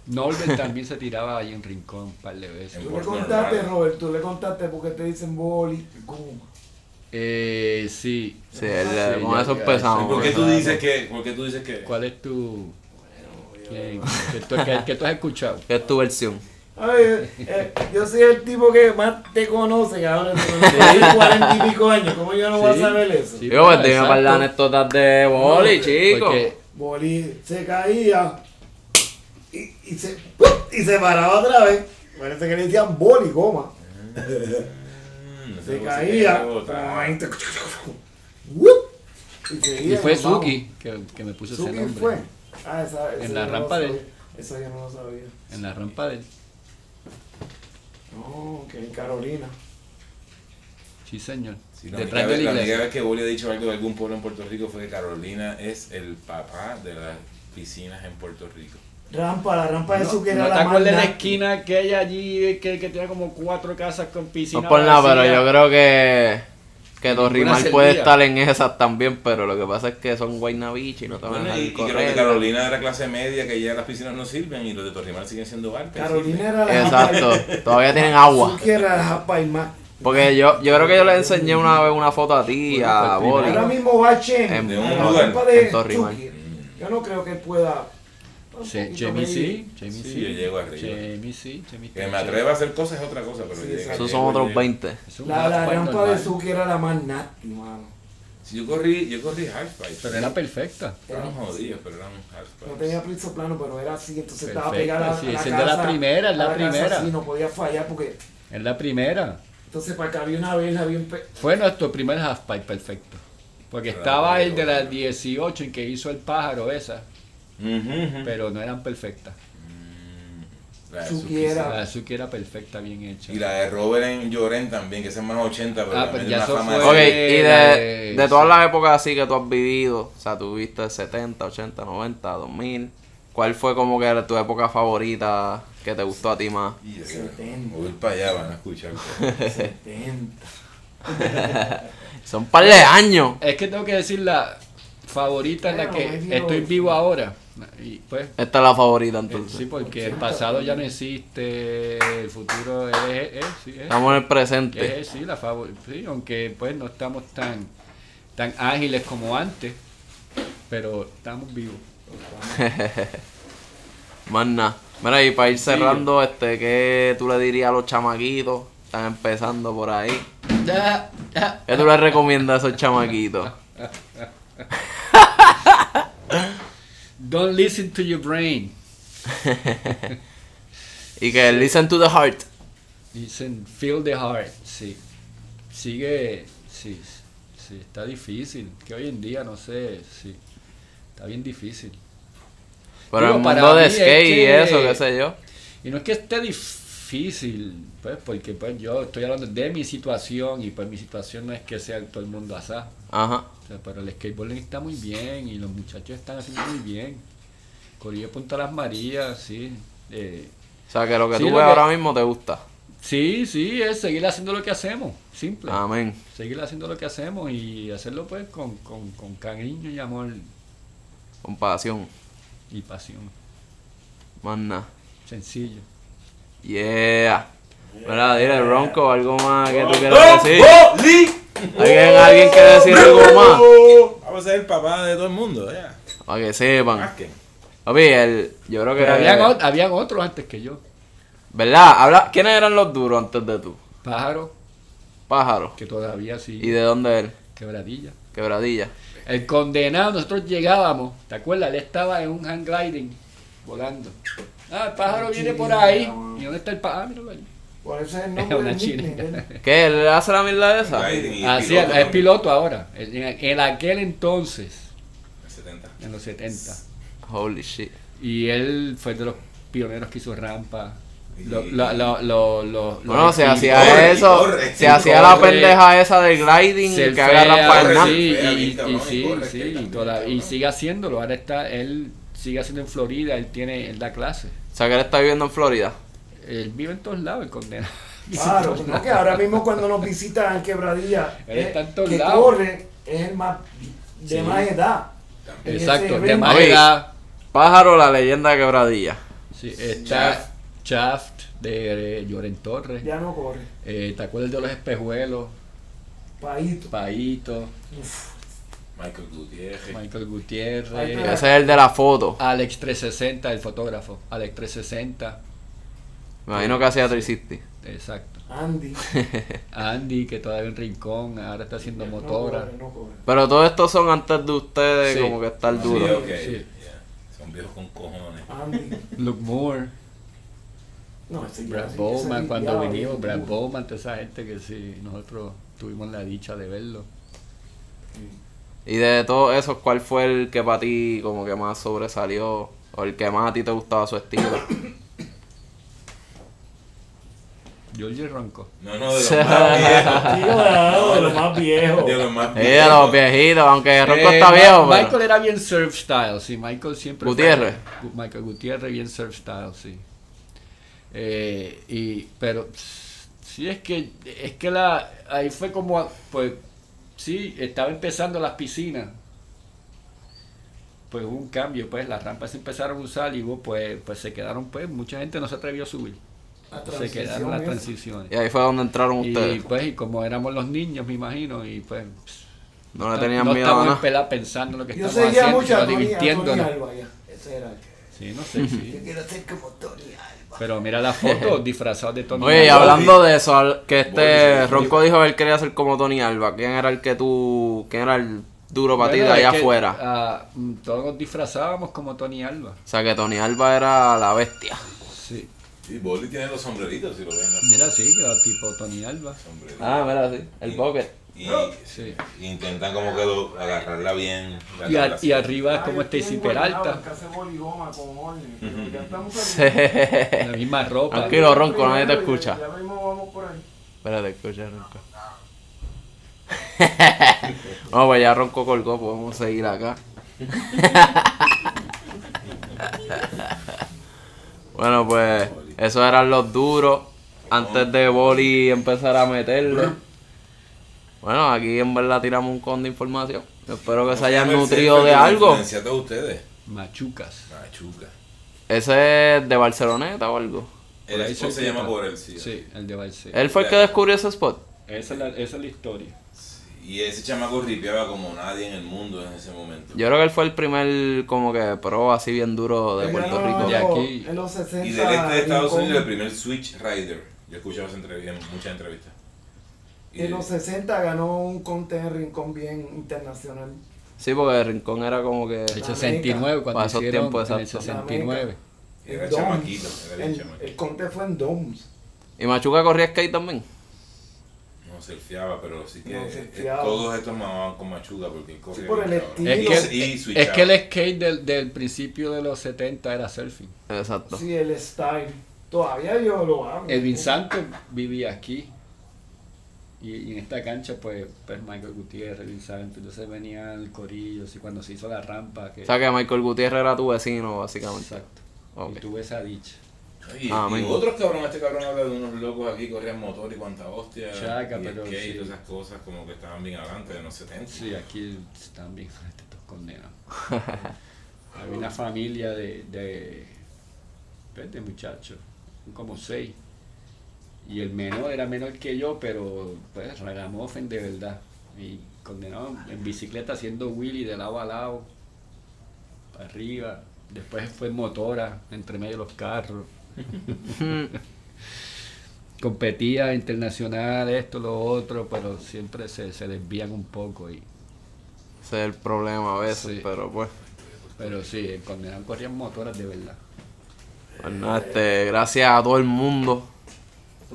[SPEAKER 2] Norbert también se tiraba ahí en rincón un par de veces.
[SPEAKER 4] Tú le contaste, Robert, tú le contaste porque te dicen boli, gum.
[SPEAKER 2] Eh, sí.
[SPEAKER 1] Sí, el-
[SPEAKER 2] Sí,
[SPEAKER 1] con
[SPEAKER 2] ya-
[SPEAKER 1] eso
[SPEAKER 2] ya,
[SPEAKER 1] empezamos.
[SPEAKER 2] sí.
[SPEAKER 3] ¿Por qué tú dices que, por qué tú dices que,
[SPEAKER 2] ¿Cuál es tu. ¿Quién? ¿Qué tú, qué- qué tú has escuchado?
[SPEAKER 1] ¿Qué es tu versión?
[SPEAKER 4] Ay, eh, eh, yo soy el tipo que más te conoce, cabrón. Tengo cuarenta y pico años. ¿Cómo yo no voy
[SPEAKER 2] Sí,
[SPEAKER 4] a saber eso?
[SPEAKER 2] sí.
[SPEAKER 1] Yo, pues dime
[SPEAKER 2] exacto.
[SPEAKER 1] para las anécdotas de Boli, chico.
[SPEAKER 2] Porque
[SPEAKER 4] Boli se caía y, y se, y se paraba otra vez. Parece que le decían boli, goma.
[SPEAKER 3] mm,
[SPEAKER 4] Se
[SPEAKER 3] no sé,
[SPEAKER 4] caía.
[SPEAKER 3] se bota?
[SPEAKER 4] Wup, Y, seguía,
[SPEAKER 2] y fue
[SPEAKER 4] nos vamos.
[SPEAKER 2] Suki que, que me puso ese
[SPEAKER 4] Suki
[SPEAKER 2] nombre.
[SPEAKER 4] fue. Ah, esa, esa
[SPEAKER 2] En
[SPEAKER 4] yo
[SPEAKER 2] la
[SPEAKER 4] no
[SPEAKER 2] rampa
[SPEAKER 4] lo
[SPEAKER 2] de-
[SPEAKER 4] sabía. Esa yo no lo sabía.
[SPEAKER 2] En la rampa de él.
[SPEAKER 4] No, que Oh, en Carolina.
[SPEAKER 2] Sí, señor.
[SPEAKER 3] Sí, la
[SPEAKER 2] Detrás
[SPEAKER 3] única,
[SPEAKER 2] de la
[SPEAKER 3] vez, la única
[SPEAKER 2] iglesia.
[SPEAKER 3] vez que Boli ha dicho algo de algún pueblo en Puerto Rico fue que Carolina es el papá de las piscinas en Puerto Rico.
[SPEAKER 4] Rampa, la rampa de
[SPEAKER 2] No,
[SPEAKER 4] Suki era
[SPEAKER 2] no
[SPEAKER 4] la
[SPEAKER 2] te
[SPEAKER 4] más
[SPEAKER 2] acuerdas de la
[SPEAKER 4] nasty.
[SPEAKER 2] esquina aquella allí que, que tenía como cuatro casas con piscina.
[SPEAKER 1] No por nada, pero
[SPEAKER 2] vacía?
[SPEAKER 1] yo creo que, que Torrimal
[SPEAKER 2] servía.
[SPEAKER 1] puede estar en esas también, pero lo que pasa es que son guaynabichos y no te van a
[SPEAKER 3] Bueno,
[SPEAKER 1] dejar
[SPEAKER 3] y, y creo que
[SPEAKER 1] correr.
[SPEAKER 3] Carolina era clase media, que ya las piscinas no sirven y los de Torrimal siguen siendo barcas.
[SPEAKER 4] Carolina era la
[SPEAKER 1] Exacto, todavía tienen agua.
[SPEAKER 4] Suki era la japa y más.
[SPEAKER 1] Porque yo, yo creo que yo le enseñé una vez una foto a ti, a
[SPEAKER 2] Bueno,
[SPEAKER 1] Boli.
[SPEAKER 2] fue el
[SPEAKER 4] Ahora mismo va Chen.
[SPEAKER 1] En-
[SPEAKER 3] De
[SPEAKER 4] a
[SPEAKER 3] un
[SPEAKER 4] la
[SPEAKER 3] lugar,
[SPEAKER 4] rampa de
[SPEAKER 1] en Torrijón.
[SPEAKER 4] Suki.
[SPEAKER 3] Mm.
[SPEAKER 4] Yo no creo que pueda. un
[SPEAKER 2] Sí,
[SPEAKER 4] poquito
[SPEAKER 2] Jamie
[SPEAKER 4] medio.
[SPEAKER 2] sí. Jamie
[SPEAKER 3] Sí,
[SPEAKER 2] sí.
[SPEAKER 3] yo llego arriba.
[SPEAKER 2] Jamie sí. Jamie
[SPEAKER 3] Que me atreva a hacer cosas es otra cosa, pero
[SPEAKER 4] Sí,
[SPEAKER 3] llega,
[SPEAKER 4] exacto.
[SPEAKER 1] Esos
[SPEAKER 3] llego,
[SPEAKER 1] son otros
[SPEAKER 3] llego.
[SPEAKER 1] 20.
[SPEAKER 2] Es un
[SPEAKER 4] La, la
[SPEAKER 2] halfpipe
[SPEAKER 4] rampa
[SPEAKER 2] normal,
[SPEAKER 4] de Suki era la más nasty, mano.
[SPEAKER 3] Si yo corrí, yo corrí halfpipe.
[SPEAKER 2] Pero era perfecta.
[SPEAKER 3] Eran jodidos, pero eran halfpipe.
[SPEAKER 4] No tenía piso plano, pero era así, entonces estaba
[SPEAKER 2] Perfecto,
[SPEAKER 4] pegada a la-
[SPEAKER 2] sí,
[SPEAKER 4] a la
[SPEAKER 2] esa
[SPEAKER 4] casa.
[SPEAKER 2] es de la primera, es la
[SPEAKER 4] a casa,
[SPEAKER 2] primera.
[SPEAKER 4] Sí, no podía fallar porque
[SPEAKER 2] Es la primera.
[SPEAKER 4] entonces para acá había una vela bien pe...
[SPEAKER 2] Fue nuestro primer halfpipe perfecto. Porque
[SPEAKER 3] Claro,
[SPEAKER 2] estaba el de
[SPEAKER 3] claro.
[SPEAKER 2] las 18 en que hizo el pájaro esa,
[SPEAKER 3] Ujú, ujú.
[SPEAKER 2] pero no eran perfectas.
[SPEAKER 3] Mm-hmm. Mm. La de
[SPEAKER 4] Suki
[SPEAKER 3] Suki,
[SPEAKER 4] era-
[SPEAKER 2] La de Suki era perfecta, bien hecha.
[SPEAKER 3] Y la de Robert en Lloren también, que esa es más 80, pero
[SPEAKER 2] Ah, pero
[SPEAKER 3] también es
[SPEAKER 2] ya
[SPEAKER 3] una
[SPEAKER 2] eso
[SPEAKER 3] fama
[SPEAKER 2] fue-
[SPEAKER 3] de-
[SPEAKER 1] Ok, y
[SPEAKER 2] Eh,
[SPEAKER 1] de, de
[SPEAKER 2] sí.
[SPEAKER 1] todas las épocas así que tú has vivido, o sea, tuviste 70, 80, 90, 2000, ¿cuál fue como que tu época favorita que te gustó a ti más?
[SPEAKER 3] Y yo,
[SPEAKER 4] 70.
[SPEAKER 3] Voy para allá, van a escuchar.
[SPEAKER 4] 70.
[SPEAKER 1] Son un par de años.
[SPEAKER 2] Es que tengo que decir la favorita en la
[SPEAKER 4] Claro,
[SPEAKER 2] que
[SPEAKER 4] medio-
[SPEAKER 2] estoy vivo ahora. Y pues,
[SPEAKER 1] Esta es la favorita
[SPEAKER 2] eh, sí,
[SPEAKER 1] entonces.
[SPEAKER 2] porque el pasado ya no existe, el futuro es, es- sí, es.
[SPEAKER 1] Estamos en el presente.
[SPEAKER 2] Es, Eh, sí, la favor- sí, aunque pues no estamos tan, tan ágiles como antes, pero estamos vivos.
[SPEAKER 1] Más nada. Mira, y para ir cerrando, este, ¿qué tú le dirías a los chamaquitos? Están empezando por ahí. ¿Qué tú le recomiendas a esos chamaquitos?
[SPEAKER 2] Don't listen to your brain.
[SPEAKER 1] Y que listen to the heart.
[SPEAKER 2] Dicen feel the heart. Sí. Sigue. Sí. Sí, está difícil. Que hoy en día, no sé. Sí. Está bien difícil.
[SPEAKER 1] Pero
[SPEAKER 2] Digo,
[SPEAKER 1] el
[SPEAKER 2] para
[SPEAKER 1] mundo
[SPEAKER 2] mí
[SPEAKER 1] de
[SPEAKER 2] es
[SPEAKER 1] skate y
[SPEAKER 2] que-
[SPEAKER 1] eso, qué sé yo.
[SPEAKER 2] Y no es que esté difícil, pues, porque pues yo estoy hablando de mi situación y pues mi situación no es que sea todo el mundo asá.
[SPEAKER 1] Ajá.
[SPEAKER 2] O sea, pero el skateboarding está muy bien y los muchachos están haciendo muy bien. Corillo de Punta Las Marías, sí. eh,
[SPEAKER 1] O sea, que lo que
[SPEAKER 2] Sí,
[SPEAKER 1] tú
[SPEAKER 2] lo
[SPEAKER 1] ves
[SPEAKER 2] que-
[SPEAKER 1] ahora mismo te gusta.
[SPEAKER 2] sí, sí, es seguir haciendo lo que hacemos, simple.
[SPEAKER 1] Amén.
[SPEAKER 2] Seguir haciendo lo que hacemos y hacerlo pues con, con, con cariño y amor
[SPEAKER 1] Con pasión.
[SPEAKER 2] y pasión.
[SPEAKER 1] Más nada.
[SPEAKER 2] Sencillo.
[SPEAKER 1] Yeah. Mira, dile, Ronco, algo más que tú quieras decir.
[SPEAKER 3] ¡Boli!
[SPEAKER 1] ¿Alguien, alguien quiere decir algo más?
[SPEAKER 3] Vamos por ser el papá de todo el mundo. Ya.
[SPEAKER 1] Para que sepan.
[SPEAKER 3] Vázquez.
[SPEAKER 1] Papi, el, yo creo que.
[SPEAKER 2] Pero habían, ot- habían otros antes que yo.
[SPEAKER 1] ¿Verdad? Habla, ¿Quiénes eran los duros antes de tú?
[SPEAKER 2] Pájaro,
[SPEAKER 1] Pájaro.
[SPEAKER 2] que todavía sí.
[SPEAKER 1] ¿Y de dónde él?
[SPEAKER 2] Quebradilla.
[SPEAKER 1] Quebradilla.
[SPEAKER 2] El condenado, nosotros llegábamos, ¿te acuerdas? Él estaba en un hang gliding, volando. Ah, el pájaro viene por ahí. ¿Y dónde está el pájaro? Ah, míralo ahí.
[SPEAKER 4] Por eso es el
[SPEAKER 2] Es
[SPEAKER 4] nombre
[SPEAKER 2] una
[SPEAKER 4] del
[SPEAKER 2] chilena.
[SPEAKER 4] nickname, ¿eh?
[SPEAKER 1] ¿Qué? ¿Él hace la mierda esa?
[SPEAKER 3] Biden y
[SPEAKER 2] Así
[SPEAKER 3] piloto
[SPEAKER 2] es, es
[SPEAKER 3] también.
[SPEAKER 2] piloto ahora. En, en aquel entonces,
[SPEAKER 3] 70.
[SPEAKER 2] en los 70.
[SPEAKER 1] Holy shit.
[SPEAKER 2] Y él fue de los pioneros que hizo rampa. Lo,
[SPEAKER 3] Y-
[SPEAKER 2] lo, lo, lo, lo-
[SPEAKER 1] Bueno,
[SPEAKER 2] lo-
[SPEAKER 1] se
[SPEAKER 2] y-
[SPEAKER 1] hacía
[SPEAKER 3] corre, y
[SPEAKER 1] eso.
[SPEAKER 3] corre,
[SPEAKER 1] se
[SPEAKER 3] y
[SPEAKER 1] hacía la
[SPEAKER 2] corre.
[SPEAKER 1] pendeja esa del gliding
[SPEAKER 2] se
[SPEAKER 1] que
[SPEAKER 2] fue
[SPEAKER 1] agarra
[SPEAKER 2] ahora
[SPEAKER 1] para el
[SPEAKER 3] ahora
[SPEAKER 1] nada.
[SPEAKER 2] sí,
[SPEAKER 3] Fue a
[SPEAKER 2] y,
[SPEAKER 3] Vista,
[SPEAKER 2] y
[SPEAKER 3] ¿no? Y
[SPEAKER 2] sí,
[SPEAKER 3] corre, este
[SPEAKER 2] sí,
[SPEAKER 3] que
[SPEAKER 2] y,
[SPEAKER 3] también,
[SPEAKER 2] toda- y
[SPEAKER 3] cabrón.
[SPEAKER 2] sigue haciéndolo. Ahora está, él sigue haciendo en Florida, él tiene, él da clases.
[SPEAKER 1] O sea, que él está viviendo en Florida.
[SPEAKER 2] Él vive en todos lados, el condena.
[SPEAKER 4] Claro, no, que ahora mismo cuando nos visitan Quebradilla,
[SPEAKER 2] Él está en
[SPEAKER 4] eh,
[SPEAKER 2] todos
[SPEAKER 4] que
[SPEAKER 2] lados.
[SPEAKER 4] corre, es el más de
[SPEAKER 2] Sí.
[SPEAKER 4] más edad. En ese
[SPEAKER 2] Exacto, de
[SPEAKER 4] ritmo.
[SPEAKER 2] más
[SPEAKER 1] Oye.
[SPEAKER 2] edad.
[SPEAKER 1] Pájaro, la leyenda de Quebradilla.
[SPEAKER 2] Sí, está Shaft de eh, Lloren Torres.
[SPEAKER 4] Ya no corre.
[SPEAKER 2] Eh, ¿Te acuerdas de los espejuelos?
[SPEAKER 4] Paito.
[SPEAKER 2] Paito,
[SPEAKER 4] Uf,
[SPEAKER 3] Michael Gutiérrez.
[SPEAKER 2] Michael
[SPEAKER 4] Ahí
[SPEAKER 1] Ese es
[SPEAKER 2] Gutiérrez,
[SPEAKER 1] el de la foto.
[SPEAKER 2] Alex 360, el fotógrafo. Alex 360,
[SPEAKER 1] Me imagino que hacía 360.
[SPEAKER 2] exacto.
[SPEAKER 4] Andy.
[SPEAKER 2] Andy, que todavía en Rincón, ahora está haciendo
[SPEAKER 4] No
[SPEAKER 2] motora.
[SPEAKER 4] corre, no corre.
[SPEAKER 1] Pero todos estos son antes de ustedes,
[SPEAKER 2] Sí.
[SPEAKER 1] como que está el
[SPEAKER 3] Ah, Sí,
[SPEAKER 1] duro.
[SPEAKER 3] ok,
[SPEAKER 2] Sí.
[SPEAKER 3] ya. Son viejos con cojones.
[SPEAKER 4] Andy.
[SPEAKER 2] Luke Moore,
[SPEAKER 4] No, ese ya-
[SPEAKER 2] Brad
[SPEAKER 4] ese-
[SPEAKER 2] Bowman,
[SPEAKER 4] ese
[SPEAKER 2] cuando
[SPEAKER 4] diablo,
[SPEAKER 2] vinimos,
[SPEAKER 4] ese
[SPEAKER 2] Brad
[SPEAKER 4] tipo.
[SPEAKER 2] Bowman, toda esa gente que sí, nosotros tuvimos la dicha de verlo.
[SPEAKER 1] Y de todos esos, ¿cuál fue el que para ti como que más sobresalió? O el que más a ti te gustaba su estilo.
[SPEAKER 2] Georgie Ronco.
[SPEAKER 3] No, no, de los más viejos.
[SPEAKER 4] Digo, no, de lo más viejo.
[SPEAKER 3] De los más
[SPEAKER 1] Eh, de los viejitos, aunque Ronco está
[SPEAKER 2] Eh,
[SPEAKER 1] viejo,
[SPEAKER 2] Ma-
[SPEAKER 1] pero-
[SPEAKER 2] Michael era bien surf style, sí. Michael siempre. fue-
[SPEAKER 1] Gutiérrez.
[SPEAKER 2] Gu- Michael Gutiérrez, bien surf style, sí. Eh, y, pero pss, sí es que es que la ahí fue como pues sí estaba empezando las piscinas pues hubo un cambio pues las rampas se empezaron a usar y hubo, pues pues se quedaron pues mucha gente no se atrevió a subir
[SPEAKER 4] La
[SPEAKER 2] se quedaron
[SPEAKER 4] transición
[SPEAKER 2] las
[SPEAKER 4] esa.
[SPEAKER 2] transiciones
[SPEAKER 1] Y ahí fue donde entraron
[SPEAKER 2] y
[SPEAKER 1] ustedes.
[SPEAKER 2] pues y como éramos los niños me imagino y pues pss,
[SPEAKER 1] no le tenían
[SPEAKER 2] no
[SPEAKER 1] miedo a
[SPEAKER 2] estamos
[SPEAKER 1] nada.
[SPEAKER 2] pela- pensando lo que
[SPEAKER 4] Yo
[SPEAKER 2] estamos
[SPEAKER 4] seguía
[SPEAKER 2] haciendo,
[SPEAKER 4] mucho
[SPEAKER 2] sino
[SPEAKER 4] a Tony, a Tony
[SPEAKER 2] divirtiéndonos.
[SPEAKER 4] Alba ya. Ese era el que-
[SPEAKER 2] Sí, no sé,
[SPEAKER 4] Yo
[SPEAKER 2] sí.
[SPEAKER 4] quiero ser como Tony Alba.
[SPEAKER 2] Pero mira la foto disfrazado de Tony.
[SPEAKER 1] Oye, y
[SPEAKER 2] Alba.
[SPEAKER 1] hablando de eso, al- que
[SPEAKER 3] Voy,
[SPEAKER 1] este
[SPEAKER 3] voy.
[SPEAKER 1] Ronco dijo que él quería ser como Tony Alba. ¿Quién era el que tú, quién era el duro para ti de
[SPEAKER 2] Bueno,
[SPEAKER 1] allá
[SPEAKER 2] es que,
[SPEAKER 1] afuera?
[SPEAKER 2] ah, mm, todos nos disfrazábamos como Tony Alba.
[SPEAKER 1] O sea que Tony Alba era la bestia.
[SPEAKER 2] Sí.
[SPEAKER 3] Sí, Boli tiene los sombreritos, si lo ven. ¿no?
[SPEAKER 2] Mira, sí, que era tipo Tony Alba.
[SPEAKER 3] Sombreritos.
[SPEAKER 1] mira, sí,
[SPEAKER 3] el bucket. Y,
[SPEAKER 2] Ah. Sí.
[SPEAKER 3] y intentan como que lo- agarrarla bien. la
[SPEAKER 2] Y, a- y
[SPEAKER 3] relación.
[SPEAKER 2] arriba es como Stacy Peralta, la misma ropa.
[SPEAKER 1] Tranquilo, Ronco, nadie te escucha. Espérate, escucha, Ronco. No, pues ya Ronco colgó, podemos seguir acá. bueno, pues esos eran los duros. Antes de Boli empezar a meterle. Bueno, aquí en verdad tiramos un con de información. Espero que se hayan nutrido de algo.
[SPEAKER 3] Influencia a todos ustedes. Ah,
[SPEAKER 2] Machucas.
[SPEAKER 3] Machuca.
[SPEAKER 1] Ese es de Barceloneta o algo.
[SPEAKER 3] El
[SPEAKER 2] ahí
[SPEAKER 3] spot se
[SPEAKER 2] cerquita.
[SPEAKER 3] llama por él, sí.
[SPEAKER 2] Sí, el de Balse.
[SPEAKER 1] Él fue el que descubrió ese spot.
[SPEAKER 2] Esa es la, esa es la historia.
[SPEAKER 3] Y ese chamaco ripeaba como nadie en el mundo en ese momento.
[SPEAKER 1] Yo creo que él fue el primer como que pro así bien duro de Puerto Rico.
[SPEAKER 2] ya.
[SPEAKER 4] En los 60.
[SPEAKER 3] Y del este de Estados
[SPEAKER 4] Lincoln-
[SPEAKER 3] Unidos, el primer Switch Rider. Yo he escuchado esa entrev- en muchas entrevistas. Y
[SPEAKER 4] En los 60 ganó un contest en Rincón bien internacional.
[SPEAKER 1] Sí, porque el rincón era como que...
[SPEAKER 2] El 69, cuando
[SPEAKER 1] Para esos
[SPEAKER 2] hicieron
[SPEAKER 1] tiempos,
[SPEAKER 2] en el
[SPEAKER 1] exacto.
[SPEAKER 2] 69.
[SPEAKER 4] En
[SPEAKER 3] Era
[SPEAKER 4] Doms.
[SPEAKER 3] chamaquito, era bien
[SPEAKER 4] El-
[SPEAKER 3] chamaquito.
[SPEAKER 4] El contest fue en Doms.
[SPEAKER 1] Y Machuca corría skate también.
[SPEAKER 3] No surfeaba, pero sí que
[SPEAKER 4] No
[SPEAKER 3] eh,
[SPEAKER 4] surfeaba.
[SPEAKER 3] todos estos mamaban con machuca porque él corría
[SPEAKER 4] por el
[SPEAKER 3] bien, cabrón.
[SPEAKER 4] estilo.
[SPEAKER 2] Es
[SPEAKER 3] Y- y
[SPEAKER 2] Es
[SPEAKER 3] switchaba.
[SPEAKER 2] que el skate del, del principio de los 70 era surfing.
[SPEAKER 1] Exacto.
[SPEAKER 4] Sí, el style. Todavía yo lo amo.
[SPEAKER 2] Edwin Santos vivía aquí. Y, y en esta cancha, pues, pues, Michael Gutiérrez, Edwin Santos. Entonces venía el corillo, así cuando se hizo la rampa. Que,
[SPEAKER 1] O sea que Michael Gutiérrez era tu vecino, básicamente.
[SPEAKER 2] Exacto.
[SPEAKER 1] Ok.
[SPEAKER 2] Y tuve esa dicha.
[SPEAKER 3] Y,
[SPEAKER 2] Ah,
[SPEAKER 1] Amén.
[SPEAKER 3] y otros cabrón, este cabrón habla de unos locos aquí, corrían motor y cuanta hostia.
[SPEAKER 2] Chaca,
[SPEAKER 3] y
[SPEAKER 2] pero
[SPEAKER 3] skate y
[SPEAKER 2] sí.
[SPEAKER 3] todas esas cosas como que estaban bien adelante de los 70.
[SPEAKER 2] Sí, aquí están bien estos condenados. Había una familia de, de, pues, de muchachos, como seis. Y el menor era menor que yo, pero pues ragamuffin de verdad. Y condenado en bicicleta haciendo Willy de lado a lado, para arriba. Después fue en motora, entre medio de los carros. Competía internacional, esto, lo otro, pero siempre se, se desvían un poco. y
[SPEAKER 1] Ese es el problema a veces,
[SPEAKER 2] Sí.
[SPEAKER 1] pero pues.
[SPEAKER 2] Pero sí, el condenado corría en motoras de verdad.
[SPEAKER 1] Pues nada, este, gracias a todo el mundo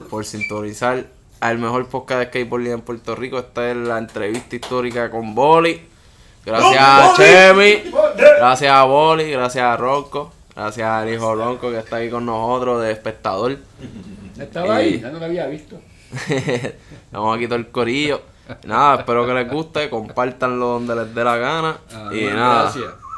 [SPEAKER 1] por sintonizar al mejor podcast de skateboarding en Puerto Rico. Esta es la entrevista histórica con Boli. Gracias a Chemi,
[SPEAKER 4] Oh,
[SPEAKER 1] gracias a Boli, gracias a Rocco, gracias al hijo Ronco que está aquí con nosotros de espectador.
[SPEAKER 2] Estaba ahí,
[SPEAKER 1] Eh.
[SPEAKER 2] ya no lo había visto.
[SPEAKER 1] Estamos aquí todo el corillo. Nada, espero que les guste, compártanlo donde les dé la gana.
[SPEAKER 2] Ah,
[SPEAKER 1] y eh, nada,
[SPEAKER 2] Gracias.